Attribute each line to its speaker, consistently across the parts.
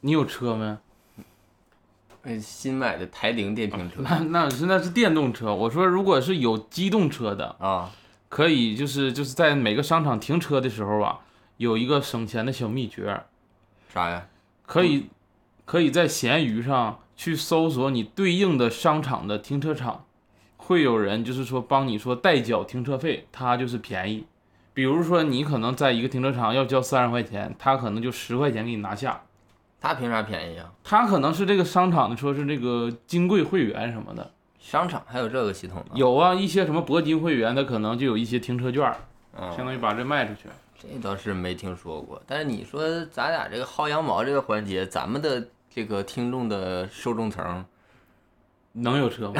Speaker 1: 你有车没？
Speaker 2: 哎新买的台铃电瓶车
Speaker 1: 那那是那是电动车。我说如果是有机动车的，
Speaker 2: 啊，
Speaker 1: 可以就是就是在每个商场停车的时候啊，有一个省钱的小秘诀，
Speaker 2: 啥呀？
Speaker 1: 可以可以在闲鱼上去搜索你对应的商场的停车场，会有人就是说帮你说代缴停车费，它就是便宜。比如说你可能在一个停车场要交三十块钱，他可能就十块钱给你拿下。
Speaker 2: 他凭啥便宜啊？
Speaker 1: 他可能是这个商场的，说是这个金贵会员什么的，
Speaker 2: 商场还有这个系统呢？
Speaker 1: 有啊，一些什么铂金会员，他可能就有一些停车券儿，
Speaker 3: 啊
Speaker 1: 相
Speaker 2: 嗯，
Speaker 1: 当于把这卖出去。
Speaker 2: 这倒是没听说过。但是你说咱俩这个薅羊毛这个环节，咱们的这个听众的受众层，
Speaker 1: 能有车吗？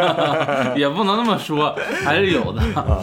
Speaker 1: 也不能那么说，还是有的。
Speaker 3: 啊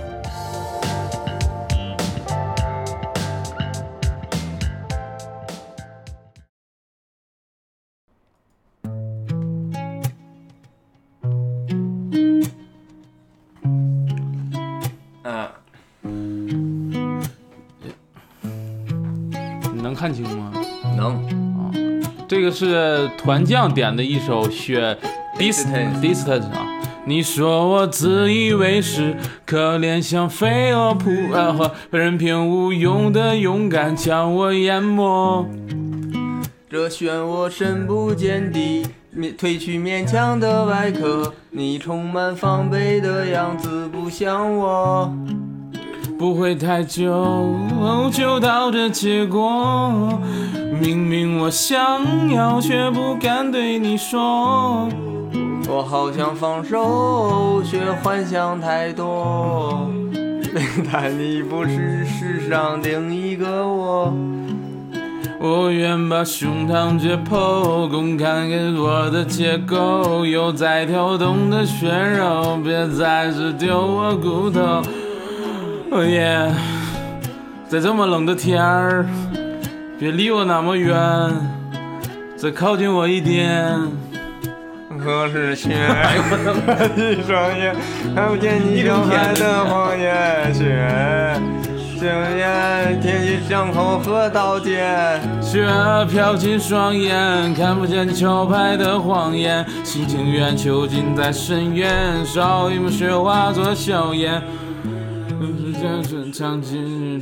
Speaker 2: 嗯，
Speaker 1: 你能看清吗？
Speaker 2: 能。
Speaker 1: 这个是团将点的一首《雪
Speaker 2: Distance
Speaker 1: Distance Distance》啊。你说我自以为是，可怜像飞蛾扑呃和任凭无用的勇敢将我淹没。
Speaker 2: 这漩涡深不见底，面褪去勉强的外壳，你充满防备的样子不像我。
Speaker 1: 不会太久哦就到这结果。明明我想要，却不敢对你说。
Speaker 2: 我好想放手，却幻想太多。 但你不是世上另一个我。
Speaker 1: 我愿把胸膛解剖，公看给我的结构，有在跳动的血肉，别再是丢我骨头。哦耶，在这么冷的天儿，别离我那么远，再靠近我一点。
Speaker 2: 可是雪，一双眼看不见你小孩的谎言。雪，雪夜天气像口和刀尖。
Speaker 1: 雪飘进双眼，看不见桥牌的谎言。心情远，囚禁在深渊，烧一抹雪化作硝烟。这是唱起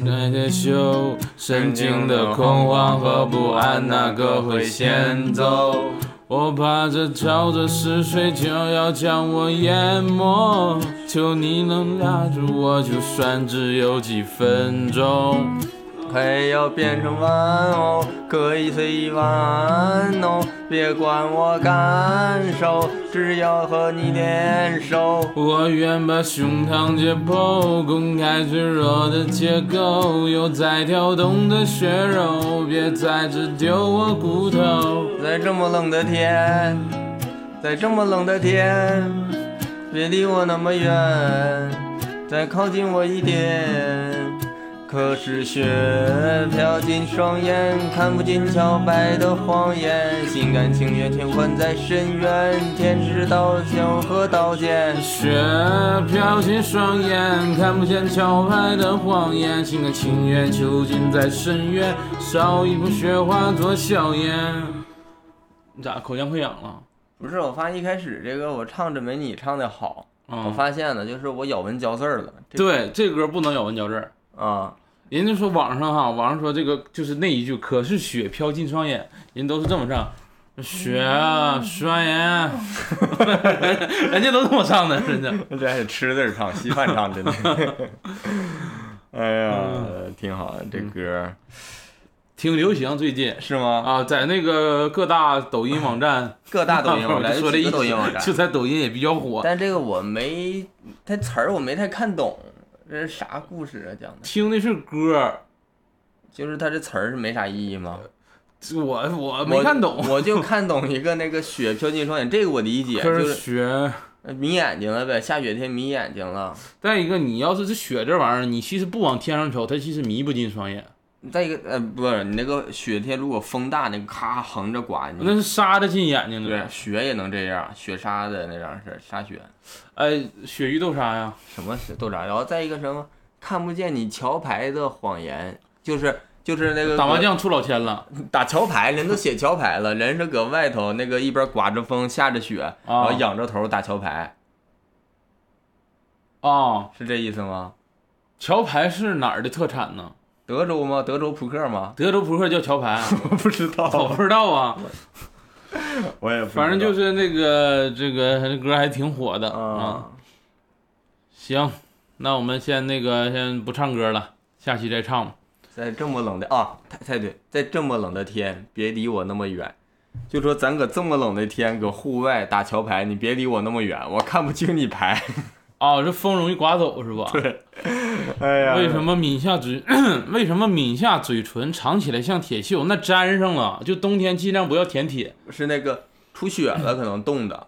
Speaker 1: 来的秀，神经的恐慌和不安，哪个会先走？我怕这潮着逝水就要将我淹没，求你能拉住我，就算只有几分钟。
Speaker 2: 快要变成玩偶，可以随意玩弄，别管我感受，只要和你联手。
Speaker 1: 我愿把胸膛解剖，公开脆弱的结构，有在跳动的血肉，别再只丢我骨头。
Speaker 2: 在这么冷的天，在这么冷的天，别离我那么远，再靠近我一点。可是雪飘进双眼，看不见桥白的谎言，心甘情愿切换在深渊，天之刀鞘和刀剑。
Speaker 1: 雪飘进双眼，看不见桥牌的谎言，心甘情愿囚禁在深渊，烧一捧雪化作硝烟。你咋口腔溃疡了？
Speaker 2: 不是，我发现一开始这个我唱着没你唱的好，我
Speaker 1: 嗯，
Speaker 2: 发现了，就是我咬文嚼字儿了。这
Speaker 1: 对，这歌不能咬文嚼字儿。
Speaker 2: 啊，
Speaker 1: 人家说网上哈，网上说这个就是那一句“可是雪飘进双眼”，人都是这么唱，雪啊， 双眼，人家都这么唱的，真的。
Speaker 2: 这还得吃字儿唱，稀饭唱，真的。哎
Speaker 1: 嗯
Speaker 2: 呀，挺好的这歌，
Speaker 1: 挺流行最近
Speaker 2: 是吗？
Speaker 1: 啊，在那个各大抖音网站，
Speaker 2: 各 大 抖音网站，
Speaker 1: 说这
Speaker 2: 有
Speaker 1: 意
Speaker 2: 几
Speaker 1: 思
Speaker 2: 个抖音网站
Speaker 1: 就，在抖音也比较火。
Speaker 2: 但这个我没，它词儿我没太看懂，这是啥故事啊？讲的
Speaker 1: 听的是歌儿，
Speaker 2: 就是它这词儿是没啥意义吗？
Speaker 1: 我我呃没看懂，
Speaker 2: 我就看懂一个那个雪飘进双眼，这个我理解，
Speaker 1: 可
Speaker 2: 就是是
Speaker 1: 雪。
Speaker 2: 迷眼睛了呗，下雪天迷眼睛了。
Speaker 1: 再一个，你要是这雪这玩意儿，你其实不往天上瞅，它其实迷不进双眼，
Speaker 2: 再一个，呃，不是你那个雪天，如果风大，那个咔横着刮
Speaker 1: 那
Speaker 2: 你，
Speaker 1: 是沙子进眼睛
Speaker 2: 嗯对，
Speaker 1: 的。
Speaker 2: 雪也能这样，雪沙的那样式，沙雪，
Speaker 1: 哎，雪域豆沙呀，
Speaker 2: 什么是豆渣？然后再一个什么，看不见你桥牌的谎言，就是就是那个
Speaker 1: 打麻将出老千了
Speaker 2: 打桥牌，人都写桥牌了，人是搁外头那个一边刮着风下着雪，然后
Speaker 1: 啊
Speaker 2: 仰着头打桥牌，
Speaker 1: 啊！
Speaker 2: 是这意思吗？
Speaker 1: 桥牌是哪儿的特产呢？
Speaker 2: 德州吗？德州扑克吗？
Speaker 1: 德州扑克叫桥牌，啊
Speaker 2: 我 不知
Speaker 1: 我
Speaker 2: 道，
Speaker 1: 不知道啊。
Speaker 2: 我也不
Speaker 1: 反正就是那个这个这歌还挺火的啊、
Speaker 2: 啊，
Speaker 1: 行，那我们先那个先不唱歌了，下期再唱吧。
Speaker 2: 在这么冷的啊，太太对，在这么冷的天，别离我那么远。就说咱搁这么冷的天，搁户外打桥牌，你别离我那么远，我看不清你牌。
Speaker 1: 哦，这风容易刮走是吧？对。啊
Speaker 2: 哎呀
Speaker 1: 为什？么抿下嘴， 为什么抿下嘴唇长起来像铁锈？那粘上了，就冬天尽量不要舔铁
Speaker 2: 是那个出血了，可能冻的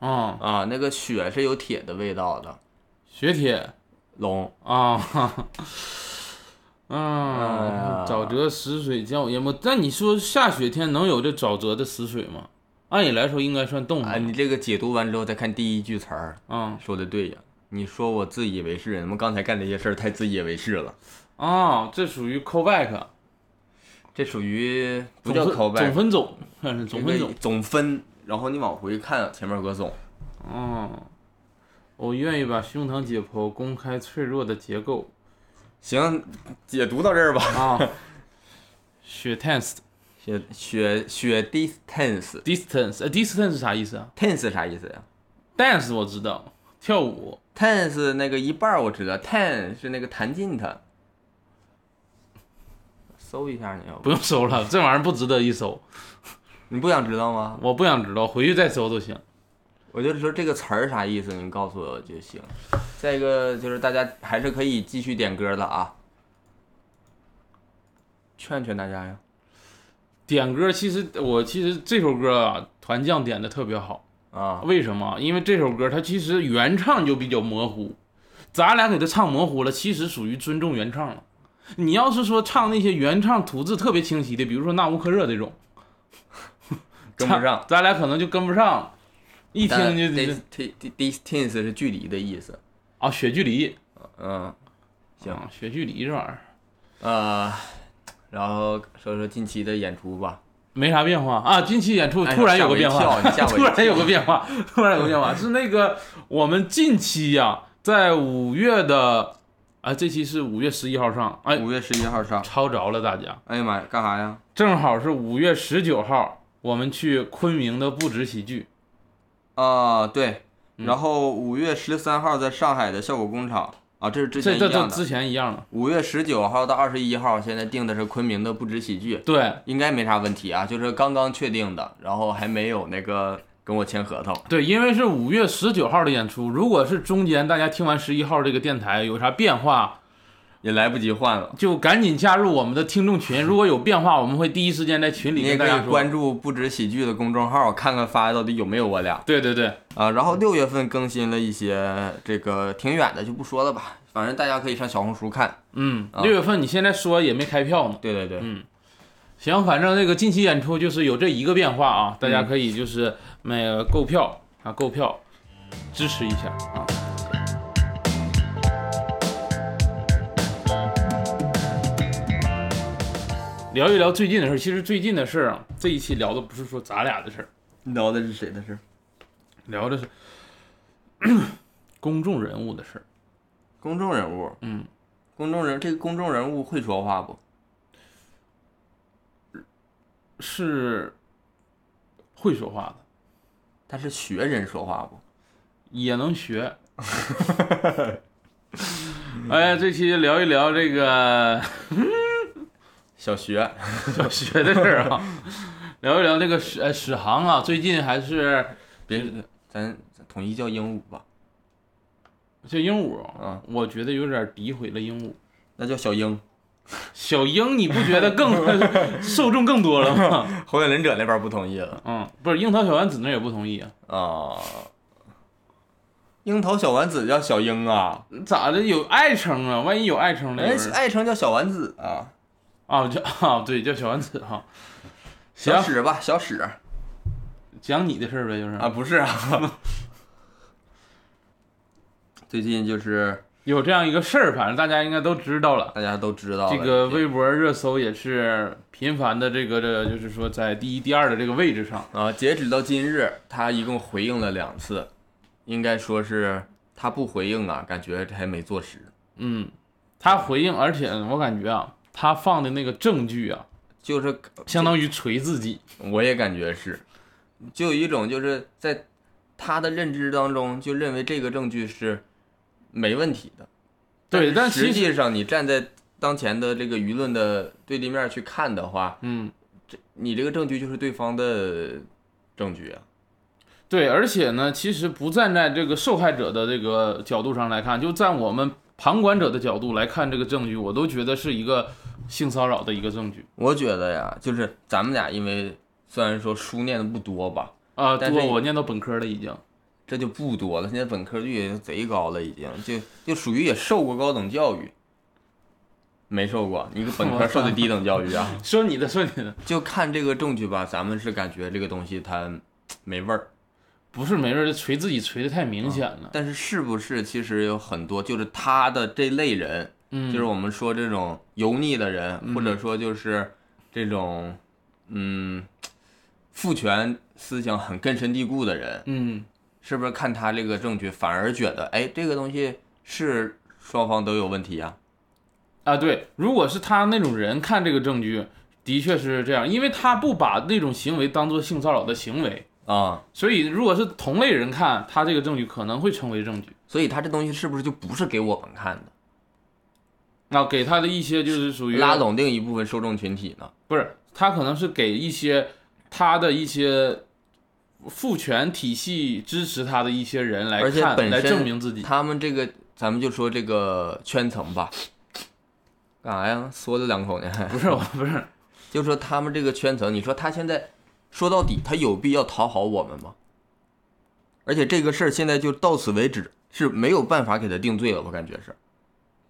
Speaker 1: 啊、
Speaker 2: 啊，那个血是有铁的味道的。
Speaker 1: 雪铁
Speaker 2: 龙，
Speaker 1: 啊。 哈哈
Speaker 2: 哎呀
Speaker 1: 嗯，沼泽死水将我淹没。但你说下雪天能有这沼泽的死水吗？按理来说应该算冻
Speaker 2: 啊，
Speaker 1: 的。
Speaker 2: 你这个解读完之后再看第一句词儿，
Speaker 1: 嗯
Speaker 2: 说的对呀。你说我自以为是，你们刚才干这些事儿太自以为是了，
Speaker 1: 啊，这属于 callback。
Speaker 2: 这属于不
Speaker 1: 总
Speaker 2: 叫
Speaker 1: 分
Speaker 2: callback，
Speaker 1: 总分总，嗯 总分总。
Speaker 2: 总分，然后你往回看前面有个总，
Speaker 1: 哦，我愿意把胸膛解剖，公开脆弱的结构
Speaker 2: 行，解读到这儿吧。
Speaker 1: 啊。 血 tensed
Speaker 2: 雪雪雪 distance
Speaker 1: distance，呃，distance 是啥意思啊
Speaker 2: tense 啥意思呀
Speaker 1: ？dance 我知道，跳舞。
Speaker 2: ？tense 那个一半儿我知道，ten 是那个弹进它。搜一下你要不
Speaker 1: 不？用搜了，这玩意儿不值得一搜，
Speaker 2: 你不想知道吗？
Speaker 1: 我不想知道，回去再搜都行。
Speaker 2: 我就说这个词儿啥意思，你告诉我就行。再一个就是大家还是可以继续点歌的啊，劝劝大家呀。
Speaker 1: 点歌其实我其实这首歌啊，团将点的特别好，
Speaker 2: 啊，
Speaker 1: 为什么？因为这首歌它其实原唱就比较模糊，咱俩给它唱模糊了，其实属于尊重原唱了。你要是说唱那些原唱吐字特别清晰的，比如说《纳乌克热》这种，
Speaker 2: 跟不上，
Speaker 1: 咱俩可能就跟不上了，一听
Speaker 2: 但
Speaker 1: 就就
Speaker 2: dis- ti- ti- distance 是距离的意思。
Speaker 1: 啊血距离，
Speaker 2: 嗯，行
Speaker 1: 啊血距离这玩意儿
Speaker 2: 呃，然后说说近期的演出吧。
Speaker 1: 没啥变化啊。近期演出
Speaker 2: 哎呀
Speaker 1: 突然有个变
Speaker 2: 吓
Speaker 1: 化
Speaker 2: 我一跳，你吓我一
Speaker 1: 突
Speaker 2: 跳
Speaker 1: 然有个变化，突然有个变 化是那个我们近期呀、在五月的啊，这期是五月十一号上，哎，
Speaker 2: 五月十一号上。
Speaker 1: 抄着了大家。
Speaker 2: 哎呀妈呀，干啥呀？
Speaker 1: 正好是五月十九号，我们去昆明的不止喜剧。
Speaker 2: 啊、对。
Speaker 1: 嗯
Speaker 2: 然后五月十三号在上海的效果工厂啊，这是之前
Speaker 1: 这
Speaker 2: 一
Speaker 1: 这这
Speaker 2: 样的。
Speaker 1: 之前一样的，
Speaker 2: 五月十九号到二十一号，现在定的是昆明的不止喜剧，
Speaker 1: 对
Speaker 2: 应该没啥问题啊，就是刚刚确定的，然后还没有那个跟我签合同。
Speaker 1: 对，因为是五月十九号的演出，如果是中间大家听完十一号这个电台有啥变化，
Speaker 2: 也来不及换了。
Speaker 1: 就赶紧加入我们的听众群。如果有变化，我们会第一时间在群
Speaker 2: 你
Speaker 1: 里
Speaker 2: 也
Speaker 1: 跟
Speaker 2: 可
Speaker 1: 大家
Speaker 2: 以
Speaker 1: 说。
Speaker 2: 关注不止喜剧的公众号，看看发到底有没有我俩。
Speaker 1: 对对对，
Speaker 2: 啊，然后六月份更新了一些这个挺远的就不说了吧，反正大家可以上小红书看。
Speaker 1: 嗯，
Speaker 2: 啊
Speaker 1: 六月份你现在说也没开票呢。
Speaker 2: 对对对，
Speaker 1: 嗯行，反正那个近期演出就是有这一个变化啊，大家可以就是那个购票啊，购票支持一下啊。聊一聊最近的事儿，其实最近的事儿啊，这一期聊的不是说咱俩的事儿，
Speaker 2: 聊的是谁的事？
Speaker 1: 聊的是 公众人物的事儿。
Speaker 2: 公众人物。
Speaker 1: 嗯，
Speaker 2: 公众人这个公众人物会说话不？
Speaker 1: 是会说话的，
Speaker 2: 他是学人说话不？
Speaker 1: 也能学。 哎，这期聊一聊这个
Speaker 2: 小学，
Speaker 1: 小学的事儿啊，聊一聊这个史呃史航啊，最近还是
Speaker 2: 别咱咱统一叫鹦鹉吧。
Speaker 1: 这鹦鹉，
Speaker 2: 啊，
Speaker 1: 我觉得有点诋毁了鹦鹉。
Speaker 2: 那叫小鹰，
Speaker 1: 小鹰，你不觉得更 受众更多了吗？
Speaker 2: 火影忍者那边不同意了
Speaker 1: 嗯，不是，樱桃小丸子那也不同意啊。
Speaker 2: 啊。樱桃小丸子叫小樱啊，
Speaker 1: 咋的？有爱称啊？万一有爱称呢？有
Speaker 2: 人
Speaker 1: 人
Speaker 2: 爱称叫小丸子啊，
Speaker 1: 啊，叫啊，对，叫小丸子哈。行嗯
Speaker 2: 小，史吧，小史
Speaker 1: 讲你的事儿呗，就是
Speaker 2: 啊，不是啊。 最近就是
Speaker 1: 有这样一个事儿，反正大家应该都知道了。
Speaker 2: 大家都知道了
Speaker 1: 这个微博热搜也是频繁的这个这就是说在第一、第二的这个位置上。
Speaker 2: 啊，截止到今日，他一共回应了两次，应该说是他不回应啊，感觉还没坐实。
Speaker 1: 嗯，他回应，而且我感觉啊，他放的那个证据啊，
Speaker 2: 就是
Speaker 1: 相当于锤自己。
Speaker 2: 我也感觉是，就有一种就是在他的认知当中就认为这个证据是没问题的，
Speaker 1: 对，但其
Speaker 2: 实
Speaker 1: 实，
Speaker 2: 际上你站在当前的这个舆论的对立面去看的话，
Speaker 1: 嗯，
Speaker 2: 你这个证据就是对方的证据啊。
Speaker 1: 对，而且呢，其实不站在这个受害者的这个角度上来看，就站我们旁观者的角度来看这个证据，我都觉得是一个性骚扰的一个证据
Speaker 2: 我觉得呀，就是咱们俩因为虽然说书念的不多吧，
Speaker 1: 啊。
Speaker 2: 但
Speaker 1: 多
Speaker 2: 是
Speaker 1: 我念到本科了已经，
Speaker 2: 这就不多了，现在本科率也贼高了，已经就就属于也受过高等教育。没受过，你个本科受的低等教育啊！
Speaker 1: 说你的，说你的，
Speaker 2: 就看这个证据吧，咱们是感觉这个东西它没味儿，
Speaker 1: 不是没人锤自己锤的太明显了，
Speaker 2: 但是是不是其实有很多就是他的这类人，
Speaker 1: 嗯，
Speaker 2: 就是我们说这种油腻的人，
Speaker 1: 嗯
Speaker 2: 或者说就是这种嗯父权思想很根深蒂固的人，
Speaker 1: 嗯，
Speaker 2: 是不是看他这个证据反而觉得哎这个东西是双方都有问题呀、
Speaker 1: 啊，对，如果是他那种人看这个证据，的确是这样，因为他不把那种行为当做性骚扰的行为，
Speaker 2: 啊？
Speaker 1: 所以如果是同类人看，他这个证据可能会成为证据。
Speaker 2: 所以他这东西是不是就不是给我们看的，
Speaker 1: 那给他的一些就是属于
Speaker 2: 拉拢另一部分受众群体呢？
Speaker 1: 不是，他可能是给一些他的一些父权体系支持他的一些人来
Speaker 2: 而且
Speaker 1: 看，
Speaker 2: 本
Speaker 1: 来
Speaker 2: 身
Speaker 1: 证明自己。
Speaker 2: 他们这个，咱们就说这个圈层吧，干啥呀？嗦了两口呢？
Speaker 1: 不是，我不是，
Speaker 2: 就说他们这个圈层，你说他现在说到底，他有必要讨好我们吗？而且这个事儿现在就到此为止，是没有办法给他定罪了，我感觉是，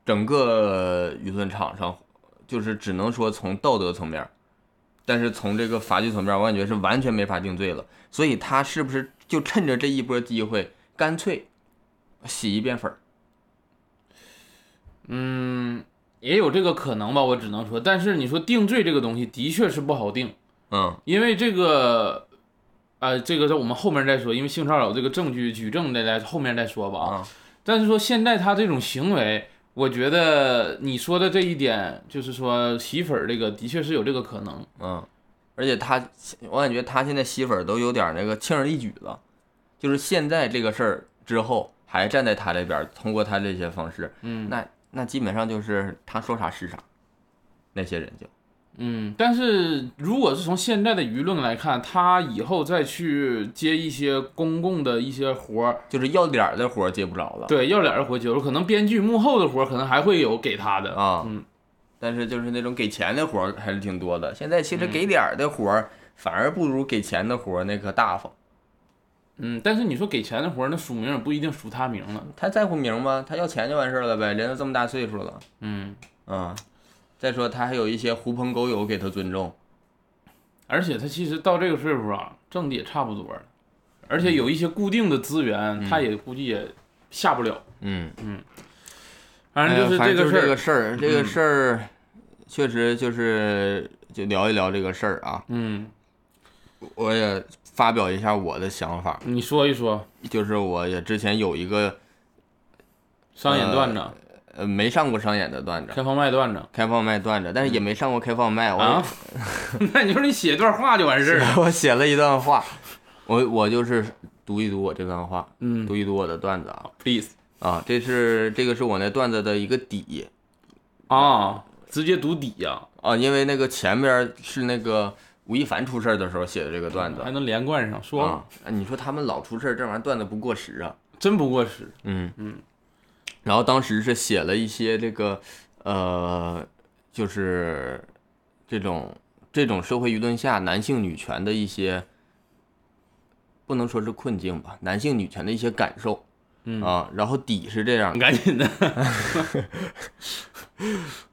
Speaker 2: 整个舆论场上，就是只能说从道德层面，但是从这个法律层面，我感觉是完全没法定罪了。所以他是不是就趁着这一波机会，干脆洗一遍粉儿？
Speaker 1: 嗯，也有这个可能吧，我只能说。但是你说定罪这个东西的确是不好定，
Speaker 2: 嗯
Speaker 1: 因为这个，呃，这个在我们后面再说，因为性骚扰这个证据举证的来后面再说吧啊。
Speaker 2: 啊，
Speaker 1: 但是说现在他这种行为，我觉得你说的这一点，就是说洗粉儿这个的确是有这个可能。
Speaker 2: 嗯，而且他，我感觉他现在吸粉儿都有点儿那个轻而易举了，就是现在这个事儿之后还站在他这边儿，通过他这些方式，
Speaker 1: 嗯，
Speaker 2: 那那基本上就是他说啥是啥，那些人就
Speaker 1: 嗯，但是如果是从现在的舆论来看，他以后再去接一些公共的一些活儿，
Speaker 2: 就是要脸儿的活儿接不着了，
Speaker 1: 对，要脸儿的活儿，有时候可能编剧幕后的活儿，可能还会有给他的。
Speaker 2: 啊，
Speaker 1: 嗯，
Speaker 2: 但是就是那种给钱的活儿还是挺多的，现在其
Speaker 1: 嗯
Speaker 2: 实给脸儿的活儿反而不如给钱的活儿那个大方，
Speaker 1: 嗯，但是你说给钱的活儿，那署名也不一定署他名了。
Speaker 2: 他在乎名吗？他要钱就完事儿了呗，人都这么大岁数了，
Speaker 1: 嗯，
Speaker 2: 嗯，再说他还有一些狐朋狗友给他尊重。
Speaker 1: 而且他其实到这个岁数啊，挣的也差不多了，而且有一些固定的资源，他也估计也下不了。
Speaker 2: 嗯，
Speaker 1: 反正就是
Speaker 2: 哎呀
Speaker 1: 这个事
Speaker 2: 这
Speaker 1: 儿
Speaker 2: 个。事儿，嗯这个事儿，确实就是就聊一聊这个事儿啊。
Speaker 1: 嗯，
Speaker 2: 我也发表一下我的想法，
Speaker 1: 你说一说，
Speaker 2: 就是我也之前有一个
Speaker 1: 商演段子、
Speaker 2: 呃没上过商演的段子，
Speaker 1: 开放麦段子
Speaker 2: 开放麦段子，但是也没上过开放麦，我也、
Speaker 1: 啊， 那你说你写段话就完事儿了。
Speaker 2: 我写了一段话，我我就是读一读我这段话，
Speaker 1: 嗯
Speaker 2: 读一读我的段子啊
Speaker 1: ，please
Speaker 2: 啊，这是这个是我那段子的一个底
Speaker 1: 啊，直接读底呀、
Speaker 2: 啊，因为那个前边是那个吴亦凡出事儿的时候写的这个段子，啊
Speaker 1: 还能连贯上，说、
Speaker 2: 啊，你说他们老出事儿，这玩意儿段子不过时啊。
Speaker 1: 真不过时。
Speaker 2: 嗯嗯，然后当时是写了一些这个呃，就是这种这种社会舆论下男性女权的一些，不能说是困境吧，男性女权的一些感受。
Speaker 1: 嗯
Speaker 2: 啊，然后底是这样，
Speaker 1: 赶紧的，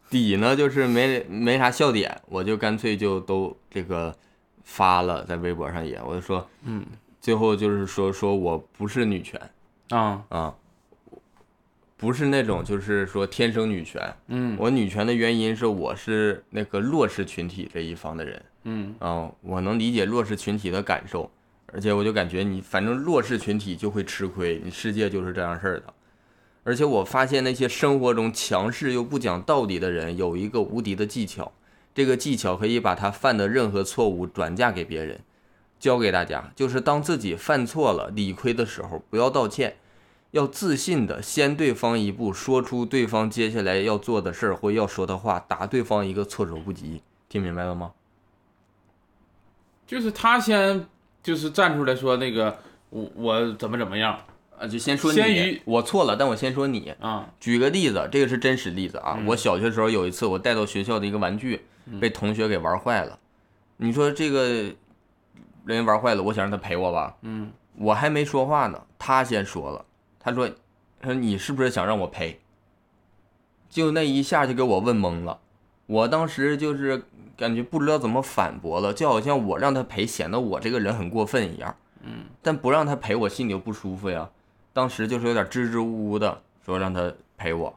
Speaker 2: 底呢就是没没啥笑点，我就干脆就都这个发了，在微博上也，我就说，
Speaker 1: 嗯，
Speaker 2: 最后就是说说我不是女权
Speaker 1: 啊，
Speaker 2: 啊，不是那种就是说天生女权，
Speaker 1: 嗯
Speaker 2: 我女权的原因是我是那个弱势群体这一方的人
Speaker 1: 嗯
Speaker 2: 啊，我能理解弱势群体的感受，而且我就感觉你反正弱势群体就会吃亏，你世界就是这样事儿的。而且我发现那些生活中强势又不讲道理的人有一个无敌的技巧，这个技巧可以把他犯的任何错误转嫁给别人。教给大家，就是当自己犯错了、理亏的时候，不要道歉，要自信的先对方一步，说出对方接下来要做的事儿或要说的话，打对方一个措手不及。听明白了吗？
Speaker 1: 就是他先就是站出来说那个我我怎么怎么样
Speaker 2: 啊，就先说你，
Speaker 1: 先于
Speaker 2: 我错了，但我先说你。
Speaker 1: 啊，
Speaker 2: 举个例子，这个是真实例子啊。
Speaker 1: 嗯
Speaker 2: 我小学时候有一次，我带到学校的一个玩具被同学给玩坏了。你说这个人玩坏了，我想让他赔我吧？
Speaker 1: 嗯，
Speaker 2: 我还没说话呢，他先说了，他说：“他说你是不是想让我赔？”就那一下就给我问懵了，我当时就是感觉不知道怎么反驳了，就好像我让他赔，显得我这个人很过分一样。
Speaker 1: 嗯，
Speaker 2: 但不让他赔，我心里就不舒服呀。当时就是有点支支吾吾的，说让他赔我。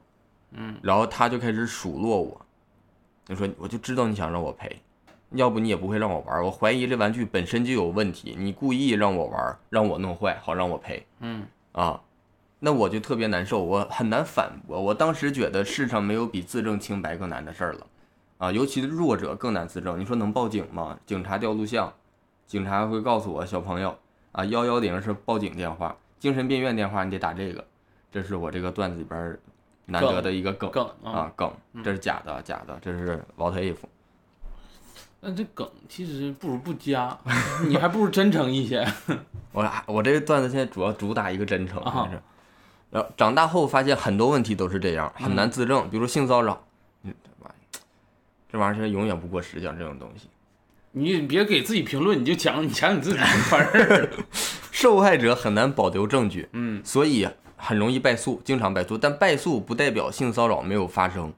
Speaker 1: 嗯，
Speaker 2: 然后他就开始数落我，就说我就知道你想让我赔，要不你也不会让我玩儿。我怀疑这玩具本身就有问题，你故意让我玩儿，让我弄坏，好让我赔。
Speaker 1: 嗯
Speaker 2: 啊，那我就特别难受，我很难反驳。我当时觉得世上没有比自证清白更难的事儿了，啊，尤其是弱者更难自证。你说能报警吗？警察调录像，警察会告诉我小朋友啊，幺幺零是报警电话，精神病院电话你得打这个。这是我这个段子里边儿难得的一个梗
Speaker 1: 梗啊，
Speaker 2: 啊梗，这是假的假的，这是 what if。
Speaker 1: 那这梗其实不如不加，你还不如真诚一些。
Speaker 2: 我我这个段子现在主要主打一个真诚，
Speaker 1: 啊
Speaker 2: 还是。然后长大后发现很多问题都是这样，很
Speaker 1: 嗯
Speaker 2: 难自证，比如性骚扰，嗯，这玩意儿，这玩意儿现在永远不过时，讲这种东西。
Speaker 1: 你别给自己评论，你就讲你讲你自己的词儿。
Speaker 2: 受害者很难保留证据，
Speaker 1: 嗯，
Speaker 2: 所以很容易败诉，经常败诉。但败诉不代表性骚扰没有发生，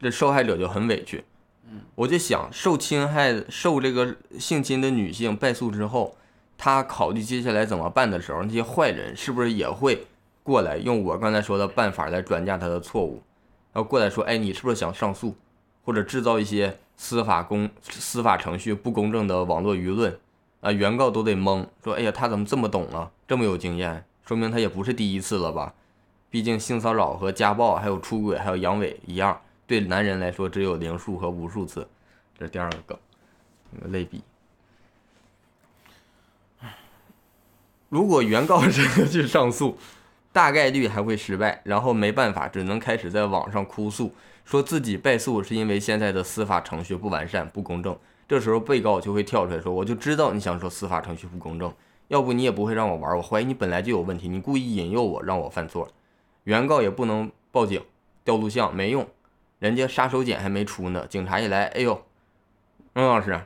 Speaker 2: 这受害者就很委屈。嗯，我就想，受侵害、受这个性侵的女性败诉之后，她考虑接下来怎么办的时候，那些坏人是不是也会过来用我刚才说的办法来转嫁她的错误，然后过来说：“哎，你是不是想上诉？”或者制造一些司法公司法程序不公正的网络舆论，啊，原告都得懵，说：“哎呀，他怎么这么懂啊，这么有经验？说明他也不是第一次了吧？毕竟性骚扰和家暴，还有出轨，还有阳痿一样，对男人来说只有零数和无数次。”这是第二个梗，嗯类比。如果原告 真的去上诉，大概率还会失败，然后没办法，只能开始在网上哭诉，说自己败诉是因为现在的司法程序不完善、不公正。这时候被告就会跳出来说：“我就知道你想说司法程序不公正，要不你也不会让我玩儿。我怀疑你本来就有问题，你故意引诱我让我犯错。”原告也不能报警、调录像，没用，人家杀手锏还没出呢。警察一来，哎呦，孟老师，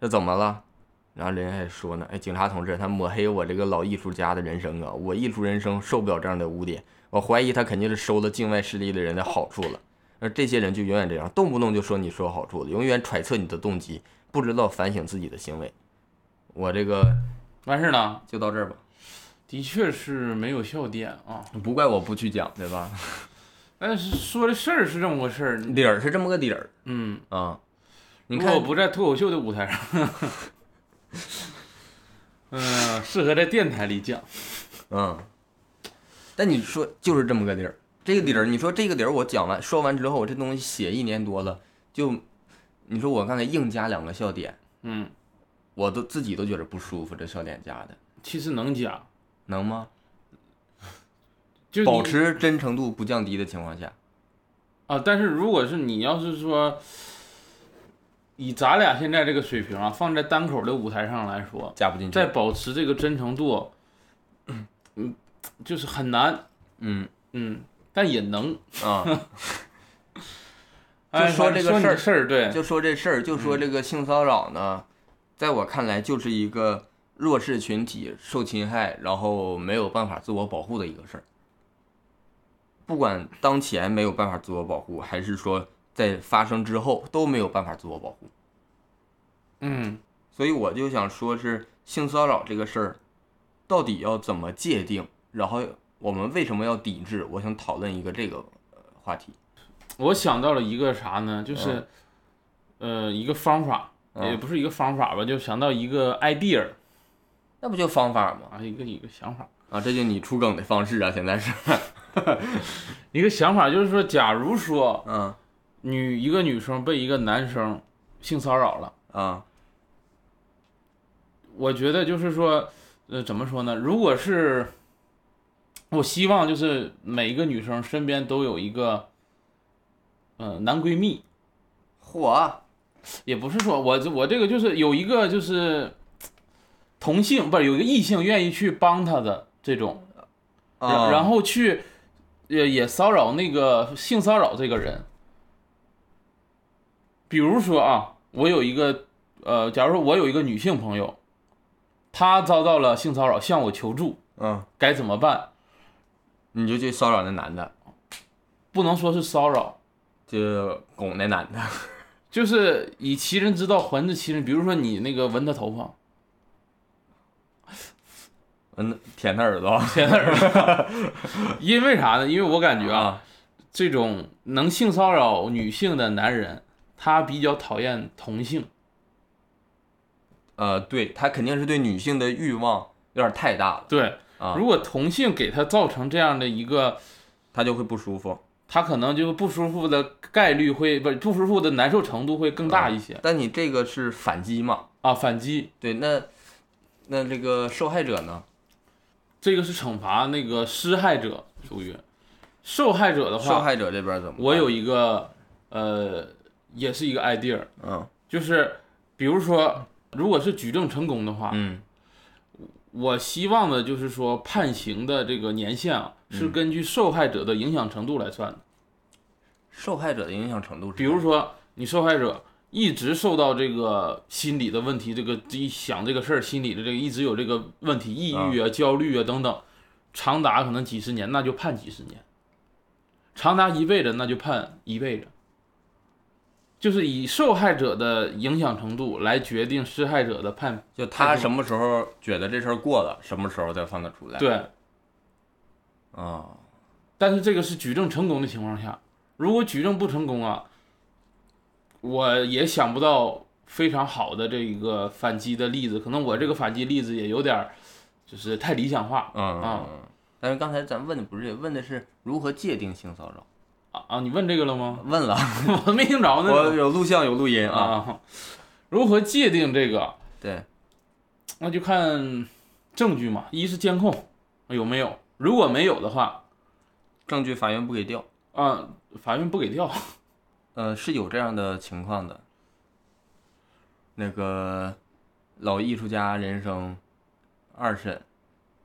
Speaker 2: 这怎么了？然后人家还说呢，哎，警察同志，他抹黑我这个老艺术家的人生啊，我艺术人生受不了这样的污点，我怀疑他肯定是收了境外势力的人的好处了。而这些人就永远这样，动不动就说你说好处，永远揣测你的动机，不知道反省自己的行为。我这个
Speaker 1: 完事儿了，
Speaker 2: 就到这儿吧，
Speaker 1: 的确是没有笑点啊。
Speaker 2: 不怪我不去讲，对吧？
Speaker 1: 但是说的事儿是这么个事儿，
Speaker 2: 理儿是这么个理儿
Speaker 1: 嗯，
Speaker 2: 啊。你
Speaker 1: 如
Speaker 2: 看
Speaker 1: 果，不在脱口秀的舞台上，嗯、适合在电台里讲。
Speaker 2: 嗯，但你说就是这么个理儿，这个理儿，你说这个理儿，我讲完说完之后，我这东西写一年多了，就你说我刚才硬加两个笑点，
Speaker 1: 嗯，
Speaker 2: 我都自己都觉得不舒服，这笑点加的
Speaker 1: 其实能讲，
Speaker 2: 能吗？
Speaker 1: 就你
Speaker 2: 保持真诚度不降低的情况下，
Speaker 1: 啊。但是如果是你要是说，以咱俩现在这个水平啊，放在单口的舞台上来说，
Speaker 2: 加不进去
Speaker 1: 在。保持这个真诚度，嗯，就是很难。
Speaker 2: 嗯，
Speaker 1: 嗯，但也能，
Speaker 2: 啊，
Speaker 1: 哎，
Speaker 2: 就说这个
Speaker 1: 你的
Speaker 2: 事
Speaker 1: 事儿，对，
Speaker 2: 就说这事儿，就说这个性骚扰呢，在我看来就是一个弱势群体受侵害，然后没有办法自我保护的一个事儿。不管当前没有办法自我保护，还是说在发生之后都没有办法自我保护，
Speaker 1: 嗯
Speaker 2: 所以我就想说是性骚扰这个事儿，到底要怎么界定？然后我们为什么要抵制？我想讨论一个这个呃话题。
Speaker 1: 我想到了一个啥呢？就是，呃，一个方法，
Speaker 2: 嗯
Speaker 1: 也不是一个方法吧，就想到一个 idea
Speaker 2: 那不就方法吗？
Speaker 1: 啊，一个一个想法，
Speaker 2: 啊，这就你出梗的方式啊！现在是，
Speaker 1: 一个想法就是说，假如说
Speaker 2: 嗯
Speaker 1: 女一个女生被一个男生性骚扰了，
Speaker 2: 啊
Speaker 1: 我觉得就是说，呃，怎么说呢？如果是我希望就是每一个女生身边都有一个，呃，男闺蜜，
Speaker 2: 嚯，
Speaker 1: 也不是说我这我这个就是有一个就是同性不是有一个异性愿意去帮他的这种，然
Speaker 2: 啊
Speaker 1: 然后去也也骚扰那个性骚扰这个人。比如说啊，我有一个呃，假如说我有一个女性朋友，她遭到了性骚扰，向我求助，
Speaker 2: 嗯，
Speaker 1: 该怎么办？
Speaker 2: 你就去骚扰那男的，
Speaker 1: 不能说是骚扰，
Speaker 2: 就拱那男的，
Speaker 1: 就是以其人之道还治其人。比如说你那个闻她头发，
Speaker 2: 嗯，舔他耳朵，
Speaker 1: 天哪！因为啥呢？因为我感觉啊，
Speaker 2: 啊，
Speaker 1: 这种能性骚扰女性的男人，他比较讨厌同性。
Speaker 2: 呃，对他肯定是对女性的欲望有点太大了
Speaker 1: 对，
Speaker 2: 啊，
Speaker 1: 如果同性给他造成这样的一个，
Speaker 2: 他就会不舒服。
Speaker 1: 他可能就不舒服的概率会不是不舒服的难受程度会更大一些
Speaker 2: 但你这个是反击嘛？
Speaker 1: 啊。反击
Speaker 2: 对，那那这个受害者呢？
Speaker 1: 这个是惩罚那个施害者，属于受害者的
Speaker 2: 受
Speaker 1: 话，
Speaker 2: 害者这边怎么办？
Speaker 1: 我有一个呃，也是一个 idea，
Speaker 2: 嗯
Speaker 1: 就是比如说，如果是举证成功的话，
Speaker 2: 嗯
Speaker 1: 我希望的就是说，判刑的这个年限啊，是
Speaker 2: 嗯
Speaker 1: 根据受害者的影响程度来算的。
Speaker 2: 受害者的影响程度是，
Speaker 1: 比如说，你受害者一直受到这个心理的问题，这个一想这个事儿，心理的这个一直有这个问题，抑郁啊、焦虑啊等等，长达可能几十年，那就判几十年；长达一辈子，那就判一辈子。就是以受害者的影响程度来决定施害者的判
Speaker 2: 就他什么时候觉得这事儿过了，什么时候再放他出来。
Speaker 1: 对。
Speaker 2: 啊，
Speaker 1: 但是这个是举证成功的情况下，如果举证不成功啊，我也想不到非常好的这一个反击的例子。可能我这个反击例子也有点儿，就是太理想化
Speaker 2: 嗯嗯
Speaker 1: 啊
Speaker 2: 嗯。但是刚才咱问的不是这个，问的是如何界定性骚扰。
Speaker 1: 啊啊！你问这个了吗？
Speaker 2: 问了，
Speaker 1: 我没听着
Speaker 2: 我
Speaker 1: 呢。
Speaker 2: 有录像有录音啊。
Speaker 1: 哦啊，如何界定这个？
Speaker 2: 对，
Speaker 1: 那就看证据嘛。一是监控有没有，如果没有的话，
Speaker 2: 证据法院不给调。
Speaker 1: 啊，法院不给调。
Speaker 2: 呃，是有这样的情况的。那个老艺术家人生二审，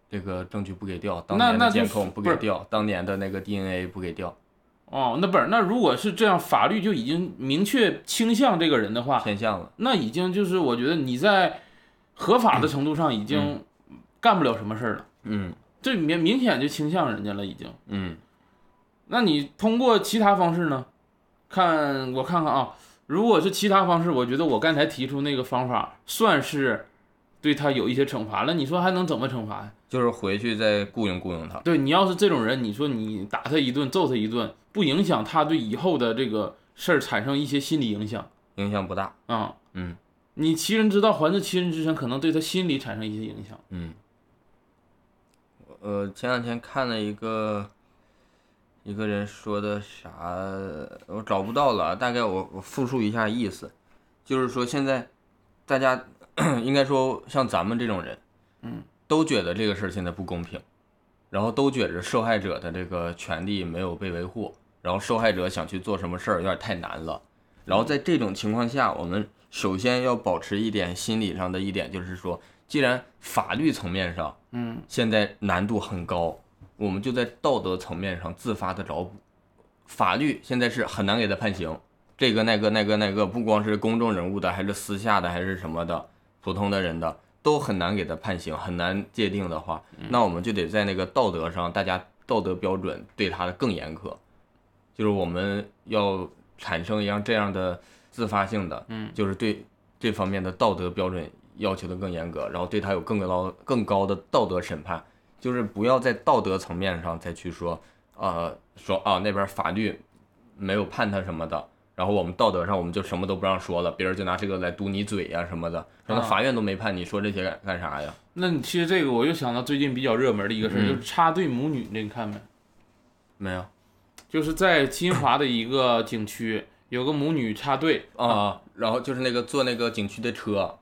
Speaker 2: 这个证据不给调，当
Speaker 1: 那
Speaker 2: 年的
Speaker 1: 那就
Speaker 2: 监
Speaker 1: 是
Speaker 2: 控
Speaker 1: 不
Speaker 2: 不给
Speaker 1: 是
Speaker 2: 调，当年的那个 DNA 不给调，
Speaker 1: 哦，那不是，那如果是这样，法律就已经明确倾向这个人的话，
Speaker 2: 偏向了。
Speaker 1: 那已经就是我觉得你在合法的程度上已经干不了什么事儿了，
Speaker 2: 嗯
Speaker 1: 这明明显就倾向人家了已经。
Speaker 2: 嗯
Speaker 1: 那你通过其他方式呢？看我看看啊，如果是其他方式，我觉得我刚才提出那个方法算是对他有一些惩罚了。你说还能怎么惩罚呀？
Speaker 2: 就是回去再雇佣雇佣他。
Speaker 1: 对你要是这种人，你说你打他一顿，揍他一顿，不影响他对以后的这个事儿产生一些心理影响
Speaker 2: 影响不大。
Speaker 1: 啊。
Speaker 2: 嗯
Speaker 1: 你其人之道还治其人之身，可能对他心理产生一些影响。
Speaker 2: 嗯，呃，前两天看了一个一个人说的啥，我找不到了，大概我我复述一下意思，就是说现在大家 应该说像咱们这种人，
Speaker 1: 嗯，
Speaker 2: 都觉得这个事儿现在不公平，然后都觉着受害者的这个权利没有被维护，然后受害者想去做什么事儿有点太难了。然后在这种情况下，我们首先要保持一点心理上的一点，就是说，既然法律层面上
Speaker 1: 嗯，
Speaker 2: 现在难度很高，我们就在道德层面上自发的找补。法律现在是很难给他判刑，这个那个那个那个，不光是公众人物的，还是私下的，还是什么的，普通的人的，都很难给他判刑，很难界定的话，那我们就得在那个道德上，大家道德标准对他的更严苛，就是我们要产生一样这样的自发性的，
Speaker 3: 嗯，
Speaker 2: 就是对这方面的道德标准要求的更严格，然后对他有更高更高的道德审判，就是不要在道德层面上再去说，呃，说啊那边法律没有判他什么的，然后我们道德上我们就什么都不让说了，别人就拿这个来堵你嘴呀、什么的，说
Speaker 3: 啊
Speaker 2: 那法院都没判，你说这些干干啥呀？
Speaker 1: 那你其实这个我又想到最近比较热门的一个事儿，
Speaker 2: 嗯
Speaker 1: 就是插队母女，这你看没？
Speaker 2: 没有
Speaker 1: 就是在金华的一个景区，有个母女插队，
Speaker 2: 啊，然后就是那个坐那个景区的车，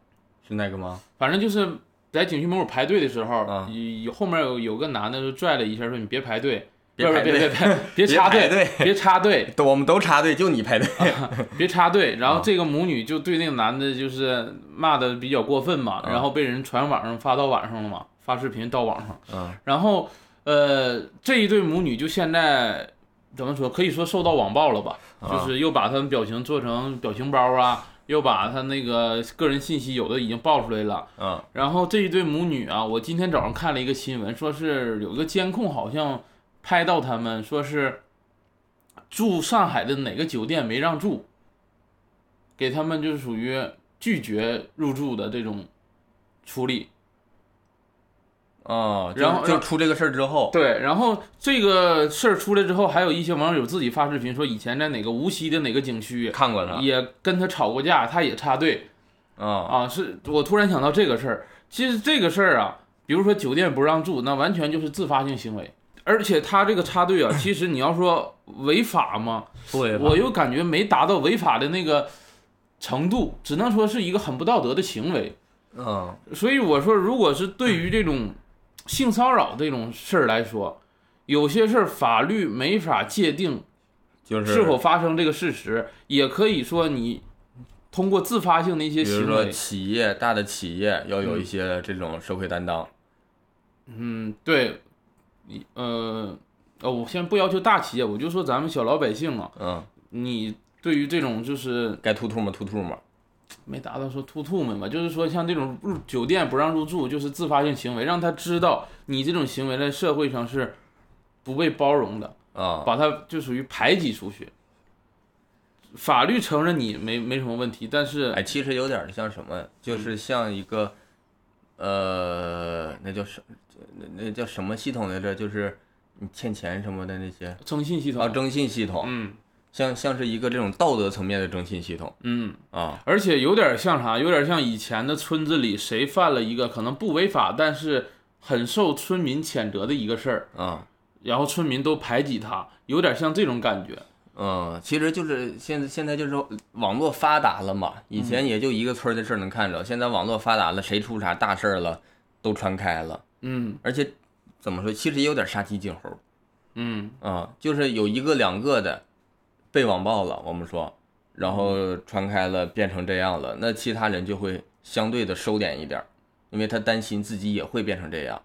Speaker 2: 是那个吗？
Speaker 1: 反正就是在景区门口排队的时候，
Speaker 2: 啊
Speaker 1: 有有后面有有个男的就拽了一下，说你别排队，
Speaker 2: 别
Speaker 1: 不是
Speaker 2: 排队
Speaker 1: 别别 别别插
Speaker 2: 别排
Speaker 1: 队，别插队，
Speaker 2: 都我们都插队，就你排队。
Speaker 1: 别插队。然
Speaker 2: 啊
Speaker 1: 后这个母女就对那个男的就是骂的比较过分嘛，
Speaker 2: 啊
Speaker 1: 然后被人传网上发到网上了嘛，发视频到网上。
Speaker 2: 嗯
Speaker 1: 然后呃，这一对母女就现在怎么说，可以说受到网暴了吧？
Speaker 2: 啊
Speaker 1: 就是又把他们表情做成表情包啊，又把他那个个人信息有的已经爆出来了。
Speaker 2: 嗯
Speaker 1: 然后这一对母女啊，我今天早上看了一个新闻，说是有一个监控好像拍到他们，说是住上海的哪个酒店没让住，给他们就是属于拒绝入住的这种处理。
Speaker 2: 哦，就
Speaker 1: 然后
Speaker 2: 就出这个事儿之后，
Speaker 1: 对，然后这个事儿出来之后，还有一些网友自己发视频说，以前在哪个无锡的哪个景区
Speaker 2: 看过他，
Speaker 1: 也跟他吵过架，他也插队
Speaker 2: 嗯
Speaker 1: 啊。是我突然想到这个事儿，其实这个事儿啊，比如说酒店不让住，那完全就是自发性行为。而且他这个插队啊，其实你要说违法吗？
Speaker 2: 对吧
Speaker 1: 我又感觉没达到违法的那个程度，只能说是一个很不道德的行为。
Speaker 2: 嗯
Speaker 1: 所以我说，如果是对于这种性骚扰这种事儿来说，有些事儿法律没法界定
Speaker 2: 就是
Speaker 1: 是否发生这个事实，也可以说你通过自发性的一些
Speaker 2: 比如
Speaker 1: 行
Speaker 2: 说
Speaker 1: 为，
Speaker 2: 企业大的企业要有一些这种社会担当，
Speaker 1: 嗯，对，你呃呃，我先不要求大企业，我就说咱们小老百姓啊，
Speaker 2: 嗯，
Speaker 1: 你对于这种就是
Speaker 2: 该吐吐沫吐吐沫，
Speaker 1: 没达到说突突们吧，就是说像这种入酒店不让入住，就是自发性行为，让他知道你这种行为在社会上是不被包容的。
Speaker 2: 啊、
Speaker 1: 把它就属于排挤出去。法律承认你没没什么问题，但是
Speaker 2: 哎，其实有点像什么，就是像一个，呃，那叫什，那那叫什么系统来着？就是你欠钱什么的那些
Speaker 1: 征信系统，
Speaker 2: 啊，征信系统，
Speaker 1: 嗯
Speaker 2: 像像是一个这种道德层面的征信系统
Speaker 1: 嗯，
Speaker 2: 啊，
Speaker 1: 而且有点像啥，有点像以前的村子里谁犯了一个可能不违法，但是很受村民谴责的一个事儿，
Speaker 2: 啊。
Speaker 1: 然后村民都排挤他，有点像这种感觉。
Speaker 2: 嗯，其实就是现在，现在就是网络发达了嘛，
Speaker 1: 嗯
Speaker 2: 以前也就一个村儿的事儿能看着，现在网络发达了，谁出啥大事儿了，都传开了，
Speaker 1: 嗯
Speaker 2: 而且怎么说，其实也有点杀鸡儆猴儿
Speaker 1: 嗯
Speaker 2: 啊、就是有一个两个的被网暴了，我们说，然后传开了变成这样了，那其他人就会相对的收敛一点儿，因为他担心自己也会变成这样，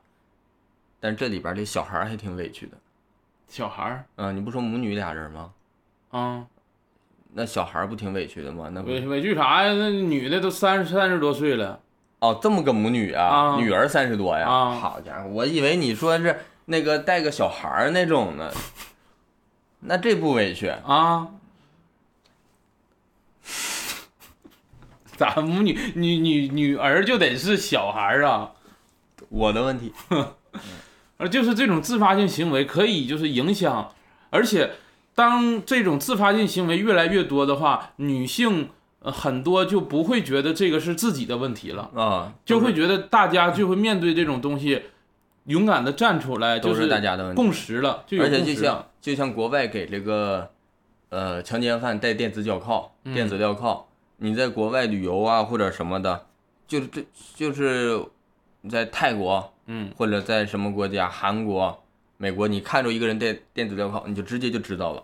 Speaker 2: 但这里边儿这小孩儿还挺委屈的，
Speaker 1: 小孩儿
Speaker 2: 嗯、你不说母女俩人吗？
Speaker 1: 啊，
Speaker 2: 那小孩儿不挺委屈的吗？那不
Speaker 1: 委委屈啥呀？那女的都三十三十多岁了，
Speaker 2: 哦，这么个母女啊，
Speaker 1: 啊
Speaker 2: 女儿三十多呀，
Speaker 1: 啊
Speaker 2: 好家伙，我以为你说是那个带个小孩儿那 种呢，那这不委屈
Speaker 1: 啊。 咱母女女女女儿就得是小孩儿啊，
Speaker 2: 我的问题，
Speaker 1: 而就是这种自发性行为可以就是影响，而且当这种自发性行为越来越多的话，女性呃很多就不会觉得这个是自己的问题了，
Speaker 2: 啊，
Speaker 1: 就
Speaker 2: 都
Speaker 1: 会
Speaker 2: 是
Speaker 1: 觉得大家就会面对这种东西，勇敢的站出来，就
Speaker 2: 都是大家的问题，
Speaker 1: 共识了，就有
Speaker 2: 而
Speaker 1: 共
Speaker 2: 且就
Speaker 1: 识了
Speaker 2: 像就像国外给这个呃强奸犯戴电子脚铐、
Speaker 1: 嗯
Speaker 2: 电子镣铐，你在国外旅游啊或者什么的，就是这就是你在泰国
Speaker 1: 嗯
Speaker 2: 或者在什么国家，韩国、美国，你看着一个人戴电子镣铐，你就直接就知道了。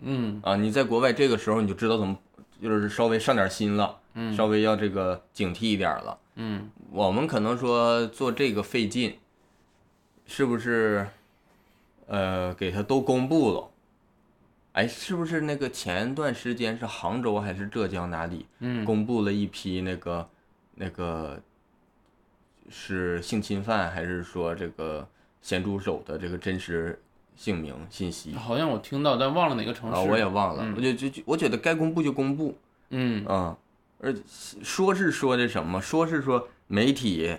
Speaker 1: 嗯
Speaker 2: 啊，你在国外这个时候你就知道怎么，就是稍微上点心了，
Speaker 1: 嗯
Speaker 2: 稍微要这个警惕一点了。
Speaker 1: 嗯，
Speaker 2: 我们可能说做这个费劲，是不是呃，给他都公布了。哎，是不是那个前段时间是杭州还是浙江哪里
Speaker 1: 嗯
Speaker 2: 公布了一批那个那个是性侵犯还是说这个咸猪手的这个真实姓名信息啊？
Speaker 1: 好像我听到，但忘了哪个城市。
Speaker 2: 哦我也忘了，我就就就我觉得该公布就公布，
Speaker 1: 嗯
Speaker 2: 嗯，而说是说的什么？说是说媒体，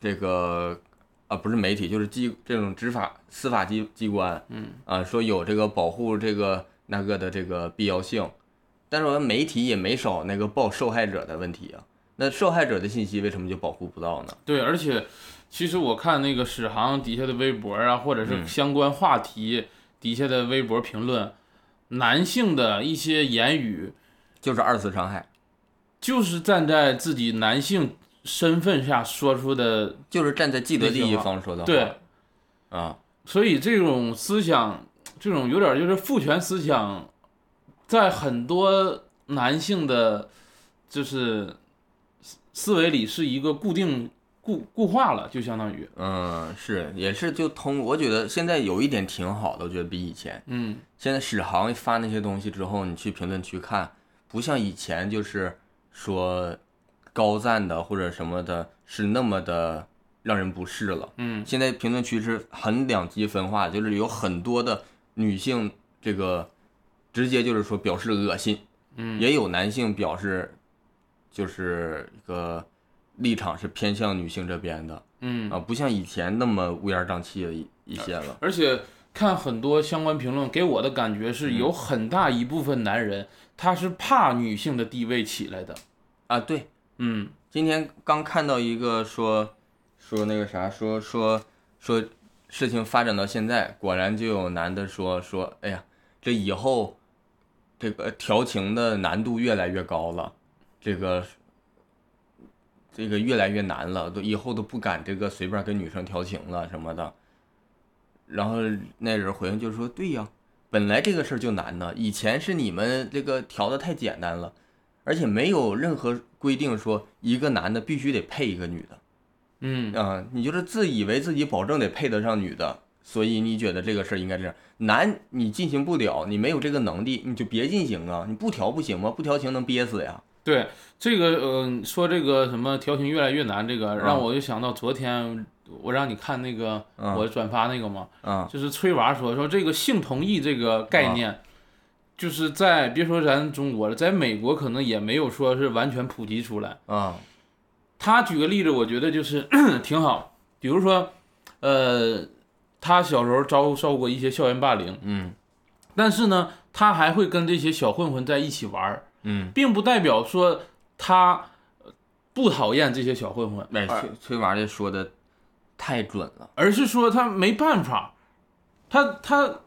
Speaker 2: 这个啊，不是媒体，就是机这种执法司法机机关，
Speaker 1: 嗯
Speaker 2: 啊，说有这个保护这个那个的这个必要性，但是我们媒体也没少那个报受害者的问题啊。那受害者的信息为什么就保护不到呢？
Speaker 1: 对，而且其实我看那个史航底下的微博啊，或者是相关话题底下的微博评论，男性的一些言语
Speaker 2: 就是二次伤害，
Speaker 1: 就是站在自己男性身份下说出的，
Speaker 2: 就是站在既得利益
Speaker 1: 那些话
Speaker 2: 方说的话，
Speaker 1: 对，
Speaker 2: 啊，
Speaker 1: 所以这种思想，这种有点就是父权思想，在很多男性的就是思思维里是一个固定固固化了，就相当于，
Speaker 2: 嗯，是也是就通，我觉得现在有一点挺好的，我觉得比以前。
Speaker 1: 嗯
Speaker 2: 现在史航发那些东西之后，你去评论区看，不像以前就是说高赞的或者什么的，是那么的让人不适了。
Speaker 1: 嗯
Speaker 2: 现在评论区是很两极分化，就是有很多的女性这个直接就是说表示恶心，
Speaker 1: 嗯，
Speaker 2: 也有男性表示就是一个立场是偏向女性这边的
Speaker 1: 嗯
Speaker 2: 啊，不像以前那么乌烟瘴气了一一些了。
Speaker 1: 而且看很多相关评论，给我的感觉是有很大一部分男人他是怕女性的地位起来的。
Speaker 2: 啊，对，
Speaker 1: 嗯
Speaker 2: 今天刚看到一个说说那个啥，说说说事情发展到现在，果然就有男的说说，哎呀，这以后这个调情的难度越来越高了，这个这个越来越难了，都以后都不敢这个随便跟女生调情了什么的。然后那人回应就说：“对呀，本来这个事儿就难呢，以前是你们这个调的太简单了。”而且没有任何规定说一个男的必须得配一个女的
Speaker 1: 嗯
Speaker 2: 啊、你就是自以为自己保证得配得上女的，所以你觉得这个事儿应该这样。男你进行不了，你没有这个能力，你就别进行啊！你不调不行吗？不调情能憋死呀！
Speaker 1: 对这个，嗯、说这个什么调情越来越难，这个让
Speaker 2: 嗯
Speaker 1: 我就想到昨天我让你看那个、
Speaker 2: 嗯
Speaker 1: 我转发那个嘛，
Speaker 2: 啊、
Speaker 1: 就是崔娃说说这个性同意这个概念，就是在别说咱中国了，在美国可能也没有说是完全普及出来。
Speaker 2: 啊、
Speaker 1: 他举个例子，我觉得就是 挺好。比如说，呃，他小时候遭受过一些校园霸凌，
Speaker 2: 嗯
Speaker 1: 但是呢，他还会跟这些小混混在一起玩儿，
Speaker 2: 嗯，
Speaker 1: 并不代表说他呃不讨厌这些小混混，
Speaker 2: 哎，崔崔娃这说的太准了，
Speaker 1: 而是说他没办法，他他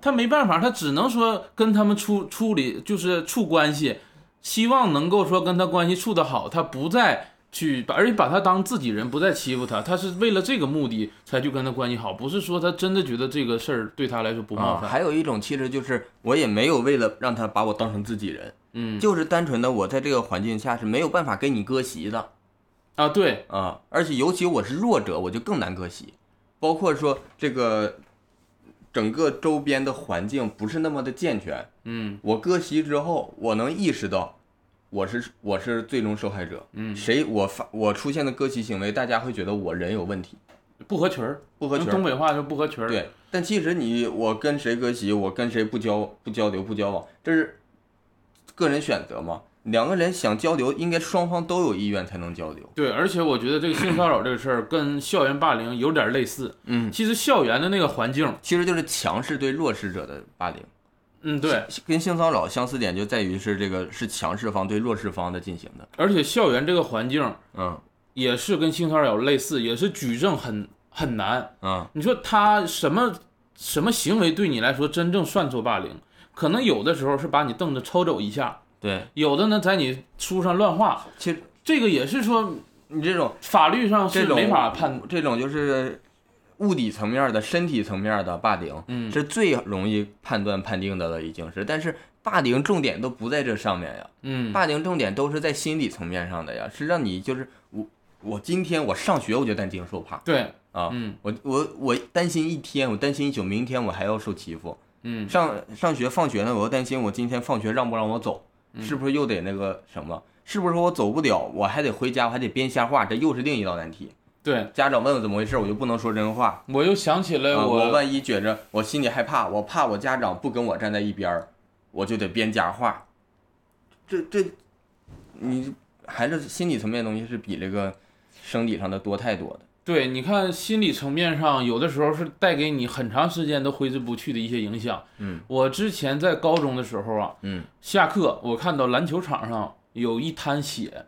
Speaker 1: 他没办法，他只能说跟他们处处理就是处关系，希望能够说跟他关系处得好，他不再去把，而且把他当自己人，不再欺负他，他是为了这个目的才去跟他关系好，不是说他真的觉得这个事儿对他来说不冒
Speaker 2: 啊、
Speaker 1: 犯。
Speaker 2: 还有一种其实就是我也没有为了让他把我当成自己人，
Speaker 1: 嗯
Speaker 2: 就是单纯的我在这个环境下是没有办法跟你割席的。
Speaker 1: 啊，对，
Speaker 2: 啊，而且尤其我是弱者，我就更难割席。包括说这个整个周边的环境不是那么的健全，
Speaker 1: 嗯
Speaker 2: 我割席之后，我能意识到我是我是最终受害者。
Speaker 1: 嗯，
Speaker 2: 谁我发我出现的割席行为，大家会觉得我人有问题，
Speaker 1: 不合群儿，
Speaker 2: 不合群
Speaker 1: 用
Speaker 2: 儿。
Speaker 1: 东北话就不合群儿。，
Speaker 2: 对，但其实你我跟谁割席，我跟谁不交不交流不交往，这是个人选择嘛。两个人想交流，应该双方都有意愿才能交流。
Speaker 1: 对，而且我觉得这个性骚扰这个事儿跟校园霸凌有点类似。
Speaker 2: 嗯，
Speaker 1: 其实校园的那个环境，
Speaker 2: 其实就是强势对弱势者的霸凌。
Speaker 1: 嗯，对，
Speaker 2: 跟性骚扰相似点就在于是这个是强势方对弱势方的进行的，
Speaker 1: 而且校园这个环境
Speaker 2: 嗯
Speaker 1: 也是跟性骚扰类似，也是举证很很难。
Speaker 2: 嗯
Speaker 1: 你说他什么什么行为对你来说真正算作霸凌？可能有的时候是把你凳子抽走一下，
Speaker 2: 对，
Speaker 1: 有的呢在你书上乱画，
Speaker 2: 其实
Speaker 1: 这个也是说
Speaker 2: 你这种
Speaker 1: 法律上
Speaker 2: 这
Speaker 1: 是
Speaker 2: 种
Speaker 1: 没法判。
Speaker 2: 这种就是物理层面的、身体层面的霸凌，
Speaker 1: 嗯，
Speaker 2: 是最容易判断判定的了，已经是。但是霸凌重点都不在这上面呀，
Speaker 1: 嗯
Speaker 2: 霸凌重点都是在心理层面上的呀，是让你就是我我今天我上学我就担惊受怕
Speaker 1: 对，
Speaker 2: 啊，
Speaker 1: 嗯
Speaker 2: 我我我担心一天，我担心一宿，明天我还要受欺负。
Speaker 1: 嗯
Speaker 2: 上上学放学呢，我又担心我今天放学让不让我走，
Speaker 1: 嗯
Speaker 2: 是不是又得那个什么？是不是我走不了，我还得回家，我还得编瞎话，这又是另一道难题。
Speaker 1: 对，
Speaker 2: 家长问我怎么回事，我就不能说真话。
Speaker 1: 我又想起了
Speaker 2: 啊
Speaker 1: 我，
Speaker 2: 我万一觉着我心里害怕，我怕我家长不跟我站在一边儿，我就得编假话。这这，你还是心理层面的东西是比这个生理上的多太多的。
Speaker 1: 对，你看心理层面上，有的时候是带给你很长时间都挥之不去的一些影响。
Speaker 2: 嗯，
Speaker 1: 我之前在高中的时候啊，
Speaker 2: 嗯
Speaker 1: 下课我看到篮球场上有一滩血，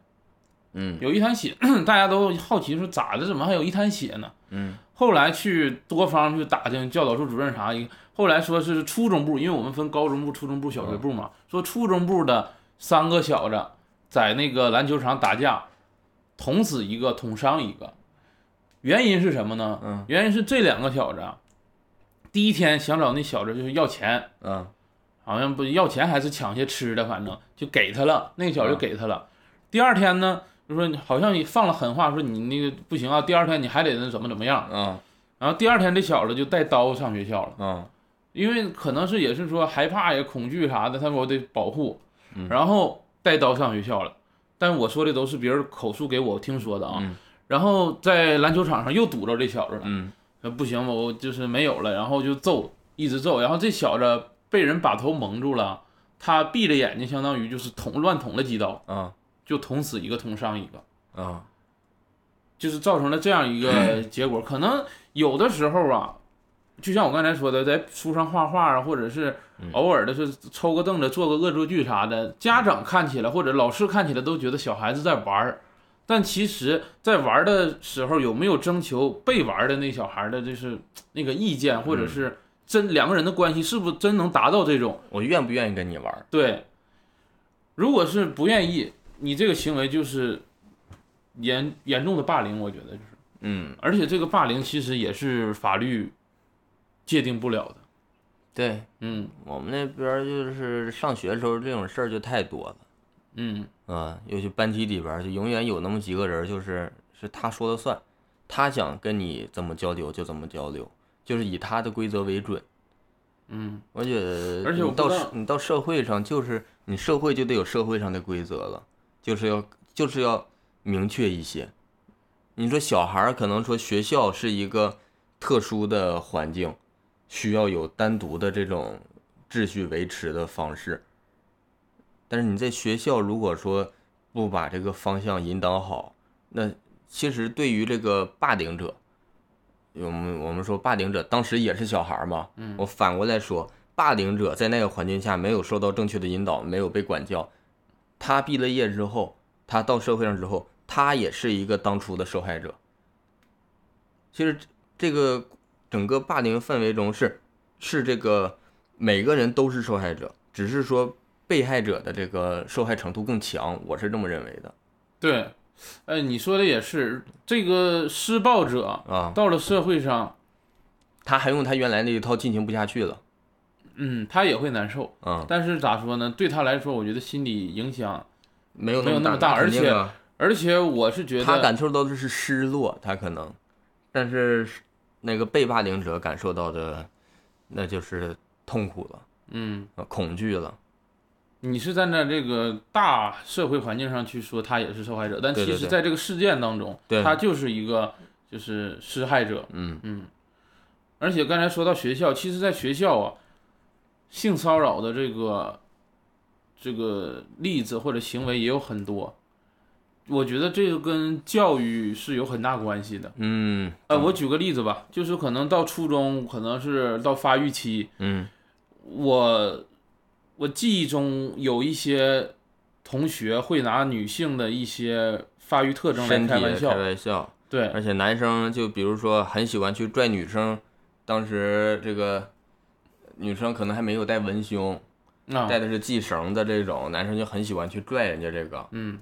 Speaker 2: 嗯
Speaker 1: 有一滩血， 大家都好奇说咋的，怎么还有一滩血呢？
Speaker 2: 嗯
Speaker 1: 后来去多方去打听教导处主任啥，一个后来说是初中部，因为我们分高中部、初中部、小学部
Speaker 2: 嗯
Speaker 1: 嘛，说初中部的三个小子在那个篮球场打架，捅死一个，捅伤一个，原因是什么呢？
Speaker 2: 嗯
Speaker 1: 原因是这两个小子啊第一天想找那小子就是要钱，
Speaker 2: 嗯
Speaker 1: 好像不要钱还是抢些吃的，反正就给他了，那个小子就给他了。第二天呢，就说好像也放了狠话，说你那个不行啊，第二天你还得那怎么怎么样。
Speaker 2: 嗯
Speaker 1: 然后第二天这小子就带刀上学校了，
Speaker 2: 嗯
Speaker 1: 因为可能是也是说害怕呀、恐惧啥的，他说我得保护，然后带刀上学校了。但我说的都是别人口述给我听说的啊。
Speaker 2: 嗯
Speaker 1: 然后在篮球场上又堵着这小子了，
Speaker 2: 嗯
Speaker 1: 那呃不行，我就是没有了，然后就揍，一直揍，然后这小子被人把头蒙住了，他闭着眼睛，相当于就是捅乱捅了几刀，
Speaker 2: 嗯
Speaker 1: 就捅死一个，捅伤一个，
Speaker 2: 嗯
Speaker 1: 就是造成了这样一个结果。可能有的时候啊，就像我刚才说的，在书上画画啊，或者是偶尔的是抽个凳子做个恶作剧啥的，家长看起来或者老师看起来都觉得小孩子在玩儿。但其实，在玩儿的时候，有没有征求被玩儿的那小孩儿的，就是那个意见，或者是真两个人的关系，是不是真能达到这种
Speaker 2: 我愿不愿意跟你玩儿？
Speaker 1: 对，如果是不愿意，你这个行为就是严严重的霸凌，我觉得就是，
Speaker 2: 嗯，
Speaker 1: 而且这个霸凌其实也是法律界定不了的。
Speaker 2: 对，
Speaker 1: 嗯
Speaker 2: 我们那边儿就是上学的时候这种事儿就太多了，
Speaker 1: 嗯，
Speaker 2: 啊、尤其班级里边儿就永远有那么几个人儿，就是是他说了算，他想跟你怎么交流就怎么交流，就是以他的规则为准。
Speaker 1: 嗯，
Speaker 2: 我觉得，
Speaker 1: 而且我不
Speaker 2: 你到
Speaker 1: 知
Speaker 2: 社
Speaker 1: 道
Speaker 2: 你到社会上，就是你社会就得有社会上的规则了，就是要就是要明确一些。你说小孩儿可能说学校是一个特殊的环境，需要有单独的这种秩序维持的方式，但是你在学校如果说不把这个方向引导好，那其实对于这个霸凌者，我们我们说霸凌者当时也是小孩儿嘛，我反过来说，霸凌者在那个环境下没有受到正确的引导，没有被管教，他毕了业之后，他到社会上之后，他也是一个当初的受害者。其实这这个整个霸凌氛围中是是这个每个人都是受害者，只是说被害者的这个受害程度更强，我是这么认为的
Speaker 1: 对，哎，你说的也是，这个施暴者
Speaker 2: 啊。
Speaker 1: 到了社会上，
Speaker 2: 他还用他原来那一套进行不下去了，
Speaker 1: 嗯，他也会难受，
Speaker 2: 嗯，
Speaker 1: 但是咋说呢？对他来说，我觉得心理影响，
Speaker 2: 没有
Speaker 1: 没有那
Speaker 2: 那
Speaker 1: 么
Speaker 2: 么
Speaker 1: 大而
Speaker 2: 肯定
Speaker 1: 且
Speaker 2: 啊
Speaker 1: 而且我是觉得
Speaker 2: 他感受到的是失落，他可能，但是那个被霸凌者感受到的，那就是痛苦了，
Speaker 1: 嗯。
Speaker 2: 呃恐惧了。
Speaker 1: 你是站在这个大社会环境上去说他也是受害者，但
Speaker 2: 对
Speaker 1: 其
Speaker 2: 对
Speaker 1: 实
Speaker 2: 对
Speaker 1: 在这个事件当中，
Speaker 2: 对
Speaker 1: 他就是一个就是施害者。
Speaker 2: 嗯
Speaker 1: 嗯，而且刚才说到学校，其实，在学校啊，性骚扰的这个这个例子或者行为也有很多，我觉得这个跟教育是有很大关系的。
Speaker 2: 嗯
Speaker 1: 呃，我举个例子吧，就是可能到初中，可能是到发育期，
Speaker 2: 嗯
Speaker 1: 我我记忆中有一些同学会拿女性的一些发育特征来
Speaker 2: 身体
Speaker 1: 开玩笑，
Speaker 2: 笑
Speaker 1: 对
Speaker 2: 而且男生就比如说很喜欢去拽女生，当时这个女生可能还没有带文胸，
Speaker 1: 啊，
Speaker 2: 带的是系绳的这种，男生就很喜欢去拽人家这个。
Speaker 1: 嗯。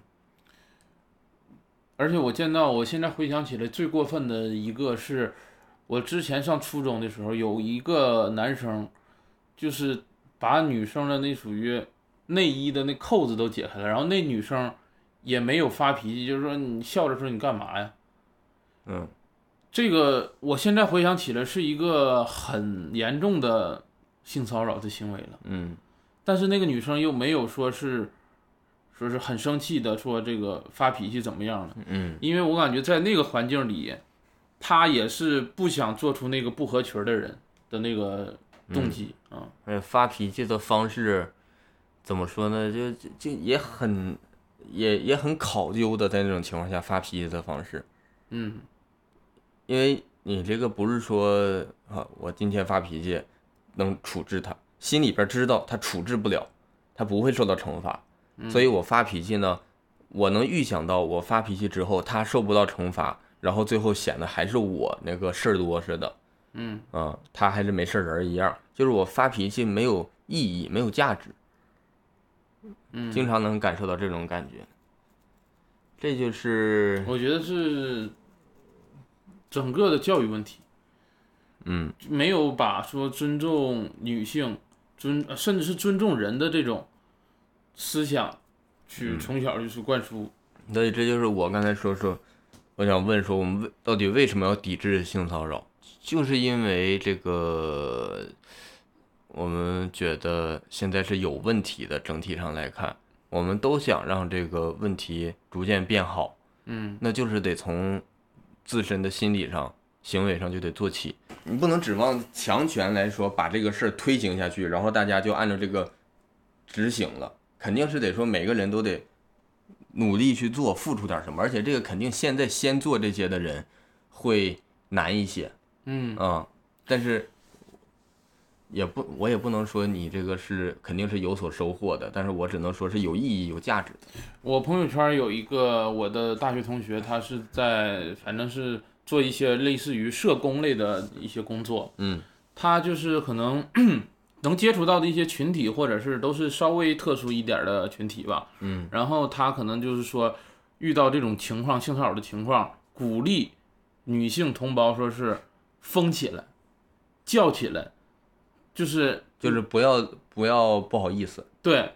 Speaker 1: 而且我见到，我现在回想起来最过分的一个是，我之前上初中的时候，有一个男生，就是把女生的那属于内衣的那扣子都解开了，然后那女生也没有发脾气，就是说你笑着说你干嘛呀？
Speaker 2: 嗯
Speaker 1: 这个我现在回想起来是一个很严重的性骚扰的行为了。
Speaker 2: 嗯
Speaker 1: 但是那个女生又没有说是，说是很生气的说这个发脾气怎么样了，
Speaker 2: 嗯
Speaker 1: 因为我感觉在那个环境里，她也是不想做出那个不合群儿的人的那个动机啊、
Speaker 2: 而且发脾气的方式怎么说呢？就就就也很也也很考究的，在那种情况下发脾气的方式，
Speaker 1: 嗯，
Speaker 2: 因为你这个不是说啊，我今天发脾气能处置他，心里边知道他处置不了，他不会受到惩罚，
Speaker 1: 嗯
Speaker 2: 所以我发脾气呢，我能预想到我发脾气之后他受不到惩罚，然后最后显得还是我那个事儿多似的，
Speaker 1: 嗯
Speaker 2: 啊、他还是没事儿人儿一样，就是我发脾气没有意义，没有价值，
Speaker 1: 嗯
Speaker 2: 经常能感受到这种感觉，这就是
Speaker 1: 我觉得是整个的教育问题，
Speaker 2: 嗯
Speaker 1: 没有把说尊重女性、尊呃甚至是尊重人的这种思想，去从小就去灌输。
Speaker 2: 所以这就是我刚才说说，我想问说我们为到底为什么要抵制性骚扰？就是因为这个，我们觉得现在是有问题的。整体上来看，我们都想让这个问题逐渐变好，
Speaker 1: 嗯
Speaker 2: 那就是得从自身的心理上、行为上就得做起。你不能指望强权来说把这个事儿推行下去，然后大家就按照这个执行了，肯定是得说每个人都得努力去做，付出点什么。而且这个肯定现在先做这些的人会难一些
Speaker 1: 嗯
Speaker 2: 啊、但是。也不，我也不能说你这个是肯定是有所收获的，但是我只能说是有意义、有价值的。
Speaker 1: 我朋友圈有一个我的大学同学，他是在反正是做一些类似于社工类的一些工作，
Speaker 2: 嗯
Speaker 1: 他就是可能 能接触到的一些群体，或者是都是稍微特殊一点的群体吧。
Speaker 2: 嗯
Speaker 1: 然后他可能就是说遇到这种情况，性骚扰的情况，鼓励女性同胞说是疯起来，叫起来，就是
Speaker 2: 就是不要不要不好意思，
Speaker 1: 对，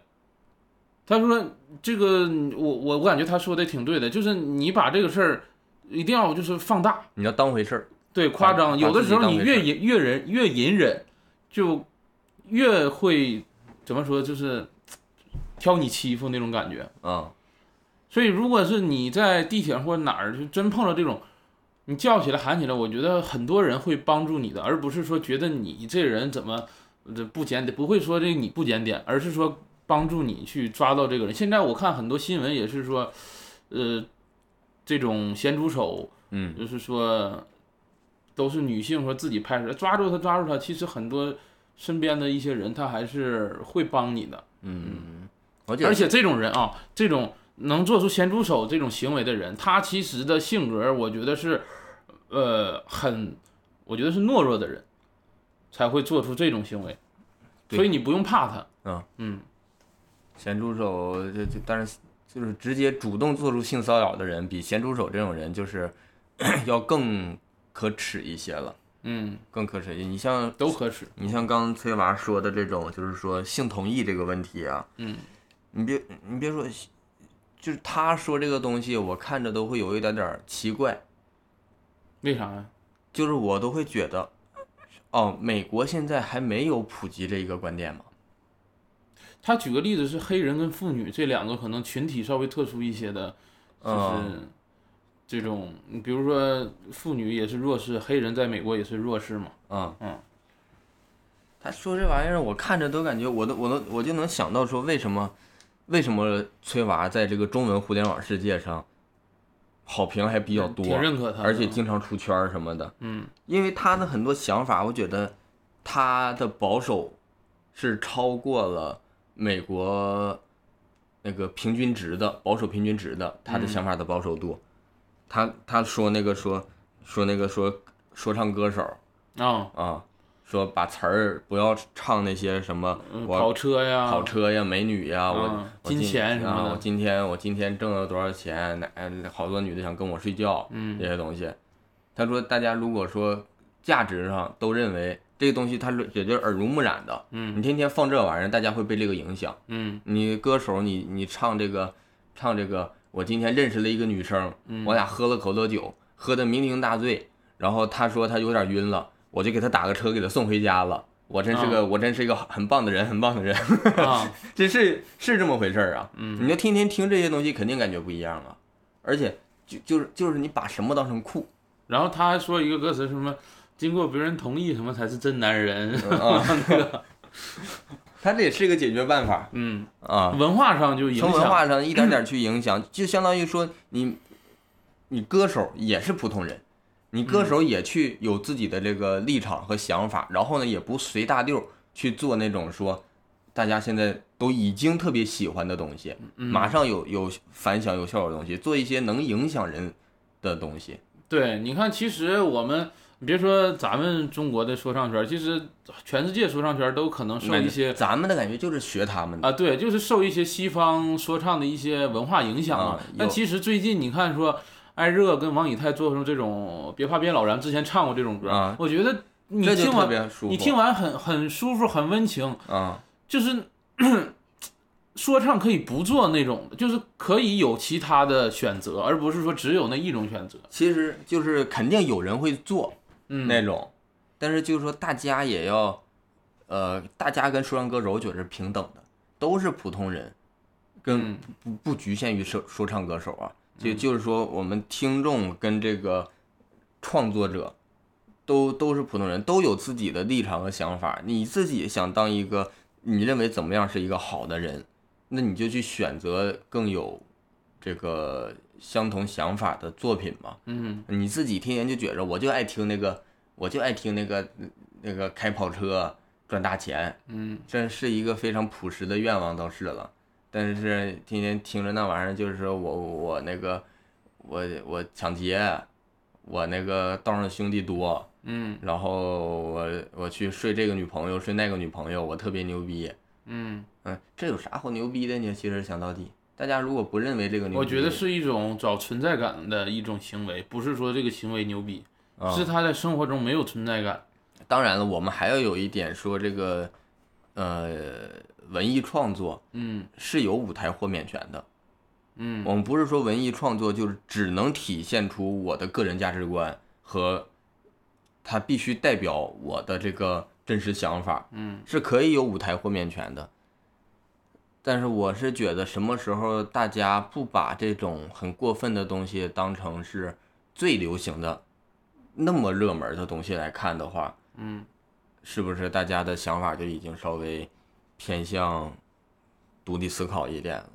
Speaker 1: 他说这个，我我我感觉他说的挺对的，就是你把这个事儿一定要就是放大，
Speaker 2: 你要当回事儿。
Speaker 1: 对，夸
Speaker 2: 把
Speaker 1: 张。有的时候
Speaker 2: 自己当
Speaker 1: 你
Speaker 2: 回
Speaker 1: 越
Speaker 2: 事儿
Speaker 1: 隐越忍越隐忍，就越会怎么说，就是挑你欺负那种感觉。
Speaker 2: 啊，
Speaker 1: 所以如果是你在地铁上或者哪儿就真碰到这种。你叫起来喊起来，我觉得很多人会帮助你的，而不是说觉得你这人怎么这不检点，不会说这个你不检点，而是说帮助你去抓到这个人。现在我看很多新闻也是说，呃，这种咸猪手，
Speaker 2: 嗯
Speaker 1: 就是说都是女性说自己拍出来，抓住他，抓住他。其实很多身边的一些人，他还是会帮你的。
Speaker 2: 嗯，而且
Speaker 1: 而且这种人啊，这种能做出咸猪手这种行为的人，他其实的性格，我觉得是，呃，很，我觉得是懦弱的人才会做出这种行为，
Speaker 2: 对
Speaker 1: 所以你不用怕他。
Speaker 2: 啊，
Speaker 1: 嗯，
Speaker 2: 咸猪手就就，但是就是直接主动做出性骚扰的人，比咸猪手这种人就是 要更可耻一些了，
Speaker 1: 嗯，
Speaker 2: 更可耻一些。你像
Speaker 1: 都可耻。
Speaker 2: 你像刚崔娃说的这种，就是说性同意这个问题啊，
Speaker 1: 嗯，
Speaker 2: 你别你别说，就是他说这个东西，我看着都会有一点点儿奇怪，
Speaker 1: 为啥啊呀？
Speaker 2: 就是我都会觉得，哦，美国现在还没有普及这一个观点吗？
Speaker 1: 他举个例子是黑人跟妇女这两个可能群体稍微特殊一些的，就是
Speaker 2: 嗯
Speaker 1: 这种，比如说妇女也是弱势，黑人在美国也是弱势嘛。
Speaker 2: 嗯
Speaker 1: 嗯，
Speaker 2: 他说这玩意儿，我看着都感觉我都我都我就能想到说为什么为什么崔娃在这个中文互联网世界上好评还比较多，
Speaker 1: 嗯挺认可他的，
Speaker 2: 而且经常出圈儿什么的，
Speaker 1: 嗯
Speaker 2: 因为他的很多想法，我觉得他的保守是超过了美国那个平均值的保守平均值的，他
Speaker 1: 嗯
Speaker 2: 的想法的保守度。他他说那个说说那个说说唱歌手。
Speaker 1: 啊、
Speaker 2: 啊，说把词儿不要唱那些什么
Speaker 1: 嗯跑
Speaker 2: 我
Speaker 1: 车呀，
Speaker 2: 跑车呀、美女呀，我
Speaker 1: 嗯
Speaker 2: 我
Speaker 1: 金
Speaker 2: 今
Speaker 1: 钱什么
Speaker 2: 啊
Speaker 1: 的
Speaker 2: 我今天我今天挣了多少钱？哪哎好多女的想跟我睡觉，
Speaker 1: 嗯
Speaker 2: 这些东西。他说，大家如果说价值上都认为这个东西，他也就是耳濡目染的，
Speaker 1: 嗯
Speaker 2: 你天天放这玩意儿，大家会被这个影响。
Speaker 1: 嗯
Speaker 2: 你歌手你你唱这个唱这个我今天认识了一个女生，
Speaker 1: 嗯
Speaker 2: 我俩喝了可乐酒，喝的酩酊大醉，然后她说她有点晕了，我就给她打个车给她送回家了。我真是个，我真是一个很棒的人，很棒的人，
Speaker 1: 啊，
Speaker 2: 这是是这么回事儿啊。
Speaker 1: 嗯
Speaker 2: 你就天天听这些东西，肯定感觉不一样啊。而且就就是就是你把什么当成酷，
Speaker 1: 然后他还说一个歌词什么，经过别人同意什么才是真男人，
Speaker 2: 啊，他这也是个解决办法
Speaker 1: 嗯，
Speaker 2: 啊，
Speaker 1: 文化上就影响，
Speaker 2: 从文化上一点点去影 响，就相当于说你，你歌手也是普通人，你歌手也去有自己的这个立场和想法，然后呢，也不随大溜儿去做那种说大家现在都已经特别喜欢的东西，
Speaker 1: 嗯
Speaker 2: 马上有有反响有效果的东西，做一些能影响人的东西，
Speaker 1: 对，你看，其实我们你别说咱们中国的说唱圈儿，其实全世界说唱圈儿都可能受一些
Speaker 2: 咱们的感觉就是学他们的，
Speaker 1: 啊，对，就是受一些西方说唱的一些文化影响嘛
Speaker 2: 啊。有
Speaker 1: 但其实最近你看说，艾热跟王以太做出这种“别怕别老”，咱之前唱过这种歌，
Speaker 2: 啊
Speaker 1: 我觉得你
Speaker 2: 这就
Speaker 1: 听
Speaker 2: 特
Speaker 1: 完
Speaker 2: 别舒服。
Speaker 1: 你听完很很舒服，很温情，
Speaker 2: 啊，
Speaker 1: 就是 说唱可以不做那种，就是可以有其他的选择，而不是说只有那一种选择。
Speaker 2: 其实就是肯定有人会做
Speaker 1: 嗯，
Speaker 2: 那种，但是就是说大家也要，呃，大家跟说唱歌手我觉得是平等的，都是普通人，跟
Speaker 1: 嗯
Speaker 2: 不不局限于说说唱歌手啊，就就是说我们听众跟这个创作者。都都是普通人，都有自己的立场和想法。你自己想当一个你认为怎么样是一个好的人，那你就去选择更有这个相同想法的作品嘛。
Speaker 1: 嗯
Speaker 2: 你自己天天就觉着我就爱听那个，我就爱听那个那个开跑车赚大钱，
Speaker 1: 嗯。
Speaker 2: 这是一个非常朴实的愿望倒是了。但是天天听着那玩意儿，就是说我我那个我我抢劫，我那个道上兄弟多，
Speaker 1: 嗯
Speaker 2: 然后我我去睡这个女朋友，睡那个女朋友，我特别牛逼。
Speaker 1: 嗯，
Speaker 2: 嗯，这有啥好牛逼的呢？其实想到底，大家如果不认为这个牛逼，
Speaker 1: 我觉得是一种找存在感的一种行为，不是说这个行为牛逼，
Speaker 2: 啊
Speaker 1: 是他在生活中没有存在感。
Speaker 2: 当然了，我们还要有一点说这个，呃，文艺创作
Speaker 1: 嗯
Speaker 2: 是有舞台豁免权的。
Speaker 1: 嗯
Speaker 2: 我们不是说文艺创作就是只能体现出我的个人价值观和它必须代表我的这个真实想法，
Speaker 1: 嗯
Speaker 2: 是可以有舞台豁免权的。但是我是觉得，什么时候大家不把这种很过分的东西当成是最流行的、那么热门的东西来看的话，
Speaker 1: 嗯，
Speaker 2: 是不是大家的想法就已经稍微偏向独立思考一点了？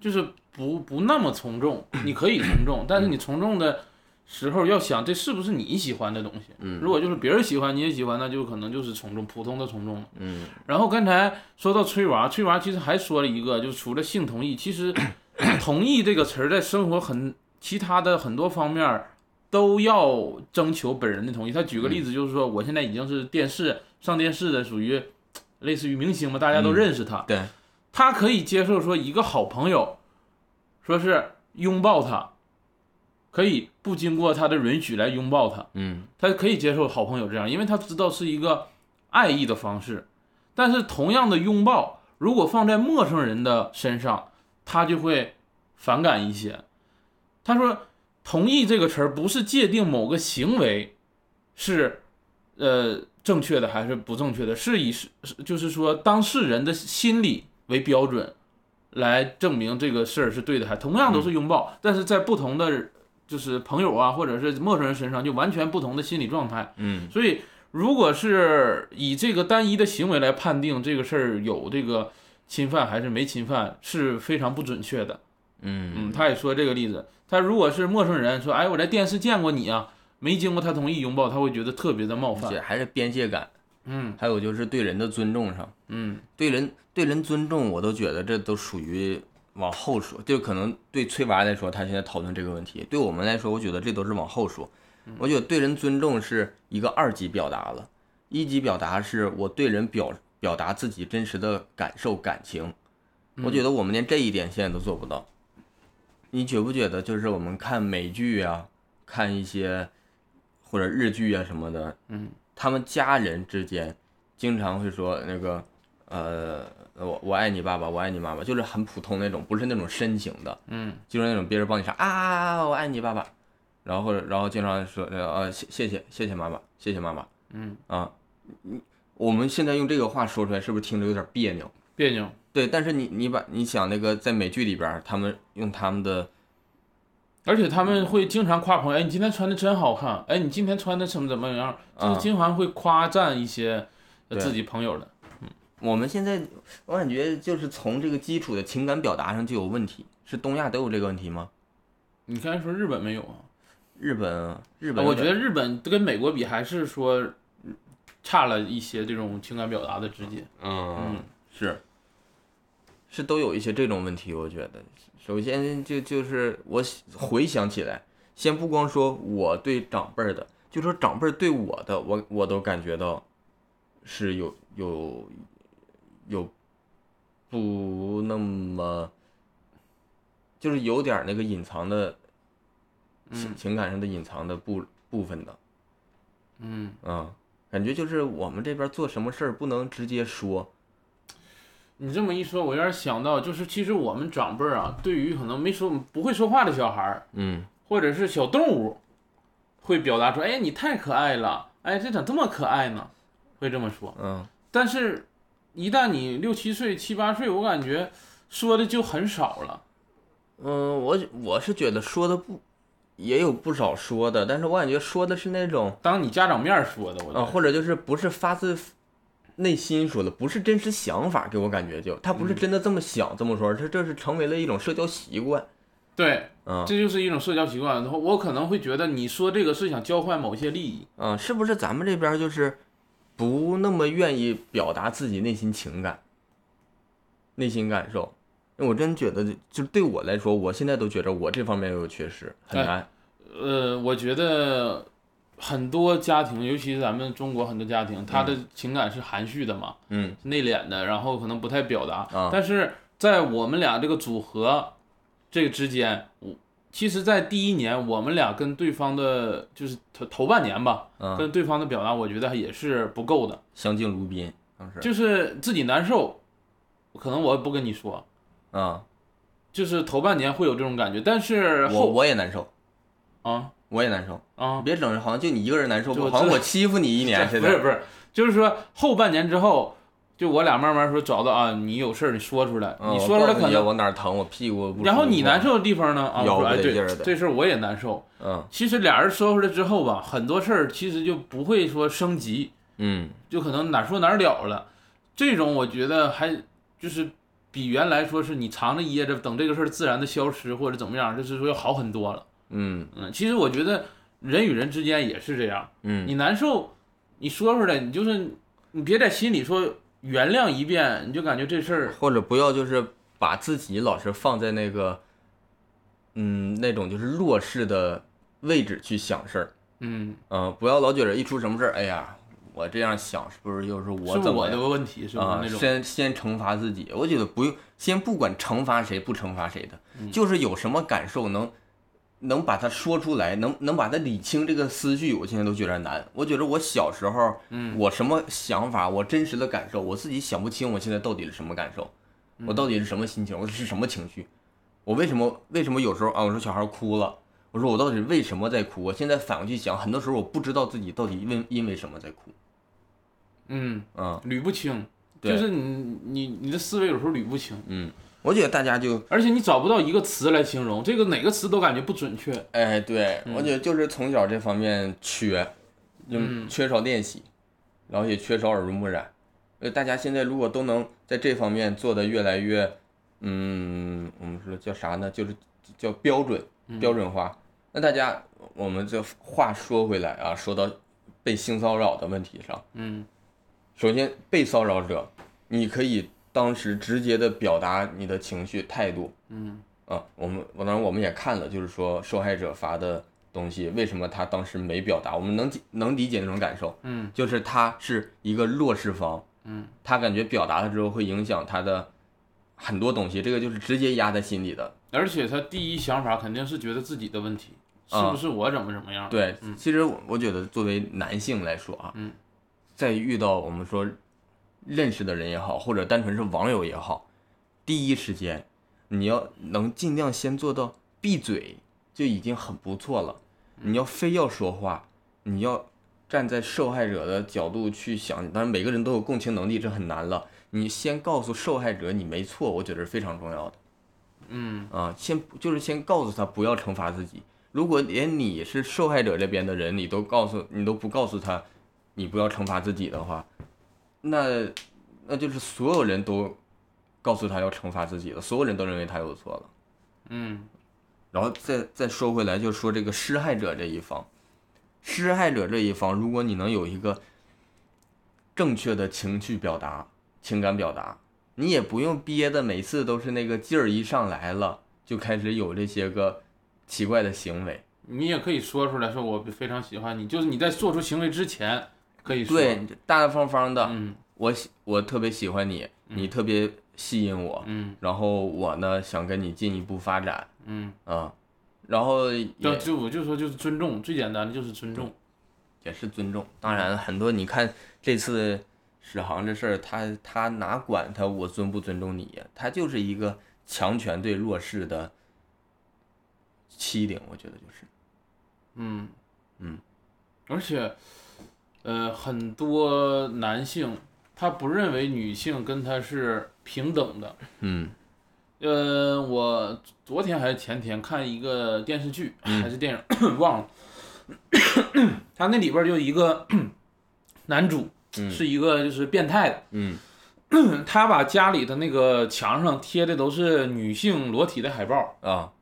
Speaker 1: 就是不不那么从众，你可以从众，但是你从众的时候要想这是不是你喜欢的东西。
Speaker 2: 嗯
Speaker 1: 如果就是别人喜欢你也喜欢，那就可能就是从众，普通的从众了。
Speaker 2: 嗯
Speaker 1: 然后刚才说到崔娃，崔娃其实还说了一个，就是除了性同意，其 实同意这个词儿在生活很其他的很多方面儿都要征求本人的同意。他举个例
Speaker 2: 嗯
Speaker 1: 子，就是说我现在已经是电视上电视的，属于类似于明星嘛，大家都
Speaker 2: 嗯
Speaker 1: 认识他，
Speaker 2: 对，
Speaker 1: 他可以接受说一个好朋友说是拥抱他，可以不经过他的允许来拥抱他。
Speaker 2: 嗯
Speaker 1: 他可以接受好朋友这样，因为他知道是一个爱意的方式。但是同样的拥抱，如果放在陌生人的身上，他就会反感一些。他说：“同意这个词儿不是界定某个行为是呃正确的还是不正确的，是以是是就是说当事人的心理为标准来证明这个事儿是对的，还同样都是拥抱，但是在不同的就是朋友啊或者是陌生人身上就完全不同的心理状态。
Speaker 2: 嗯
Speaker 1: 所以如果是以这个单一的行为来判定这个事儿有这个侵犯还是没侵犯，是非常不准确的。嗯，
Speaker 2: 嗯
Speaker 1: 他也说这个例子，他如果是陌生人说，哎，我在电视见过你啊，没经过他同意拥抱，他会觉得特别的冒
Speaker 2: 而
Speaker 1: 犯
Speaker 2: 且。还是边界感，
Speaker 1: 嗯
Speaker 2: 还有就是对人的尊重上，
Speaker 1: 嗯
Speaker 2: 对人对人尊重，我都觉得这都属于往后说，就可能对崔娃来说，他现在讨论这个问题；对我们来说，我觉得这都是往后说。
Speaker 1: 嗯
Speaker 2: 我觉得对人尊重是一个二级表达了，一级表达是我对人表表达自己真实的感受感情。
Speaker 1: 嗯
Speaker 2: 我觉得我们连这一点现在都做不到。你觉不觉得？就是我们看美剧啊，看一些或者日剧啊什么的，
Speaker 1: 嗯，
Speaker 2: 他们家人之间经常会说那个，嗯、呃，我我爱你爸爸，我爱你妈妈，就是很普通那种，不是那种深情的，
Speaker 1: 嗯，
Speaker 2: 就是那种别人帮你啥啊，我爱你爸爸，然后或者然后经常说呃呃谢谢谢谢谢妈妈，谢谢妈妈，
Speaker 1: 嗯
Speaker 2: 啊，你我们现在用这个话说出来，是不是听着有点别扭？
Speaker 1: 别扭，
Speaker 2: 对，但是你你把你想那个在美剧里边儿，他们用他们的
Speaker 1: 而且他们会经常夸朋友，哎，你今天穿的真好看，哎，你今天穿的怎么怎么样，就是
Speaker 2: 啊
Speaker 1: 经常会夸赞一些呃
Speaker 2: 对
Speaker 1: 自己朋友的。
Speaker 2: 我们现在，我感觉就是从这个基础的情感表达上就有问题，是东亚都有这个问题吗？
Speaker 1: 你刚才说日本没有啊？
Speaker 2: 日本，日本，
Speaker 1: 呃我觉得日本跟美国比，还是说差了一些这种情感表达的直接。
Speaker 3: 嗯
Speaker 1: 嗯，
Speaker 2: 是，是都有一些这种问题。我觉得，首先就就是我回想起来，先不光说我对长辈儿的，就说长辈儿对我的，我我都感觉到是有有有不那么，就是有点儿那个隐藏的情情感上的隐藏的部部分的。
Speaker 1: 嗯，
Speaker 2: 嗯，感觉就是我们这边做什么事儿不能直接说，
Speaker 1: 你这么一说，我有点想到，就是其实我们长辈儿啊，对于可能没说不会说话的小孩儿，
Speaker 2: 嗯，
Speaker 1: 或者是小动物，会表达说：“哎，你太可爱了，哎，这咋这么可爱呢？”会这么说。
Speaker 2: 嗯，
Speaker 1: 但是，一旦你六七岁、七八岁，我感觉说的就很少了。
Speaker 2: 嗯，我我是觉得说的不，也有不少说的，但是我感觉说的是那种，
Speaker 1: 当你家长面儿说的，我觉
Speaker 2: 啊，
Speaker 1: 得
Speaker 2: 或者就是不是发自内心说的，不是真实想法，给我感觉就他不是真的这么想、这么说，这这是成为了一种社交习惯，
Speaker 1: 对，
Speaker 2: 嗯
Speaker 1: 这就是一种社交习惯。然后我可能会觉得你说这个是想交换某些利益，
Speaker 2: 嗯，是不是咱们这边就是不那么愿意表达自己内心情感、内心感受？因为我真觉得，就对我来说，我现在都觉着我这方面有缺失，很
Speaker 1: 哎
Speaker 2: 难。
Speaker 1: 呃，我觉得很多家庭，尤其是咱们中国很多家庭，他的情感是含蓄的嘛，
Speaker 2: 嗯
Speaker 1: 内敛的，然后可能不太表达。
Speaker 2: 啊
Speaker 1: 但是在我们俩这个组合这个之间，我其实，在第一年，我们俩跟对方的，就是头头半年吧，
Speaker 2: 嗯，
Speaker 1: 跟对方的表达，我觉得也是不够的，
Speaker 2: 相敬如宾，当时
Speaker 1: 就是自己难受，可能我也不跟你说。
Speaker 2: 啊，
Speaker 1: 就是头半年会有这种感觉，但是
Speaker 2: 我
Speaker 1: 后
Speaker 2: 我也难受，
Speaker 1: 啊
Speaker 2: 我也难受。
Speaker 1: 啊，
Speaker 2: 别整，好像就你一个人难受
Speaker 1: 就，
Speaker 2: 好像
Speaker 1: 这
Speaker 2: 我欺负你一年
Speaker 1: 不是
Speaker 2: 似的。
Speaker 1: 不是，就是说后半年之后，就我俩慢慢说找到啊，你有事儿你说出来，
Speaker 2: 嗯
Speaker 1: 你
Speaker 2: 我
Speaker 1: 说出来
Speaker 2: 告诉
Speaker 1: 可
Speaker 2: 你
Speaker 1: 能，
Speaker 2: 我哪儿疼，我屁股不。
Speaker 1: 然后你难，受的地方呢啊，
Speaker 2: 腰
Speaker 1: 我
Speaker 2: 不
Speaker 1: 说哎
Speaker 2: 得劲儿
Speaker 1: 对，
Speaker 2: 的
Speaker 1: 这事儿我也难受。
Speaker 2: 嗯
Speaker 1: 其实俩人说出来之后吧，很多事儿其实就不会说升级，
Speaker 2: 嗯，
Speaker 1: 就可能哪儿说哪儿了了。这种我觉得还就是比原来说是你藏着掖着，等这个事儿自然的消失或者怎么样，就是说要好很多了。
Speaker 2: 嗯
Speaker 1: 嗯，其实我觉得人与人之间也是这样，
Speaker 2: 嗯
Speaker 1: 你难受，你说出来，你就是你别在心里说原谅一遍，你就感觉这事儿
Speaker 2: 或者不要就是把自己老是放在那个，嗯，那种就是弱势的位置去想事儿，
Speaker 1: 嗯
Speaker 2: 嗯、不要老觉着一出什么事儿，哎呀，我这样想是不是又是
Speaker 1: 是
Speaker 2: 我
Speaker 1: 不是
Speaker 2: 怎么
Speaker 1: 我的
Speaker 2: 样
Speaker 1: 问题，是不是
Speaker 2: 啊、
Speaker 1: 那种？
Speaker 2: 先先惩罚自己，我觉得不用，先不管惩罚谁不惩罚谁的，
Speaker 1: 嗯
Speaker 2: 就是有什么感受能能把它说出来，能能把它理清这个思绪，我现在都觉得难。我觉得我小时候，
Speaker 1: 嗯，
Speaker 2: 我什么想法，我真实的感受，我自己想不清，我现在到底是什么感受，
Speaker 1: 嗯
Speaker 2: 我到底是什么心情，我是什么情绪，我为什么为什么有时候啊，我说小孩哭了。我说我到底为什么在哭？我现在反过去想，很多时候我不知道自己到底因因为什么在哭。
Speaker 1: 嗯，
Speaker 2: 嗯
Speaker 1: 捋不清，
Speaker 2: 对
Speaker 1: 就是你你你的思维有时候捋不清，
Speaker 2: 嗯，我觉得大家就
Speaker 1: 而且你找不到一个词来形容，这个哪个词都感觉不准确。
Speaker 2: 哎，对，我觉得就是从小这方面缺，就
Speaker 1: 嗯
Speaker 2: 缺少练习，然后也缺少耳濡目染。呃，大家现在如果都能在这方面做的越来越，嗯，我们说叫啥呢？就是叫标准
Speaker 1: 嗯
Speaker 2: 标准化。那大家，我们这话说回来啊，说到被性骚扰的问题上，
Speaker 1: 嗯
Speaker 2: 首先被骚扰者，你可以当时直接的表达你的情绪态度，
Speaker 1: 嗯
Speaker 2: 啊，我们我当然我们也看了，就是说受害者发的东西，为什么他当时没表达？我们能解能理解那种感受，
Speaker 1: 嗯，
Speaker 2: 就是他是一个弱势方，
Speaker 1: 嗯，
Speaker 2: 他感觉表达了之后会影响他的很多东西，这个就是直接压在心里的。
Speaker 1: 而且他第一想法肯定是觉得自己的问题，是
Speaker 2: 啊
Speaker 1: 不是我怎么怎么样？嗯
Speaker 2: 对，其实我我觉得作为男性来说啊，
Speaker 1: 嗯，
Speaker 2: 在遇到我们说认识的人也好，或者单纯是网友也好，第一时间你要能尽量先做到闭嘴，就已经很不错了。
Speaker 1: 嗯
Speaker 2: 你要非要说话，你要站在受害者的角度去想，当然每个人都有共情能力，这很难了。你先告诉受害者你没错，我觉得是非常重要的。
Speaker 1: 嗯，
Speaker 2: 啊，先就是先告诉他不要惩罚自己。如果连你是受害者这边的人，你都告诉你都不告诉他，你不要惩罚自己的话，那那就是所有人都告诉他要惩罚自己了，所有人都认为他有错了。
Speaker 1: 嗯，
Speaker 2: 然后再再说回来，就说这个施害者这一方，施害者这一方，如果你能有一个正确的情绪表达、情感表达，你也不用憋的，每次都是那个劲儿一上来了，就开始有这些个奇怪的行为。
Speaker 1: 你也可以说出来，说我非常喜欢你，就是你在做出行为之前可以说，
Speaker 2: 对，你大大方方的，
Speaker 1: 嗯
Speaker 2: 我喜我特别喜欢你，你特别吸引我，
Speaker 1: 嗯
Speaker 2: 然后我呢想跟你进一步发展
Speaker 1: 嗯，
Speaker 2: 啊，然后也
Speaker 1: 就就我就说就是尊重，最简单的就是尊重，
Speaker 2: 也是尊重。当然，很多你看这次史航这事儿，他他哪管他我尊不尊重你呀？他就是一个强权对弱势的欺凌，我觉得就是。
Speaker 1: 嗯
Speaker 2: 嗯，
Speaker 1: 而且，呃，很多男性他不认为女性跟他是平等的，
Speaker 2: 嗯
Speaker 1: 呃，我昨天还是前天看一个电视剧、还是电影， 忘了。他那里边儿就一个 男主、是一个就是变态的，
Speaker 2: 嗯
Speaker 1: 他把家里的那个墙上贴的都是女性裸体的海报。
Speaker 2: 啊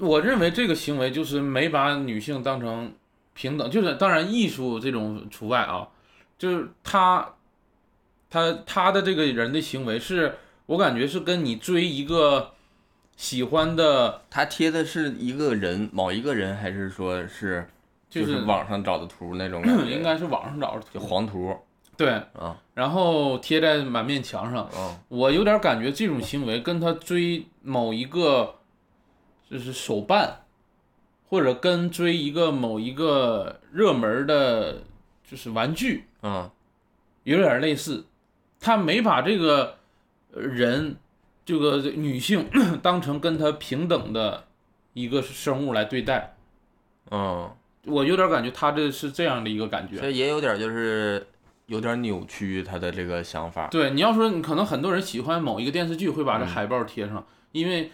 Speaker 1: 我认为这个行为就是没把女性当成平等，就是当然艺术这种除外啊，就是他他他的这个人的行为是我感觉是跟你追一个喜欢的。
Speaker 2: 他贴的是一个人，某一个人，还是说是
Speaker 1: 就是
Speaker 2: 网上找的图那种感 觉？
Speaker 1: 应该是网上找的图，
Speaker 2: 就黄图
Speaker 1: 对，
Speaker 2: 啊
Speaker 1: 然后贴在满面墙上。
Speaker 2: 啊
Speaker 1: 我有点感觉这种行为跟他追某一个就是手办，或者跟追一个某一个热门的，就是玩具
Speaker 2: 啊
Speaker 1: 有点类似。他没把这个呃人，这个女性 当成跟他平等的一个生物来对待，
Speaker 2: 啊！
Speaker 1: 我有点感觉他这是这样的一个感觉。
Speaker 2: 这也有点就是有点扭曲他的这个想法。
Speaker 1: 对，你要说你可能很多人喜欢某一个电视剧，会把这海报贴上，因为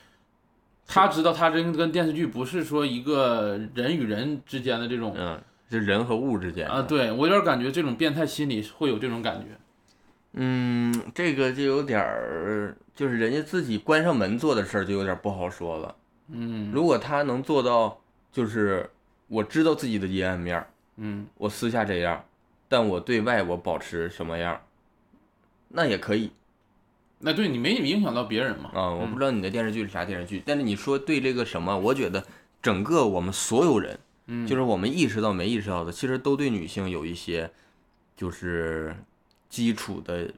Speaker 1: 他知道他这跟电视剧不是说一个人与人之间的这种
Speaker 2: 嗯，是人和物之间
Speaker 1: 啊，对我有点感觉这种变态心理会有这种感觉。
Speaker 2: 嗯，这个就有点儿，就是人家自己关上门做的事儿，就有点不好说了。
Speaker 1: 嗯
Speaker 2: 如果他能做到，就是我知道自己的阴暗面儿，
Speaker 1: 嗯
Speaker 2: 我私下这样，但我对外我保持什么样儿，那也可以
Speaker 1: 那对你没影响到别人嘛？
Speaker 2: 啊。我不知道你的电视剧是啥电视剧，但是你说对这个什么，我觉得整个我们所有人，
Speaker 1: 嗯，
Speaker 2: 就是我们意识到没意识到的，其实都对女性有一些就是基础的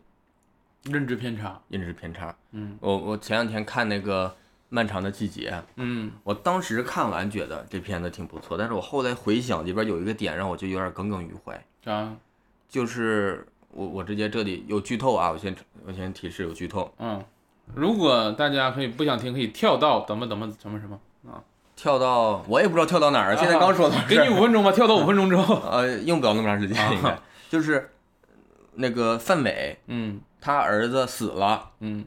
Speaker 1: 认知偏差。
Speaker 2: 认知偏差。
Speaker 1: 嗯
Speaker 2: 我我前两天看那个《漫长的季节》，
Speaker 1: 嗯
Speaker 2: 我当时看完觉得这片子挺不错，但是我后来回想里边有一个点让我就有点耿耿于怀，
Speaker 1: 啥？
Speaker 2: 就是我我直接这里有剧透啊，我先我先提示有剧透，
Speaker 1: 嗯，如果大家可以不想听，可以跳到怎么怎么什么什么，
Speaker 2: 跳到我也不知道跳到哪儿，现在刚说到
Speaker 1: 啊给
Speaker 2: 这
Speaker 1: 你
Speaker 2: 儿，
Speaker 1: 五啊分钟吧，跳到五分钟之后。
Speaker 2: 呃，用不了那么长时间应该，就是那个范伟
Speaker 1: 嗯
Speaker 2: 他儿子死了。
Speaker 1: 嗯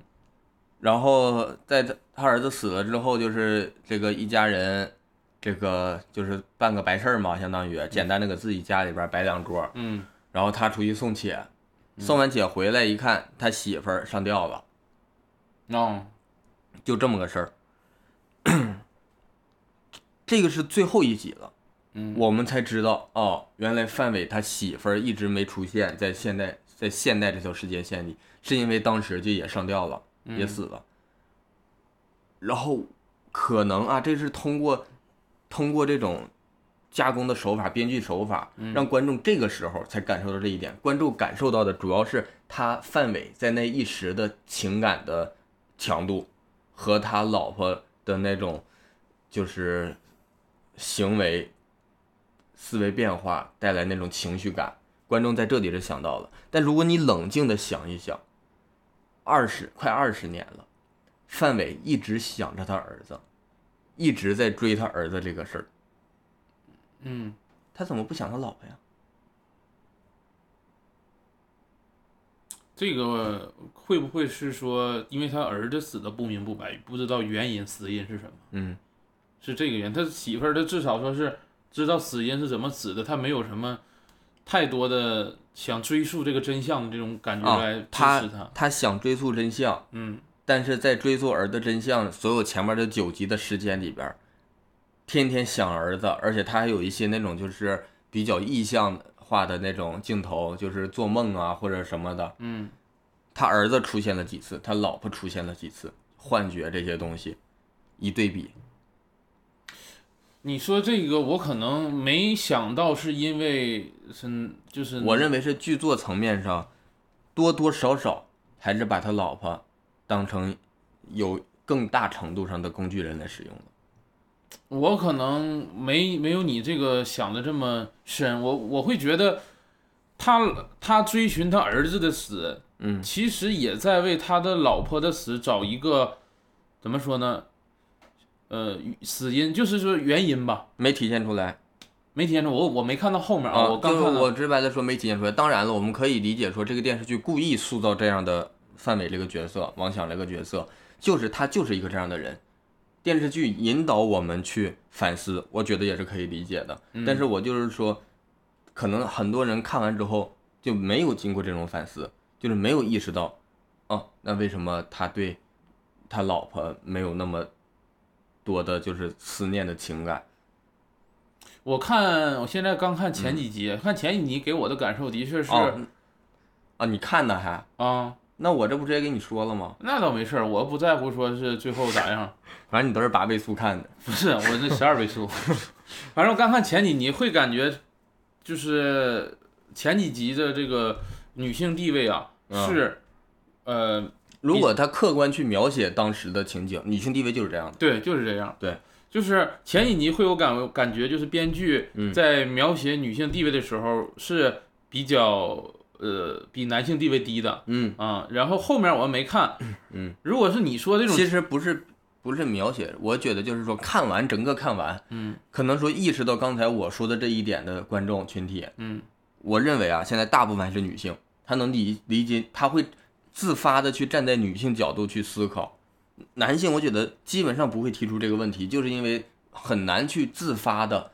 Speaker 2: 然后在他他儿子死了之后，就是这个一家人，这个就是办个白事儿嘛，相当于简单的给自己家里边摆两桌，
Speaker 1: 嗯
Speaker 2: 然后他出去送姐，送完姐回来一看，他媳妇儿上吊了，
Speaker 1: 哦
Speaker 2: 就这么个事儿。这个是最后一集了，
Speaker 1: 嗯
Speaker 2: 我们才知道哦，原来范伟他媳妇儿一直没出现在现代，在现代这条时间线里，是因为当时就也上吊了。也死了。然后可能啊，这是通过通过这种加工的手法、编剧手法，让观众这个时候才感受到这一点。观众感受到的主要是他范伟在那一时的情感的强度和他老婆的那种就是行为、思维变化带来那种情绪感。观众在这里是想到了。但如果你冷静的想一想，二十快二十年了，范伟一直想着他儿子，一直在追他儿子这个事儿，
Speaker 1: 嗯，
Speaker 2: 他怎么不想他老婆呀？
Speaker 1: 这个会不会是说，因为他儿子死的不明不白，不知道原因死因是什么？
Speaker 2: 嗯，
Speaker 1: 是这个原因。他媳妇儿，他至少说是知道死因是怎么死的，他没有什么太多的想追溯这个真相的这种感觉
Speaker 2: 啊
Speaker 1: 来支持
Speaker 2: 他
Speaker 1: 他
Speaker 2: 他想追溯真相，
Speaker 1: 嗯，
Speaker 2: 但是在追溯儿子真相所有前面的九集的时间里边儿，天天想儿子，而且他还有一些那种就是比较意象化的那种镜头，就是做梦啊或者什么的。
Speaker 1: 嗯，
Speaker 2: 他儿子出现了几次，他老婆出现了几次，幻觉这些东西一对比，
Speaker 1: 你说这个，我可能没想到，是因为是就是
Speaker 2: 我认为是剧作层面上多多少少还是把他老婆当成有更大程度上的工具人来使用了。
Speaker 1: 我可能没没有你这个想的这么深，我我会觉得他他追寻他儿子的死，
Speaker 2: 嗯
Speaker 1: 其实也在为他的老婆的死找一个怎么说呢？呃，死因就是说原因吧，
Speaker 2: 没体现出来。
Speaker 1: 没体现出我我没看到后面
Speaker 2: 啊，
Speaker 1: 我刚
Speaker 2: 就是
Speaker 1: 看到
Speaker 2: 我直白的说没体现出来。当然了，我们可以理解说这个电视剧故意塑造这样的范伟这个角色，王响这个角色，就是他就是一个这样的人。电视剧引导我们去反思，我觉得也是可以理解的。
Speaker 1: 嗯
Speaker 2: 但是我就是说，可能很多人看完之后就没有经过这种反思，就是没有意识到，哦，那为什么他对他老婆没有那么多的就是思念的情感？
Speaker 1: 我看我现在刚看前几集，看前几集给我的感受的确是啊、
Speaker 2: 嗯哦啊，你看呢还？那我这不直接跟你说了吗？
Speaker 1: 那倒没事儿，我不在乎说是最后咋样，
Speaker 2: 反正你都是八倍速看的，
Speaker 1: 不是我那十二倍速， 反正我刚看前几集会感觉，就是前几集的这个女性地位啊、
Speaker 2: 嗯
Speaker 1: 是，呃，
Speaker 2: 如果他客观去描写当时的情景，女性地位就是这样的。
Speaker 1: 对，就是这样。
Speaker 2: 对，
Speaker 1: 就是前几集会有感感觉，就是编剧
Speaker 2: 嗯
Speaker 1: 在描写女性地位的时候是比较呃比男性地位低的
Speaker 2: 嗯，
Speaker 1: 啊、然后后面我没看，
Speaker 2: 嗯，
Speaker 1: 如果是你说这种
Speaker 2: 其实不是不是描写，我觉得就是说看完整个看完，
Speaker 1: 嗯，
Speaker 2: 可能说意识到刚才我说的这一点的观众群体，
Speaker 1: 嗯，
Speaker 2: 我认为啊，现在大部分还是女性，她能理理解，她会自发的去站在女性角度去思考。男性我觉得基本上不会提出这个问题，就是因为很难去自发的、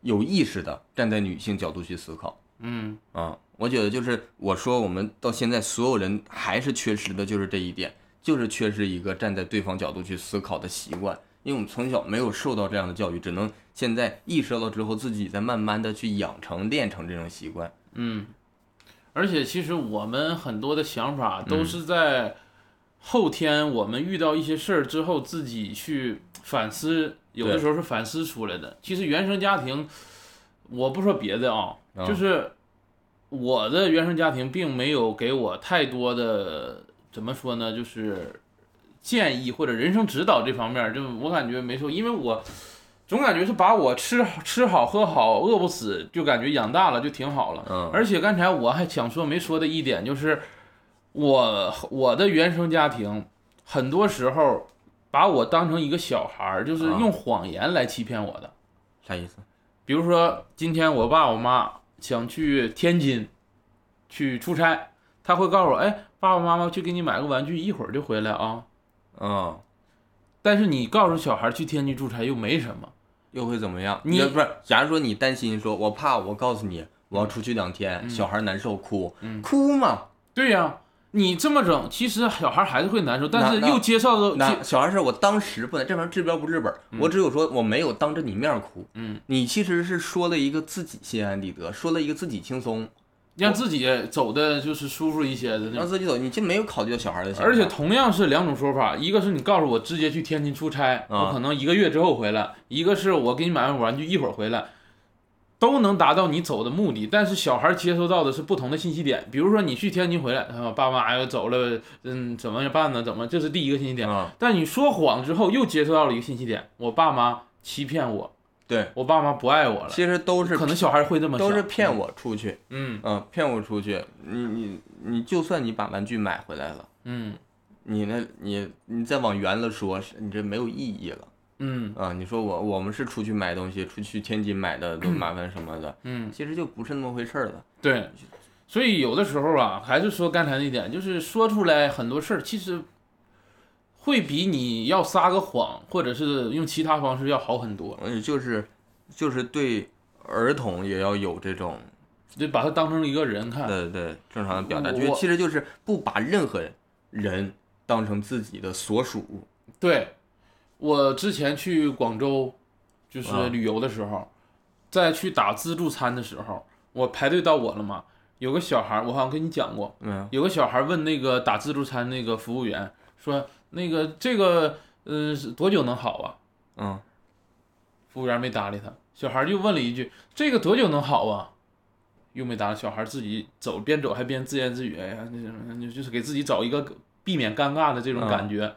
Speaker 2: 有意识的站在女性角度去思考。
Speaker 1: 嗯
Speaker 2: 啊，我觉得就是我说我们到现在所有人还是缺失的就是这一点，就是缺失一个站在对方角度去思考的习惯，因为我们从小没有受到这样的教育，只能现在意识到之后自己再慢慢的去养成练成这种习惯。
Speaker 1: 嗯，而且其实我们很多的想法
Speaker 2: 嗯
Speaker 1: 都是在后天我们遇到一些事儿之后自己去反思，有的
Speaker 2: 对
Speaker 1: 时候是反思出来的。其实原生家庭，我不说别的啊，
Speaker 2: 啊
Speaker 1: 就是我的原生家庭并没有给我太多的怎么说呢，就是建议或者人生指导这方面儿，就我感觉没受，因为我总感觉是把我吃好吃好喝好饿不死，就感觉养大了就挺好了。
Speaker 2: 嗯
Speaker 1: 而且刚才我还想说没说的一点就是，我我的原生家庭很多时候把我当成一个小孩儿，就是
Speaker 2: 啊
Speaker 1: 用谎言来欺骗我的。
Speaker 2: 啥意思？
Speaker 1: 比如说今天我爸我妈想去天津去出差，他会告诉我，哎，爸爸妈妈去给你买个玩具，一会儿就回来啊。
Speaker 2: 嗯，
Speaker 1: 但是你告诉小孩去天津出差又没什么，
Speaker 2: 又会怎么样？
Speaker 1: 你
Speaker 2: 要不是，假如说你担心说，我怕我告诉你我要出去两天，小孩难受哭，哭嘛，
Speaker 1: 对呀、你这么整，其实小孩还是会难受，但是
Speaker 2: 那那
Speaker 1: 又接受到
Speaker 2: 那小孩是我当时不能，这玩意儿治标不治本儿，我只有说我没有当着你面儿哭。
Speaker 1: 嗯，
Speaker 2: 你其实是说了一个自己心安理得，说了一个自己轻松，
Speaker 1: 让自己走的就是舒服一些的那
Speaker 2: 让
Speaker 1: 种。
Speaker 2: 自己走，你这没有考虑到小孩的想
Speaker 1: 嗯
Speaker 2: 法。
Speaker 1: 而且同样是两种说法，一个是你告诉我直接去天津出差，
Speaker 2: 啊
Speaker 1: 我可能一个月之后回来；一个是我给你买完玩具一会儿回来，都能达到你走的目的。但是小孩接收到的是不同的信息点，比如说你去天津回来，他说爸妈哎呦走了，嗯，怎么办呢？怎么？这是第一个信息点。
Speaker 2: 啊，
Speaker 1: 但你说谎之后又接收到了一个信息点，我爸妈欺骗我，
Speaker 2: 对，
Speaker 1: 我爸妈不爱我了。
Speaker 2: 其实都是
Speaker 1: 可能小孩会这么想，
Speaker 2: 都是骗我出去，
Speaker 1: 嗯
Speaker 2: 嗯、骗我出去。你你你，就算你把玩具买回来了，
Speaker 1: 嗯
Speaker 2: 你那你你再往圆了说，是你这没有意义了
Speaker 1: 嗯
Speaker 2: 啊、你说我我们是出去买东西，出去天津买的 多麻烦什么的，
Speaker 1: 嗯，
Speaker 2: 其实就不是那么回事儿了。
Speaker 1: 对。所以有的时候啊，还是说刚才那点，就是说出来很多事儿，其实会比你要撒个谎，或者是用其他方式要好很多。
Speaker 2: 嗯，就是就是对儿童也要有这种
Speaker 1: 就把他当成一个人看。
Speaker 2: 对对，正常的表达，
Speaker 1: 啊我
Speaker 2: 就是其实就是不把任何人当成自己的所属物。
Speaker 1: 对，我之前去广州，就是
Speaker 2: 啊
Speaker 1: 旅游的时候，在去打自助餐的时候，我排队到我了嘛，有个小孩儿，我好像跟你讲过，
Speaker 2: 嗯，
Speaker 1: 有个小孩儿问那个打自助餐那个服务员说，那个这个呃是多久能好啊？
Speaker 2: 嗯，
Speaker 1: 服务员没搭理他，小孩儿又问了一句，这个多久能好啊？又没搭理，小孩儿自己走，边走还边自言自语，哎呀，那什么那就是给自己找一个避免尴尬的这种感觉。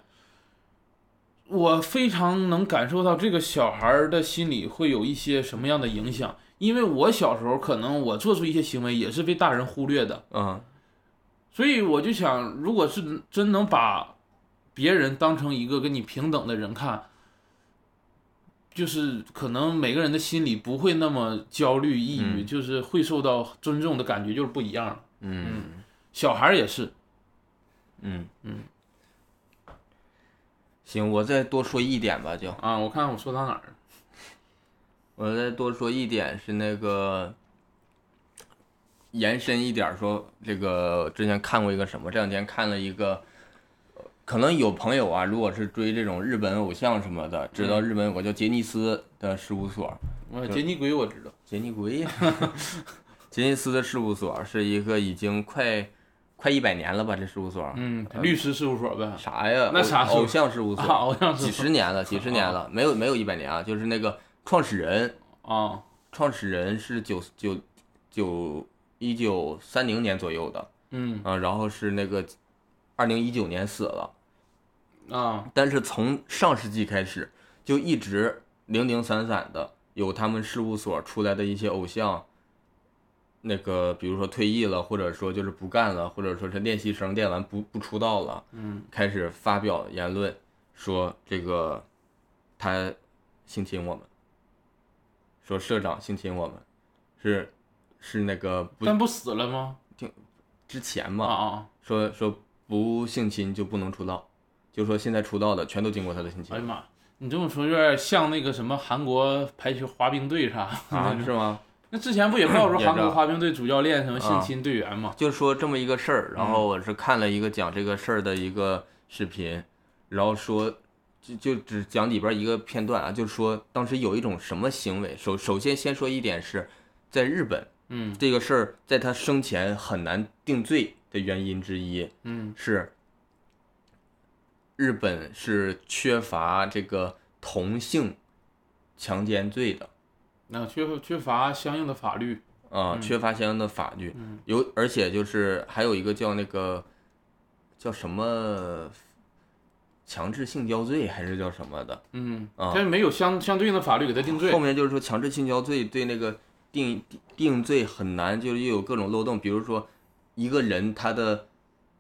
Speaker 1: 我非常能感受到这个小孩儿的心理会有一些什么样的影响，因为我小时候可能我做出一些行为也是被大人忽略的，
Speaker 2: 嗯，
Speaker 1: 所以我就想，如果是真能把别人当成一个跟你平等的人看，就是可能每个人的心里不会那么焦虑、抑郁，
Speaker 2: 嗯
Speaker 1: 就是会受到尊重的感觉就是不一样了。
Speaker 2: 嗯
Speaker 1: 小孩儿也是，
Speaker 2: 嗯
Speaker 1: 嗯。
Speaker 2: 行，我再多说一点吧，就
Speaker 1: 啊，我看看我说到哪儿了。
Speaker 2: 我再多说一点是那个延伸一点说，这个之前看过一个什么，这两天看了一个。可能有朋友啊，如果是追这种日本偶像什么的，知
Speaker 1: 嗯
Speaker 2: 道日本有个叫杰尼斯的事务所，
Speaker 1: 我杰尼龟我知道，
Speaker 2: 杰尼龟， 杰尼斯的事务所是一个已经快快一百年了吧？这事务所、
Speaker 1: 嗯，律师事务所呗，
Speaker 2: 啥呀？
Speaker 1: 那
Speaker 2: 偶
Speaker 1: 啥事务所
Speaker 2: 偶像事务
Speaker 1: 啊，
Speaker 2: 所，
Speaker 1: 好像
Speaker 2: 几
Speaker 1: 是
Speaker 2: 十年了，几十年了，没有没有一百年啊，就是那个创始人，
Speaker 1: 啊，
Speaker 2: 创始人是九九九一九三零年左右的，
Speaker 1: 嗯
Speaker 2: 啊，然后是那个二零一九年死了，
Speaker 1: 啊，
Speaker 2: 但是从上世纪开始就一直零零散散的有他们事务所出来的一些偶像，那个比如说退役了，或者说就是不干了，或者说是练习生练完不不出道了，
Speaker 1: 嗯，
Speaker 2: 开始发表言论说这个他性侵我们，说社长性侵我们，是是那个不
Speaker 1: 但不死了吗？
Speaker 2: 之前
Speaker 1: 啊
Speaker 2: 嘛，
Speaker 1: 啊，
Speaker 2: 说说不性侵就不能出道，就说现在出道的全都经过他的性侵
Speaker 1: 哎呀。妈，你这么说有点像那个什么韩国排球滑冰队啥
Speaker 2: 啊，是吗？
Speaker 1: 那之前不也报说
Speaker 2: 也是啊嗯
Speaker 1: 韩国滑冰队主教练什么性侵队员嘛？
Speaker 2: 就说这么一个事儿，然后我是看了一个讲这个事儿的一个视频，然后说就就只讲里边一个片段啊，就说当时有一种什么行为，首首先先说一点是在日本
Speaker 1: 嗯
Speaker 2: 这个事儿，在他生前很难定罪的原因之一
Speaker 1: 嗯
Speaker 2: 是日本是缺乏这个同性强奸罪的。
Speaker 1: 那缺缺乏相应的法律。
Speaker 2: 啊、
Speaker 1: 嗯
Speaker 2: 缺乏相应的法律，
Speaker 1: 嗯
Speaker 2: 有而且就是还有一个叫那个叫什么强制性交罪还是叫什么的，
Speaker 1: 嗯，
Speaker 2: 啊
Speaker 1: 但是没有相相对应的法律给他定罪
Speaker 2: 后。面就是说强制性交罪对那个定定罪很难，就是又有各种漏洞，比如说一个人他的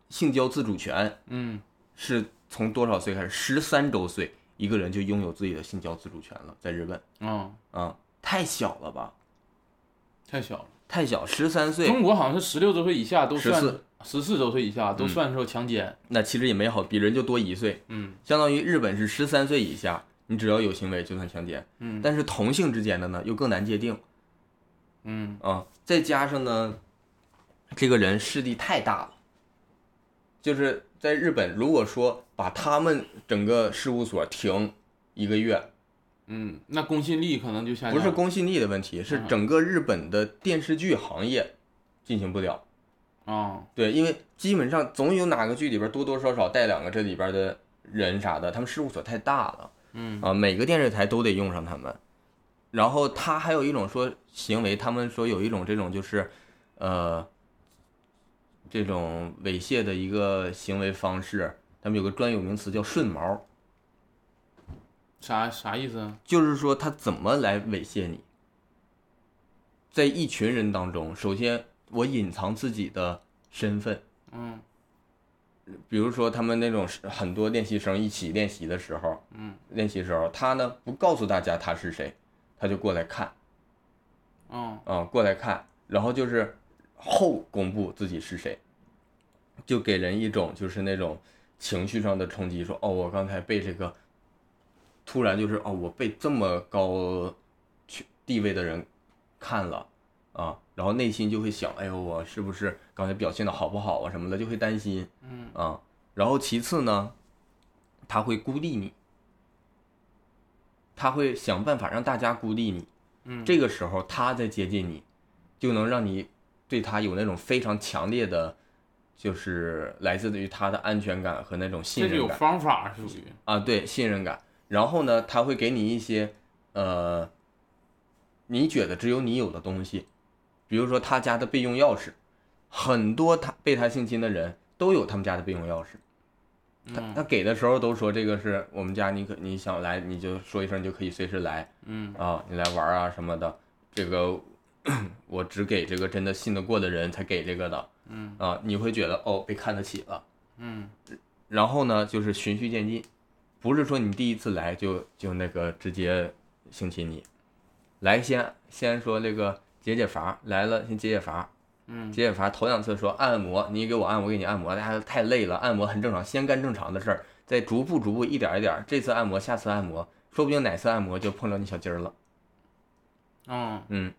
Speaker 2: 性交自主权
Speaker 1: 嗯
Speaker 2: 是从多少岁开始？十三周岁一个人就拥有自己的性交自主权了，在日本
Speaker 1: 啊、哦
Speaker 2: 啊、太小了吧？
Speaker 1: 太小了。
Speaker 2: 太小，十三岁，
Speaker 1: 中国好像是十六周岁以下都算
Speaker 2: 14，
Speaker 1: 十四周岁以下
Speaker 2: 嗯
Speaker 1: 都算受强奸。
Speaker 2: 那其实也没好，比人就多一岁。
Speaker 1: 嗯
Speaker 2: 相当于日本是十三岁以下，你只要有行为就算强奸。
Speaker 1: 嗯
Speaker 2: 但是同性之间的呢，又更难界定
Speaker 1: 嗯
Speaker 2: 啊、再加上呢，这个人势力太大了，就是在日本，如果说把他们整个事务所停一个月，
Speaker 1: 嗯，那公信力可能就下降。
Speaker 2: 不是公信力的问题，
Speaker 1: 嗯
Speaker 2: 是整个日本的电视剧行业进行不了。
Speaker 1: 啊、哦
Speaker 2: 对，因为基本上总有哪个剧里边多多少少带两个这里边的人啥的，他们事务所太大了。
Speaker 1: 嗯
Speaker 2: 啊，每个电视台都得用上他们。然后他还有一种说行为，他们说有一种这种就是，呃，这种猥亵的一个行为方式，他们有个专有名词叫“顺毛”。
Speaker 1: 啥啥意思啊？
Speaker 2: 就是说他怎么来猥亵你，在一群人当中，首先我隐藏自己的身份，
Speaker 1: 嗯
Speaker 2: 比如说他们那种很多练习生一起练习的时候，
Speaker 1: 嗯，
Speaker 2: 练习时候他呢不告诉大家他是谁，他就过来看，
Speaker 1: 嗯
Speaker 2: 啊、过来看，然后就是后公布自己是谁，就给人一种就是那种情绪上的冲击，说哦，我刚才被这个突然就是哦，我被这么高去地位的人看了啊，然后内心就会想，哎呦，我是不是刚才表现的好不好啊什么的，就会担心
Speaker 1: 嗯
Speaker 2: 啊。然后其次呢，他会孤立你，他会想办法让大家孤立你。
Speaker 1: 嗯，
Speaker 2: 这个时候他再接近你，就能让你对他有那种非常强烈的，就是来自于他的安全感和那种信
Speaker 1: 这是
Speaker 2: 任
Speaker 1: 有
Speaker 2: 感
Speaker 1: 方法属于，
Speaker 2: 啊，对信任感。然后呢，他会给你一些呃，你觉得只有你有的东西，比如说他家的备用钥匙，很多他被他性侵的人都有他们家的备用钥匙。他
Speaker 1: 嗯
Speaker 2: 他给的时候都说这个是我们家，你可你想来你就说一声就可以随时来，
Speaker 1: 嗯
Speaker 2: 啊，你来玩啊什么的，这个 我只给这个真的信得过的人才给这个的，
Speaker 1: 嗯
Speaker 2: 啊，你会觉得哦被看得起了。
Speaker 1: 嗯
Speaker 2: 然后呢，就是循序渐进，不是说你第一次来就就那个直接性侵你，来先先说这个解解乏，来了先解解乏，
Speaker 1: 嗯
Speaker 2: 解解乏。头两次说按摩，你给我按，我给你按摩，大家太累了，按摩很正常，先干正常的事儿，再逐步逐步一点一点，这次按摩，下次按摩，说不定哪次按摩就碰着你小鸡儿了，
Speaker 1: 嗯，
Speaker 2: 嗯，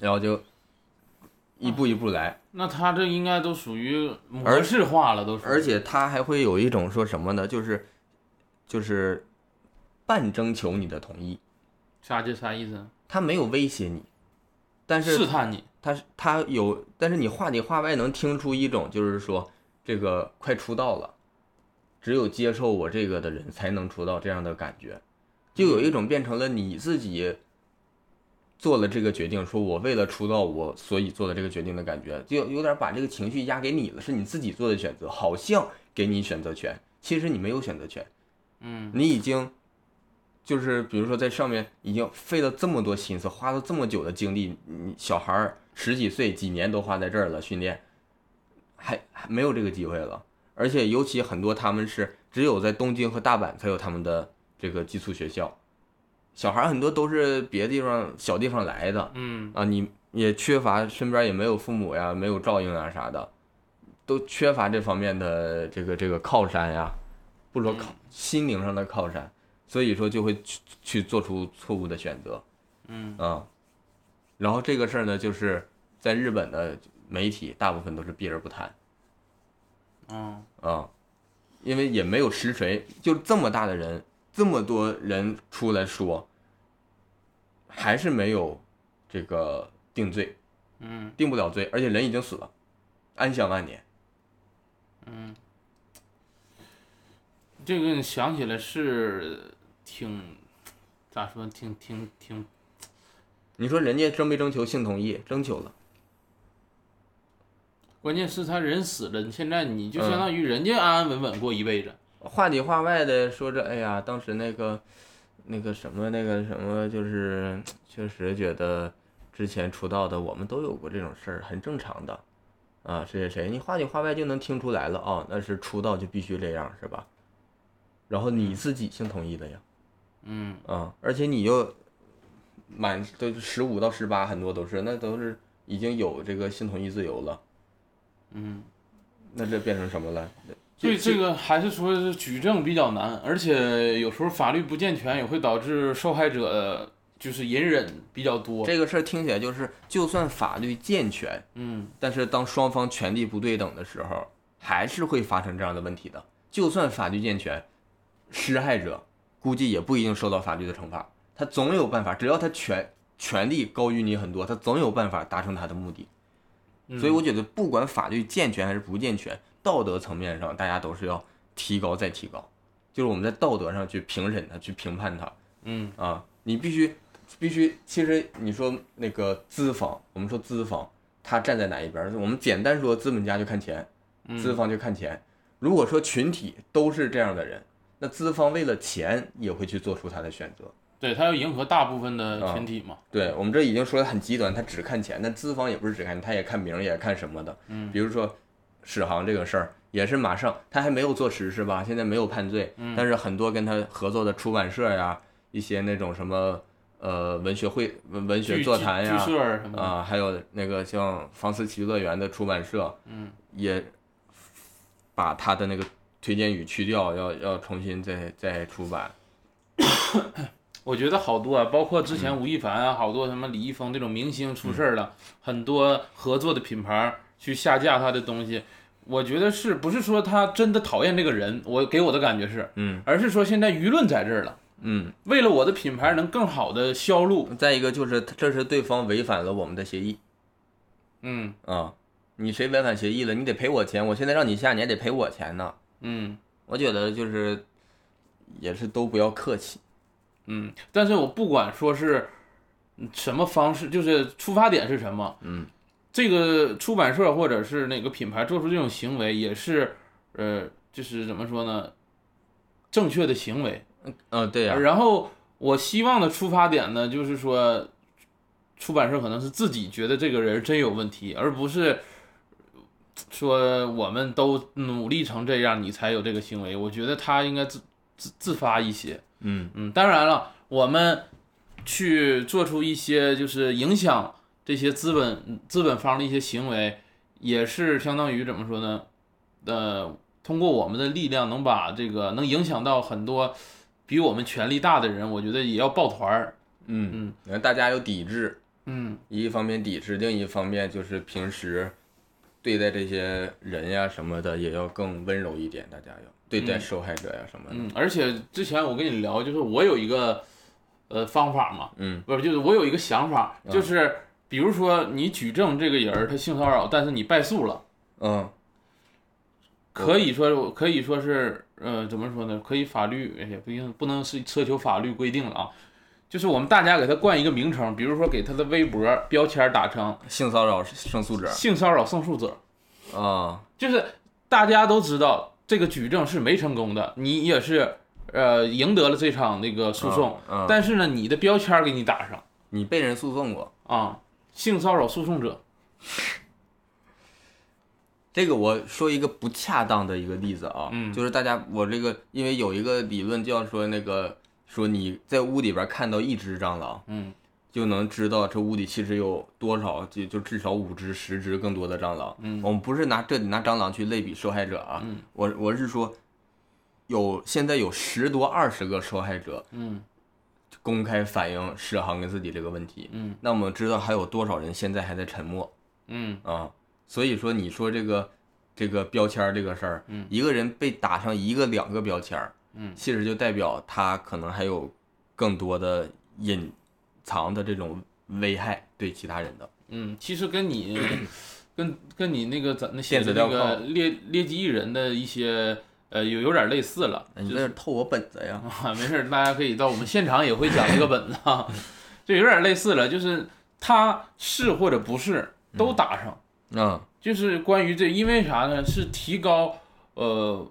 Speaker 2: 然后就一步一步来，
Speaker 1: 那他这应该都属于模
Speaker 2: 而
Speaker 1: 式化了，都是，
Speaker 2: 而且他还会有一种说什么呢？就是就是半征求你的同意，
Speaker 1: 啥这啥意思？啊
Speaker 2: 他没有威胁你，但
Speaker 1: 试
Speaker 2: 是
Speaker 1: 探你，
Speaker 2: 他是他有，但是你话里话外能听出一种就是说这个快出道了，只有接受我这个的人才能出道这样的感觉，就有一种变成了你自己。做了这个决定，说我为了出道，我所以做了这个决定的感觉，就有点把这个情绪压给你了，是你自己做的选择，好像给你选择权，其实你没有选择权。
Speaker 1: 嗯
Speaker 2: 你已经就是比如说在上面已经费了这么多心思，花了这么久的精力，你小孩儿十几岁几年都花在这儿了训练，还还没有这个机会了。而且尤其很多他们是只有在东京和大阪才有他们的这个寄宿学校，小孩儿很多都是别地方小地方来的，
Speaker 1: 嗯
Speaker 2: 啊，你也缺乏身边也没有父母呀，没有照应啊啥的，都缺乏这方面的这个这个靠山呀，不说
Speaker 1: 嗯
Speaker 2: 靠心灵上的靠山，所以说就会去去做出错误的选择
Speaker 1: 嗯
Speaker 2: 啊。然后这个事儿呢，就是在日本的媒体大部分都是避而不谈
Speaker 1: 嗯
Speaker 2: 啊，因为也没有实锤，就这么大的人，这么多人出来说，还是没有这个定罪。
Speaker 1: 嗯
Speaker 2: 定不了罪，而且人已经死了，安享晚年。
Speaker 1: 嗯，这个你想起来是挺咋说，挺挺挺
Speaker 2: 你说人家征没征求性同意？征求了，
Speaker 1: 关键是他人死了，你现在你就
Speaker 2: 嗯
Speaker 1: 相当于人家安安稳稳过一辈子。
Speaker 2: 话里话外的说着，哎呀，当时那个那个什么那个什么，就是确实觉得之前出道的我们都有过这种事儿，很正常的。啊，谁谁谁，你话里话外就能听出来了哦，那是出道就必须这样是吧？然后你自己性同意的呀，
Speaker 1: 嗯
Speaker 2: 啊，而且你又满都十五到十八，很多都是那都是已经有这个性同意自由了，
Speaker 1: 嗯，
Speaker 2: 那这变成什么了？
Speaker 1: 所以这
Speaker 2: 个
Speaker 1: 个还是说是举证比较难，而且有时候法律不健全也会导致受害者就是隐忍比较多。
Speaker 2: 这个事儿听起来就是，就算法律健全，
Speaker 1: 嗯
Speaker 2: 但是当双方权利不对等的时候，还是会发生这样的问题的。就算法律健全，施害者估计也不一定受到法律的惩罚，他总有办法，只要他权权利高于你很多，他总有办法达成他的目的。
Speaker 1: 嗯
Speaker 2: 所以我觉得，不管法律健全还是不健全，道德层面上大家都是要提高再提高，就是我们在道德上去评审它、去评判它
Speaker 1: 嗯
Speaker 2: 啊。你必须必须，其实你说那个资方，我们说资方他站在哪一边儿，我们简单说资本家就看钱，
Speaker 1: 嗯
Speaker 2: 资方就看钱。如果说群体都是这样的人，那资方为了钱也会去做出他的选择。
Speaker 1: 对他要迎合大部分的群体嘛，
Speaker 2: 对我们这已经说的很极端，他只看钱，但资方也不是只看，他也看名儿，也看什么的。嗯，比如说史航这个事儿，也是马上他还没有坐实是吧？现在没有判罪，
Speaker 1: 嗯
Speaker 2: 但是很多跟他合作的出版社呀，一些那种什么呃文学会、文文学
Speaker 1: 剧
Speaker 2: 座谈呀
Speaker 1: 剧，剧社儿什么的，
Speaker 2: 啊，还有那个像房思琪乐园的出版社，嗯，也把他的那个推荐语去掉，要要重新再再出版。
Speaker 1: 我觉得好多啊，包括之前吴亦凡啊，好多什么李易峰这种明星出事儿了，很多合作的品牌儿去下架他的东西。我觉得是不是说他真的讨厌这个人？我给我的感觉是，
Speaker 2: 嗯，
Speaker 1: 而是说现在舆论在这儿了，
Speaker 2: 嗯，
Speaker 1: 为了我的品牌能更好的销路，
Speaker 2: 再一个就是，这是对方违反了我们的协议
Speaker 1: 嗯
Speaker 2: 啊、你谁违反协议了，你得赔我钱。我现在让你下，你还得赔我钱呢。
Speaker 1: 嗯
Speaker 2: 我觉得就是，也是都不要客气。
Speaker 1: 嗯。但是我不管说是嗯什么方式，就是出发点是什么，
Speaker 2: 嗯，
Speaker 1: 这个出版社或者是哪个品牌做出这种行为，也是呃，就是怎么说呢，正确的行为。
Speaker 2: 嗯、对呀、
Speaker 1: 然后我希望的出发点呢，就是说，出版社可能是自己觉得这个人真有问题，而不是说我们都努力成这样，你才有这个行为。我觉得他应该自自自发一些。
Speaker 2: 嗯
Speaker 1: 嗯，当然了，我们去做出一些就是影响这些资本资本方的一些行为，也是相当于怎么说呢？呃，通过我们的力量能把这个能影响到很多比我们权力大的人，我觉得也要抱团儿。
Speaker 2: 嗯嗯，大家有抵制，
Speaker 1: 嗯
Speaker 2: 一方面抵制，另一方面就是平时对待这些人呀什么的也要更温柔一点，大家要对待
Speaker 1: 嗯
Speaker 2: 受害者呀什么的。
Speaker 1: 嗯，而且之前我跟你聊，就是我有一个呃方法嘛，
Speaker 2: 嗯
Speaker 1: 不是，就是我有一个想法，就是比如说你举证这个人儿他性骚扰，但是你败诉了。
Speaker 2: 嗯
Speaker 1: 可以说可以说是呃，怎么说呢？可以法律哎也不一定不能是奢求法律规定了啊，就是我们大家给他冠一个名称，比如说给他的微博标签打成
Speaker 2: 性骚扰胜诉者
Speaker 1: 性骚扰胜诉者，
Speaker 2: 啊，
Speaker 1: 就是大家都知道这个举证是没成功的，你也是呃赢得了这场那个诉讼，
Speaker 2: 嗯嗯
Speaker 1: 但是呢，你的标签给你打上
Speaker 2: 你被人诉讼过。
Speaker 1: 啊，性骚扰诉讼者，
Speaker 2: 这个我说一个不恰当的一个例子啊，
Speaker 1: 嗯
Speaker 2: 就是大家我这个因为有一个理论叫说那个说你在屋里边看到一只蟑螂，
Speaker 1: 嗯
Speaker 2: 就能知道这屋里其实有多少，就就至少五只、十只更多的蟑螂。
Speaker 1: 嗯
Speaker 2: 我们不是拿这里拿蟑螂去类比受害者啊，
Speaker 1: 嗯
Speaker 2: 我我是说有现在有十多二十个受害者
Speaker 1: 嗯
Speaker 2: 公开反映史航跟自己这个问题，
Speaker 1: 嗯
Speaker 2: 那我们知道还有多少人现在还在沉默？
Speaker 1: 嗯
Speaker 2: 啊，所以说你说这个这个标签儿这个事儿，
Speaker 1: 嗯
Speaker 2: 一个人被打上一个两个标签儿，
Speaker 1: 嗯
Speaker 2: 其实就代表他可能还有更多的隐藏的这种危害对其他人的。
Speaker 1: 嗯，其实跟 你跟跟你那个咱那写
Speaker 2: 电
Speaker 1: 的
Speaker 2: 子
Speaker 1: 那
Speaker 2: 镣
Speaker 1: 个
Speaker 2: 铐
Speaker 1: 劣劣迹艺人的一些呃有有点类似了，
Speaker 2: 你
Speaker 1: 就
Speaker 2: 这是偷我本子呀？
Speaker 1: 啊， 没事儿，大家可以到我们现场也会讲这个本子 啊，就有点类似了，就是他是或者不是都打上，
Speaker 2: 嗯
Speaker 1: 就是关于这，因为啥呢？是提高呃。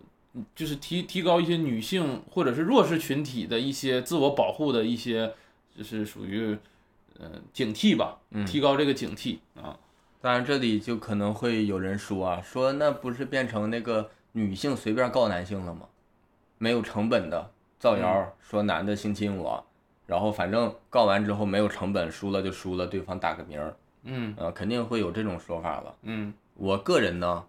Speaker 1: 就是提提高一些女性或者是弱势群体的一些自我保护的一些，就是属于，呃，警惕吧，
Speaker 2: 嗯，
Speaker 1: 提高这个警惕啊。
Speaker 2: 当然这里就可能会有人说啊，说那不是变成那个女性随便告男性了吗？没有成本的造谣儿说男的性侵我，然后反正告完之后没有成本，输了就输了，对方打个名儿。
Speaker 1: 嗯
Speaker 2: 呃，肯定会有这种说法了。
Speaker 1: 嗯
Speaker 2: 我个人呢，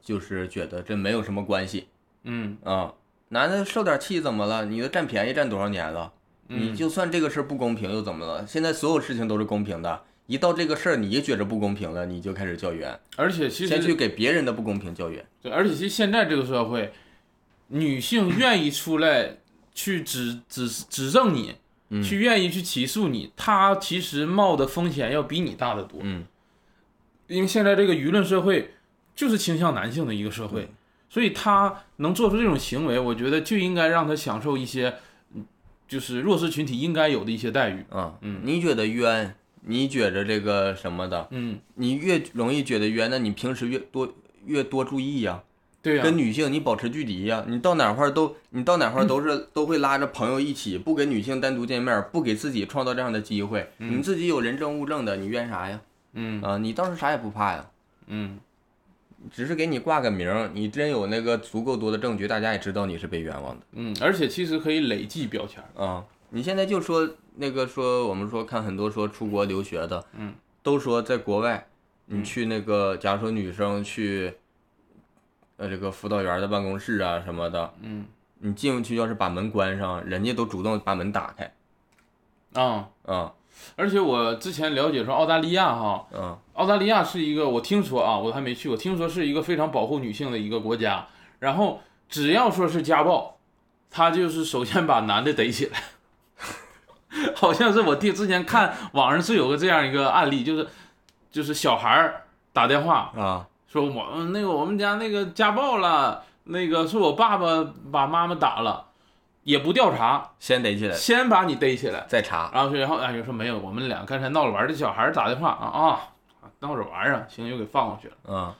Speaker 2: 就是觉得这没有什么关系
Speaker 1: 嗯，
Speaker 2: 啊、男的受点气怎么了？你都占便宜占多少年了？你就算这个事儿不公平又怎么了？现在所有事情都是公平的，一到这个事儿你一觉着不公平了，你就开始叫冤，
Speaker 1: 而且其
Speaker 2: 先去
Speaker 1: 实，
Speaker 2: 给别人的不公平叫冤。
Speaker 1: 对，而且其实现在这个社会，女 性愿意出来去指指指证你，
Speaker 2: 嗯
Speaker 1: 去愿意去起诉你，她其实冒的风险要比你大得多。
Speaker 2: 嗯，
Speaker 1: 因为现在这个舆论社会就是倾向男性的一个社
Speaker 2: 嗯
Speaker 1: 会，所以她能做出这种行为，我觉得就应该让她享受一些，嗯就是弱势群体应该有的一些待遇。
Speaker 2: 啊，嗯，你觉得冤，你觉着这个什么的，
Speaker 1: 嗯，
Speaker 2: 你越容易觉得冤，那你平时越多越多注意呀、
Speaker 1: 对啊呀、
Speaker 2: 跟女性你保持距离呀、你到哪块儿都你到哪块儿都
Speaker 1: 嗯
Speaker 2: 是都会拉着朋友一起，不跟女性单独见面，不给自己创造这样的机会。
Speaker 1: 嗯
Speaker 2: 你自己有人证物证的，你冤啥呀？
Speaker 1: 嗯
Speaker 2: 啊、你倒是啥也不怕呀，
Speaker 1: 嗯，
Speaker 2: 只是给你挂个名儿，你真有那个足够多的证据，大家也知道你是被冤枉的。
Speaker 1: 嗯，而且其实可以累计标签儿。
Speaker 2: 啊、你现在就说那个说我们说看很多说出国留学的，
Speaker 1: 嗯，
Speaker 2: 都说在国外，你
Speaker 1: 嗯
Speaker 2: 去那个，假如说女生去，呃，这个辅导员的办公室啊什么的，
Speaker 1: 嗯
Speaker 2: 你进去要是把门关上，人家都主动把门打开，
Speaker 1: 啊、
Speaker 2: 啊、
Speaker 1: 而且我之前了解说澳大利亚哈，
Speaker 2: 啊、
Speaker 1: 澳大利亚是一个我听说啊，我还没去过，听说是一个非常保护女性的一个国家。然后只要说是家暴，他就是首先把男的逮起来。 好像是我弟之前看网上是有个这样一个案例，就是就是小孩儿打电话
Speaker 2: 啊，
Speaker 1: 说我嗯那个我们家那个家暴了，那个是我爸爸把妈妈打了，也不调查，
Speaker 2: 先逮起来，
Speaker 1: 先把你逮起来。
Speaker 2: 再查，
Speaker 1: 然后说，然后哎，就说没有，我们俩刚才闹着玩儿，这小孩儿打电话啊啊，闹着玩儿啊，行，又给放过去了。
Speaker 2: 啊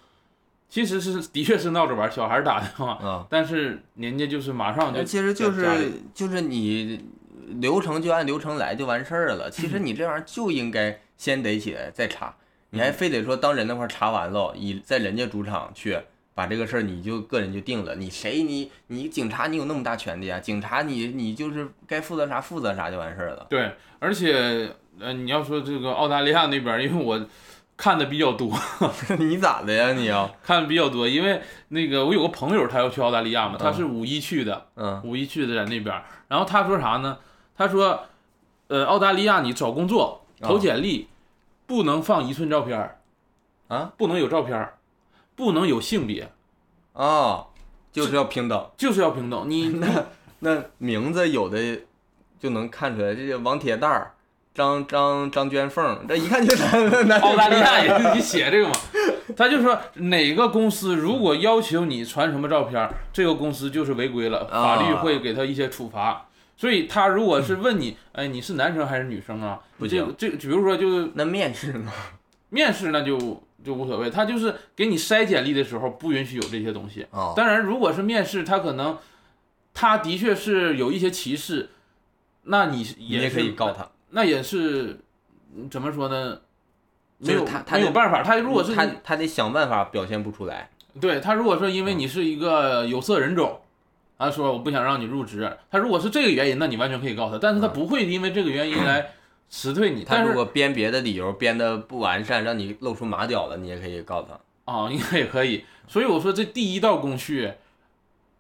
Speaker 1: 其实是的确是闹着玩儿，小孩儿打电话，
Speaker 2: 啊，
Speaker 1: 但是人家就是马上就
Speaker 2: 呃其实就
Speaker 1: 在家里
Speaker 2: 是就是你流程就按流程来就完事儿了。其实
Speaker 1: 嗯
Speaker 2: 你这玩意儿就应该先逮起来再查，你
Speaker 1: 嗯
Speaker 2: 还非得说当人那块儿查完了，以在人家主场去把这个事儿你就个人就定了。你谁你你警察你有那么大权利啊？警察你你就是该负责啥负责啥就完事儿了。
Speaker 1: 对，而且呃，你要说这个澳大利亚那边儿，因为我看的比较多，
Speaker 2: 你咋的呀你啊？
Speaker 1: 看的比较多，因为那个我有个朋友他要去澳大利亚嘛，他是五一去的，
Speaker 2: 嗯
Speaker 1: 五一去的在那边儿，然后他说啥呢？他说，呃，澳大利亚你找工作投简历、不能放一寸照片儿
Speaker 2: 啊，
Speaker 1: 不能有照片儿，不能有性别，
Speaker 2: 哦，就是要平等。
Speaker 1: 就是要平等。你
Speaker 2: 那那名字有的就能看出来，这些王铁蛋儿、张张张娟凤，这一看就男男。
Speaker 1: 澳大利亚也自己写这个嘛，他就说哪个公司如果要求你传什么照片儿，这个公司就是违规了，
Speaker 2: 啊
Speaker 1: 法律会给他一些处罚。所以他如果是问你，哎，你是男生还是女生啊？
Speaker 2: 不
Speaker 1: 这
Speaker 2: 行
Speaker 1: 个这个比如说就
Speaker 2: 那面试呢？
Speaker 1: 面试那就就无所谓，他就是给你筛简历的时候不允许有这些东西。
Speaker 2: 啊、
Speaker 1: 当然，如果是面试，他可能他的确是有一些歧视，那你是
Speaker 2: 你也
Speaker 1: 是
Speaker 2: 可以告，他。
Speaker 1: 那也是嗯怎么说呢？没
Speaker 2: 就是
Speaker 1: 有
Speaker 2: 他他
Speaker 1: 没有
Speaker 2: 得
Speaker 1: 办法，他如果是
Speaker 2: 他，他得想办法表现不出来。
Speaker 1: 对他如果说
Speaker 2: 嗯
Speaker 1: 因为你是一个有色人种。啊，说我不想让你入职。他如果是这个原因，那你完全可以告他，但是他
Speaker 2: 嗯
Speaker 1: 不会因为这个原因来辞退你。
Speaker 2: 他
Speaker 1: 但
Speaker 2: 如
Speaker 1: 是
Speaker 2: 果编别的理由编的不完善，让你露出马脚了，你也可以告他。
Speaker 1: 啊、应该也可以。所以我说这第一道工序，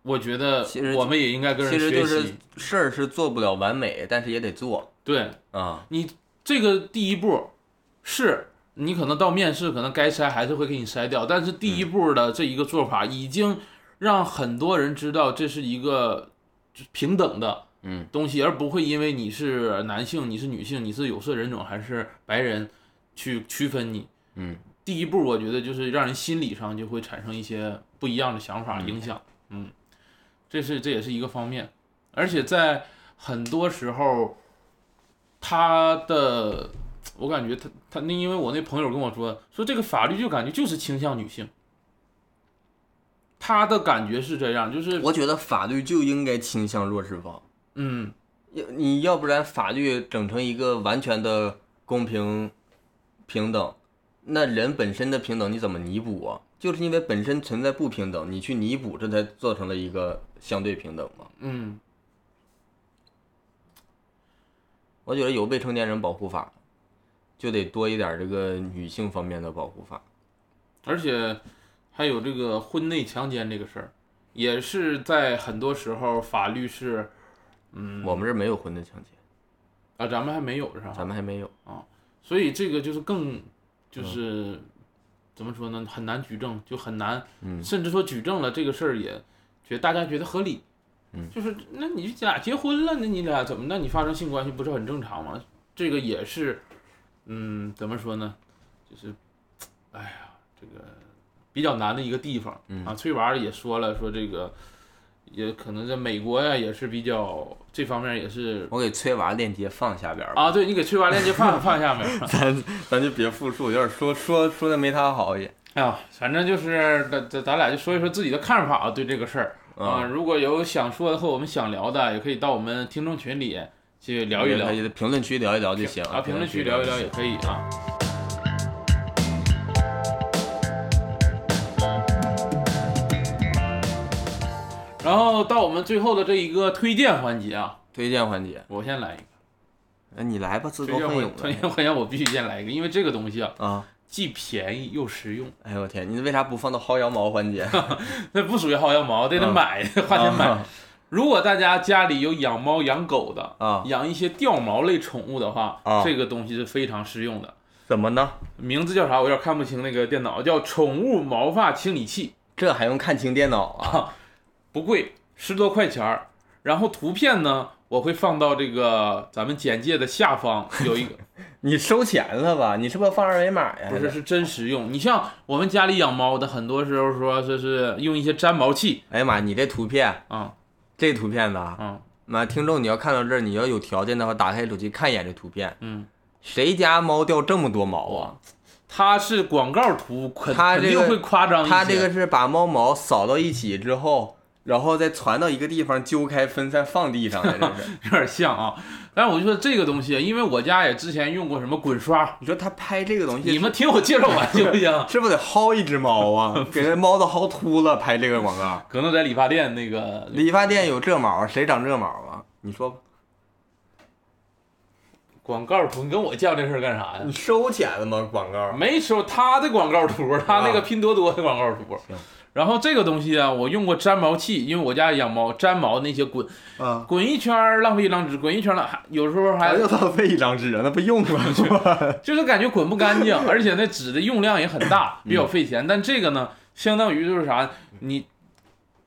Speaker 1: 我觉得
Speaker 2: 其实
Speaker 1: 我们也应该跟人
Speaker 2: 其
Speaker 1: 学习。
Speaker 2: 实就是事儿是做不了完美，但是也得做
Speaker 1: 对
Speaker 2: 啊、
Speaker 1: 这个第一步是。你可能到面试，可能该筛还是会给你筛掉，但是第一步的这一个做法已经让很多人知道这是一个就是平等的
Speaker 2: 嗯
Speaker 1: 东西，而不会因为你是男性、你是女性、你是有色人种还是白人去区分你。
Speaker 2: 嗯，
Speaker 1: 第一步，我觉得就是让人心理上就会产生一些不一样的想法影响。嗯，这是这也是一个方面，而且在很多时候，他的我感觉他他那因为我那朋友跟我说说这个法律就感觉就是倾向女性，他的感觉是这样，就是
Speaker 2: 我觉得法律就应该倾向弱势方。
Speaker 1: 嗯
Speaker 2: 要你要不然法律整成一个完全的公平平等，那人本身的平等你怎么弥补啊？就是因为本身存在不平等，你去弥补，这才做成了一个相对平等嘛。
Speaker 1: 嗯
Speaker 2: 我觉得有未成年人保护法，就得多一点这个女性方面的保护法。
Speaker 1: 而且还有这个婚内强奸这个事儿，也是在很多时候法律是嗯
Speaker 2: 我们这儿没有婚内强奸，
Speaker 1: 啊咱们还没有是吧？
Speaker 2: 咱们还没有。
Speaker 1: 所以这个就是更
Speaker 2: 嗯
Speaker 1: 就是、怎么说呢，很难举证，就很难，
Speaker 2: 嗯
Speaker 1: 甚至说举证了这个事儿也觉得大家觉得合理，
Speaker 2: 嗯
Speaker 1: 就是那你俩结婚了，那你俩怎么，那你发生性关系不是很正常吗？这个也是，嗯，怎么说呢，就是，哎呀，这个比较难的一个地方、
Speaker 2: 嗯
Speaker 1: 啊。翠娃儿也说了，说这个。也可能在美国呀，也是比较这方面也是
Speaker 2: 我给崔娃链接放下边儿吧，
Speaker 1: 啊。对你给翠娃链接放放下面儿，
Speaker 2: 咱咱就别复述，有点说说说的没他好也。
Speaker 1: 哎呀，反正就是咱咱咱俩就说一说自己的看法啊，对这个事儿啊、
Speaker 2: 嗯，
Speaker 1: 如果有想说的和我们想聊的，也可以到我们听众群里去聊一聊，
Speaker 2: 也评论区聊一聊就行
Speaker 1: 啊，评论区聊一聊也可以啊。然后到我们最后的这一个推荐环节啊，
Speaker 2: 推荐环节，
Speaker 1: 我先来一个
Speaker 2: 那你来吧，自
Speaker 1: 推荐
Speaker 2: 告奋
Speaker 1: 环
Speaker 2: 勇
Speaker 1: 推
Speaker 2: 的
Speaker 1: 荐环节，我必须先来一个，因为这个东西啊，
Speaker 2: 啊！
Speaker 1: 既便宜又实用，
Speaker 2: 哎呦我天，你为啥不放到薅羊毛 环节？
Speaker 1: 那不属于薅羊毛，这得
Speaker 2: 嗯
Speaker 1: 买， 花钱买。
Speaker 2: 啊
Speaker 1: 如果大家家里有养猫养狗的，
Speaker 2: 啊？
Speaker 1: 养一些掉毛类宠物的话，
Speaker 2: 啊
Speaker 1: 这个东西是非常实用的。
Speaker 2: 怎么呢？
Speaker 1: 名字叫啥？我有点看不清那个电脑，叫宠物毛发清理器，
Speaker 2: 这还用看清电脑啊？
Speaker 1: 不贵，十多块钱儿。然后图片呢，我会放到这个咱们简介的下 方有一个，
Speaker 2: 你收钱了吧？你是不是放二维码哎呀？
Speaker 1: 不是，是真实用。你像我们家里养猫的，很多时候说这是用一些粘毛器
Speaker 2: 哎呀妈，你这图片，
Speaker 1: 啊
Speaker 2: 这图片呢？
Speaker 1: 啊
Speaker 2: 那听众你要看到这儿，你要有条件的话，打开手机看一眼这图片，
Speaker 1: 嗯，
Speaker 2: 谁家猫掉这么多毛啊？
Speaker 1: 哇，它是广告图，肯
Speaker 2: 它这
Speaker 1: 肯
Speaker 2: 个
Speaker 1: 定会夸张一些。
Speaker 2: 它这个是把猫毛扫到一起之后，然后再传到一个地方揪开分散放地上的，这是。
Speaker 1: 有点像啊，但是我就说这个东西，因为我家也之前用过什么滚刷，
Speaker 2: 你说他拍这个东 西，
Speaker 1: 你们听我介绍完行不行？
Speaker 2: 是不是得薅一只猫 啊？给这猫都薅秃了，拍这个广告。
Speaker 1: 可能在理发店那个
Speaker 2: 理发店有这毛，谁长这毛啊？你说吧，
Speaker 1: 广告图，你跟我较这事儿干啥呀？
Speaker 2: 收钱了吗？广告
Speaker 1: 没收他的广告图，他那个
Speaker 2: 啊
Speaker 1: 拼多多的广告图
Speaker 2: 行。
Speaker 1: 然后这个东西啊，我用过粘毛器，因为我家养猫，粘毛那些滚
Speaker 2: 啊，
Speaker 1: 滚一圈儿浪费一张纸，滚一圈儿浪，还有时候还
Speaker 2: 还又浪费一张纸啊，那不用吗？
Speaker 1: 就是感觉滚不干 净，而且那纸的用量也很大，
Speaker 2: 嗯
Speaker 1: 比较费钱。但这个呢，相当于就是啥，你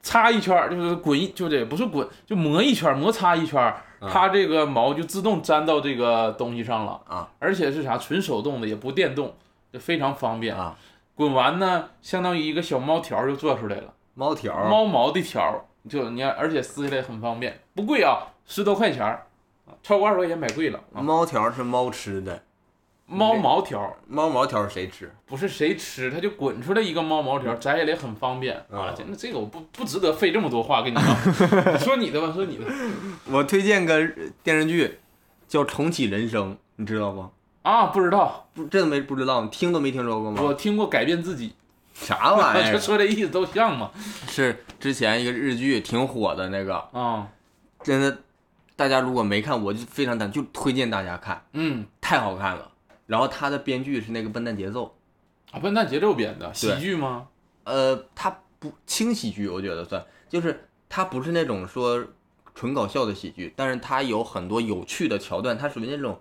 Speaker 1: 擦一圈儿，就是滚一，就这不是滚，就磨一圈儿，摩擦一圈儿，
Speaker 2: 啊
Speaker 1: 它这个毛就自动粘到这个东西上了
Speaker 2: 啊。
Speaker 1: 而且是啥，纯手动的，也不电动，就非常方便。
Speaker 2: 啊，
Speaker 1: 滚完呢，相当于一个小猫条儿就做出来了，
Speaker 2: 猫条 儿，
Speaker 1: 猫毛的条儿，就你看，而且撕下来很方便，不贵啊，十多块钱儿，啊超过二十块钱买贵了啊。
Speaker 2: 猫条儿是猫吃的，
Speaker 1: 猫毛条儿。
Speaker 2: 猫毛条儿谁吃？
Speaker 1: 不是谁吃，它就滚出来一个猫毛
Speaker 2: 嗯
Speaker 1: 条，摘下来很方便啊
Speaker 2: 啊。
Speaker 1: 真的，这个我不不值得费这么多话跟你 讲。你说你的吧，说你的
Speaker 2: 我推荐个电视剧，叫《重启人生》，你知道吗？
Speaker 1: 啊，不知道，
Speaker 2: 不，这都没不知道，你听都没听说过吗？
Speaker 1: 我听过改变自己，
Speaker 2: 啥玩 意
Speaker 1: 就
Speaker 2: 儿？
Speaker 1: 说这意思都像嘛
Speaker 2: 是之前一个日剧挺火的那个，
Speaker 1: 啊，
Speaker 2: 真的，大家如果没看，我就非常胆，就推荐大家看，
Speaker 1: 嗯
Speaker 2: 太好看了。然后它的编剧是那个笨蛋节奏，
Speaker 1: 啊，笨蛋节奏编的喜剧吗？
Speaker 2: 呃，它不轻喜剧，我觉得算，就是它不是那种说纯搞笑的喜剧，但是它有很多有趣的桥段，它属于那种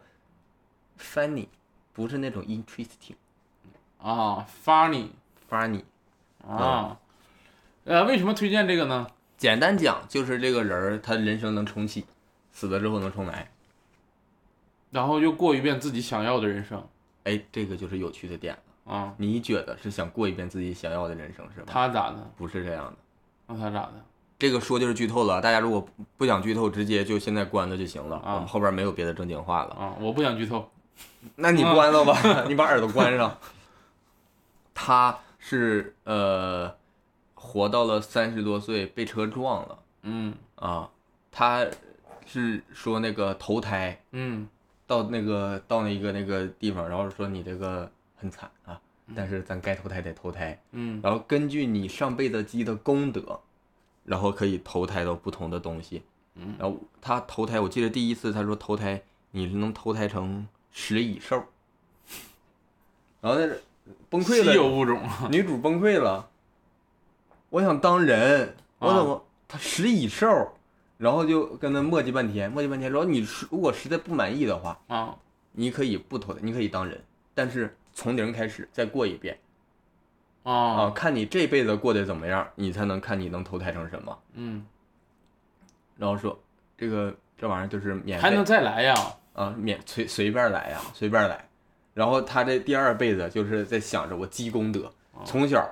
Speaker 2: funny，不是那种 interesting
Speaker 1: 啊，funny
Speaker 2: funny。
Speaker 1: 啊，呃，为什么推荐这个呢？
Speaker 2: 简单讲，就是这个人儿他人生能重启，死了之后能重来。
Speaker 1: 然后又过一遍自己想要的人生
Speaker 2: 哎，这个就是有趣的点了。
Speaker 1: 啊，
Speaker 2: 你觉得是想过一遍自己想要的人生是吧？
Speaker 1: 他咋的？
Speaker 2: 不是这样的。
Speaker 1: 那他咋的？
Speaker 2: 这个说就是剧透了，大家如果不不想剧透，直接就现在关了就行了。
Speaker 1: 啊
Speaker 2: 我们后边没有别的正经话了。
Speaker 1: 啊，我不想剧透
Speaker 2: 那你关了吧， 你把耳朵关上。他是呃，活到了三十多岁被车撞了
Speaker 1: 嗯
Speaker 2: 啊。他是说那个投胎，
Speaker 1: 嗯
Speaker 2: 到那个到那一个那个地方，然后说你这个很惨啊，但是咱该投胎得投胎，
Speaker 1: 嗯
Speaker 2: 然后根据你上辈子积的功德，然后可以投胎到不同的东西。
Speaker 1: 嗯
Speaker 2: 然后他投胎，我记得第一次他说投胎你是能投胎成食蚁兽， 然后那是崩溃
Speaker 1: 稀有
Speaker 2: 了，
Speaker 1: 物种
Speaker 2: 女主崩溃了，我想当人，我
Speaker 1: 啊
Speaker 2: 怎么、他食蚁兽？然后就跟他磨叽半天，磨叽半天，然后你是如果实在不满意的话，
Speaker 1: 啊，
Speaker 2: 你可以不投胎，你可以当人，但是从零开始再过一遍啊，
Speaker 1: 啊，
Speaker 2: 看你这辈子过得怎么样，你才能看你能投胎成什么。
Speaker 1: 嗯，
Speaker 2: 然后说这个这玩意儿就是免
Speaker 1: 还能
Speaker 2: 费
Speaker 1: 再来呀？
Speaker 2: 啊，免随随便来呀、随便来。然后他这第二辈子就是在想着我积功德，
Speaker 1: 哦
Speaker 2: 从小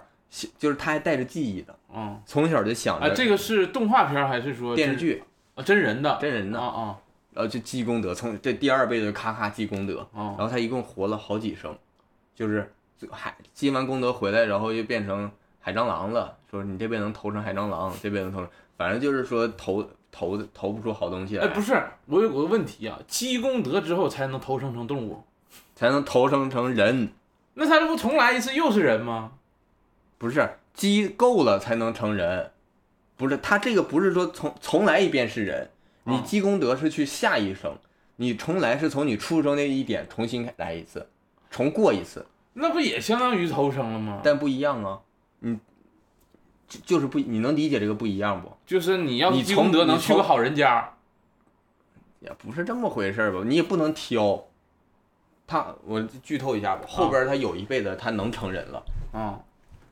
Speaker 2: 就是他还带着记忆的，
Speaker 1: 嗯，
Speaker 2: 从小就想
Speaker 1: 啊，
Speaker 2: 着
Speaker 1: 这个是动画片儿还是说
Speaker 2: 电视
Speaker 1: 真
Speaker 2: 剧
Speaker 1: 啊真人的？
Speaker 2: 真人
Speaker 1: 啊
Speaker 2: 呢，
Speaker 1: 啊
Speaker 2: 然后就积功德，从这第二辈子就咔咔积功德，然
Speaker 1: 啊
Speaker 2: 后他一共活了好几生，就是海积完功德回来，然后又变成海蟑螂了。说你这边能投成海蟑螂，这边能投成，反正就是说投投投不出好东西来，
Speaker 1: 哎，不是，我有个问题啊，积功德之后才能投生成动物，
Speaker 2: 才能投生成人。
Speaker 1: 那他这不重来一次又是人吗？
Speaker 2: 不是鸡够了才能成人，不是他这个不是说从从来一遍是人，你
Speaker 1: 嗯
Speaker 2: 积功德是去下一生，你重来是从你出生那一点重新来一次，重过一次，
Speaker 1: 那不也相当于投生了吗？
Speaker 2: 但不一样啊，你就就是不你能理解这个不一样不？
Speaker 1: 就是你要是
Speaker 2: 你
Speaker 1: 积
Speaker 2: 从
Speaker 1: 功德
Speaker 2: 你
Speaker 1: 能去个
Speaker 2: 从
Speaker 1: 好人家，
Speaker 2: 也不是这么回事儿吧？你也不能挑。他，我剧透一下吧，后边他有一辈子他能成人了，
Speaker 1: 嗯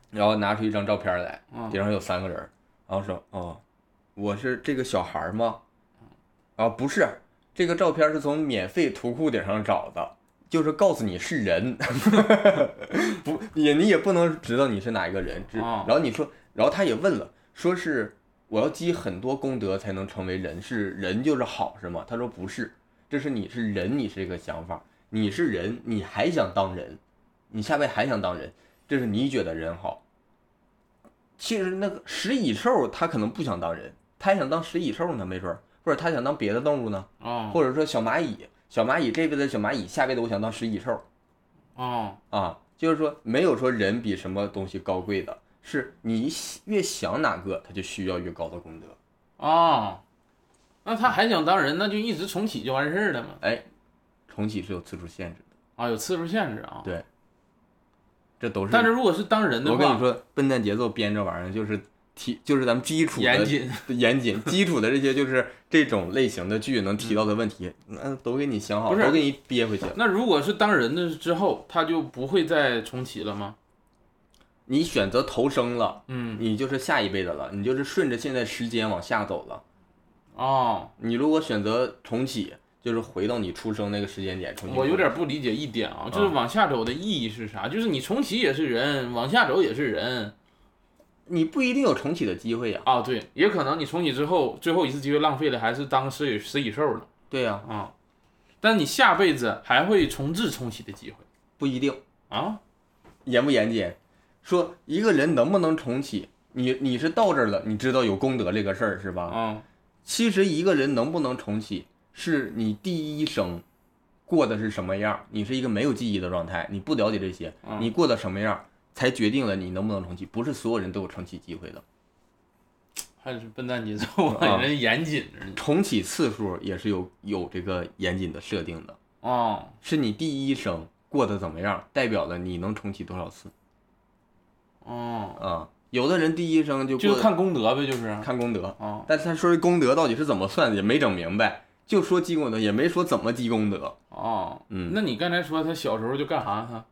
Speaker 2: 然后拿出一张照片来，
Speaker 1: 嗯
Speaker 2: 顶上有三个人儿，然后说：“哦，我是这个小孩儿吗？”啊，不是，这个照片是从免费图库顶上找的，就是告诉你是人， 不也你也不能知道你是哪一个人。只
Speaker 1: 哦
Speaker 2: 然后你说，然后他也问了，说是我要积很多功德才能成为人，是人就是好是吗？他说不是，这是你是人，你是这个想法，你是人，你还想当人，你下辈子还想当人，这是你觉得人好。其实那个食蚁兽，他可能不想当人，他还想当食蚁兽呢，没准儿，或者他想当别的动物呢，
Speaker 1: 哦
Speaker 2: 或者说小蚂蚁，小蚂蚁这辈子小蚂蚁，下辈子我想当食蚁兽
Speaker 1: 哦
Speaker 2: 啊，就是说没有说人比什么东西高贵的，是你喜越想哪个，他就需要越高的功德。
Speaker 1: 哦，那他还想当人，那就一直重启就完事儿了嘛。
Speaker 2: 哎，重启是有次数限制的，
Speaker 1: 啊，有次数限制啊。
Speaker 2: 对这都是。
Speaker 1: 但是如果是当人的
Speaker 2: 我
Speaker 1: 话，
Speaker 2: 跟你说，笨蛋节奏编这玩意儿就是提，就是咱们基础的
Speaker 1: 严谨，
Speaker 2: 严谨，基础的这些就是这种类型的剧能提到的问题，嗯，都给你想好，
Speaker 1: 不是
Speaker 2: 都给你憋回去。
Speaker 1: 那如果是当人的之后，他就不会再重启了吗？
Speaker 2: 你选择投生了，
Speaker 1: 嗯，
Speaker 2: 你就是下一辈子了，你就是顺着现在时间往下走了。
Speaker 1: 哦，
Speaker 2: 你如果选择重启，就是回到你出生那个时间点重新。
Speaker 1: 我有点不理解一点啊，就是往下走的意义是啥？就是你重启也是人，往下走也是人
Speaker 2: 你不一定有重启的机会呀、
Speaker 1: 啊，对，也可能你重启之后，最后一次机会浪费了，还是当食蚁食蚁兽了
Speaker 2: 对呀、
Speaker 1: 啊。但你下辈子还会重置重启的机会
Speaker 2: 不一定。
Speaker 1: 啊？
Speaker 2: 严不严谨？说一个人能不能重启，你你是到这儿了，你知道有功德这个事儿是吧？
Speaker 1: 嗯，
Speaker 2: 其实一个人能不能重启，是你第一生过的是什么样儿，你是一个没有记忆的状态，你不了解这些，
Speaker 1: 嗯
Speaker 2: 你过的什么样儿，才决定了你能不能重启，不是所有人都有重启机会的。
Speaker 1: 还是笨蛋节奏啊，
Speaker 2: 啊
Speaker 1: 人严谨着呢。
Speaker 2: 重启次数也是有有这个严谨的设定的，
Speaker 1: 哦，
Speaker 2: 是你第一生过得怎么样，代表了你能重启多少次
Speaker 1: 哦，
Speaker 2: 啊。有的人第一生就
Speaker 1: 就
Speaker 2: 过
Speaker 1: 是
Speaker 2: 得
Speaker 1: 看功德呗，就是。
Speaker 2: 看功德，
Speaker 1: 哦，
Speaker 2: 但是他说这功德到底是怎么算的也没整明白，就说积功德，也没说怎么积功德。
Speaker 1: 哦，
Speaker 2: 嗯
Speaker 1: 那你刚才说他小时候就干啥他？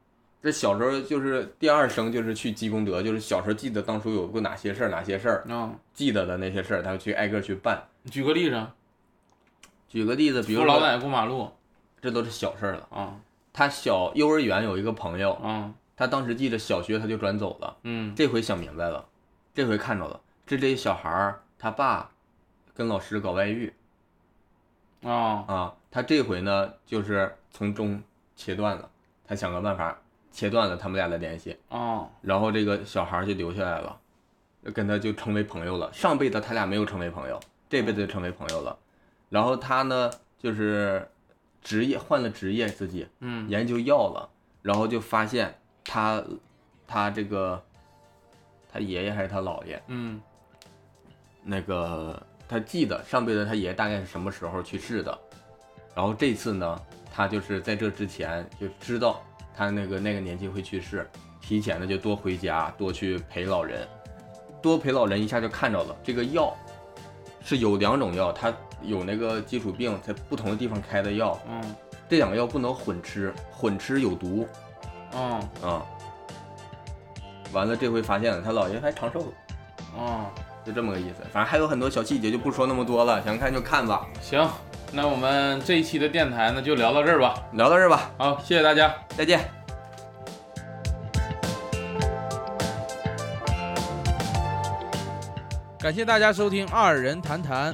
Speaker 2: 这小时候就是第二生，就是去积功德，就是小时候记得当初有过哪些事儿，哪些事儿
Speaker 1: 嗯，
Speaker 2: 记得的那些事儿，他去挨个去办。
Speaker 1: 你举个例子，
Speaker 2: 举个例子，比
Speaker 1: 扶
Speaker 2: 如
Speaker 1: 老
Speaker 2: 说
Speaker 1: 奶奶过马路，
Speaker 2: 这都是小事儿了。
Speaker 1: 啊
Speaker 2: 他小幼儿园有一个朋友，
Speaker 1: 啊
Speaker 2: 他当时记得小学他就转走了，
Speaker 1: 嗯
Speaker 2: 这回想明白了，这回看着了，这这小孩儿他爸跟老师搞外遇
Speaker 1: 啊
Speaker 2: 啊，他这回呢就是从中切断了，他想个办法切断了他们俩的联系，
Speaker 1: 啊
Speaker 2: 然后这个小孩儿就留下来了，就跟他就成为朋友了。上辈子他俩没有成为朋友，这辈子就成为朋友了。然后他呢，就是职业换了职业，自己
Speaker 1: 嗯
Speaker 2: 研究药了，然后就发现他他这个他爷爷还是他姥爷，
Speaker 1: 嗯
Speaker 2: 那个他记得上辈子他爷爷大概是什么时候去世的，然后这次呢，他就是在这之前就知道他那个那个年纪会去世，提前的就多回家，多去陪老人，多陪老人一下就看着了。这个药是有两种药，它有那个基础病在不同的地方开的药，
Speaker 1: 嗯
Speaker 2: 这两个药不能混吃，混吃有毒
Speaker 1: 嗯
Speaker 2: 啊、完了，这回发现了，他姥爷还长寿了。
Speaker 1: 嗯，
Speaker 2: 就这么个意思。反正还有很多小细节，就不说那么多了，想看就看吧。
Speaker 1: 行，那我们这一期的电台呢就聊到这儿吧。
Speaker 2: 聊到这儿吧，
Speaker 1: 好，谢谢大家。
Speaker 2: 再见。
Speaker 1: 感谢大家收听《二人谈谈》，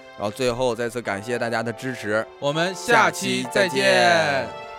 Speaker 2: 然后最后再次感谢大家的支持，
Speaker 1: 我们下期再见。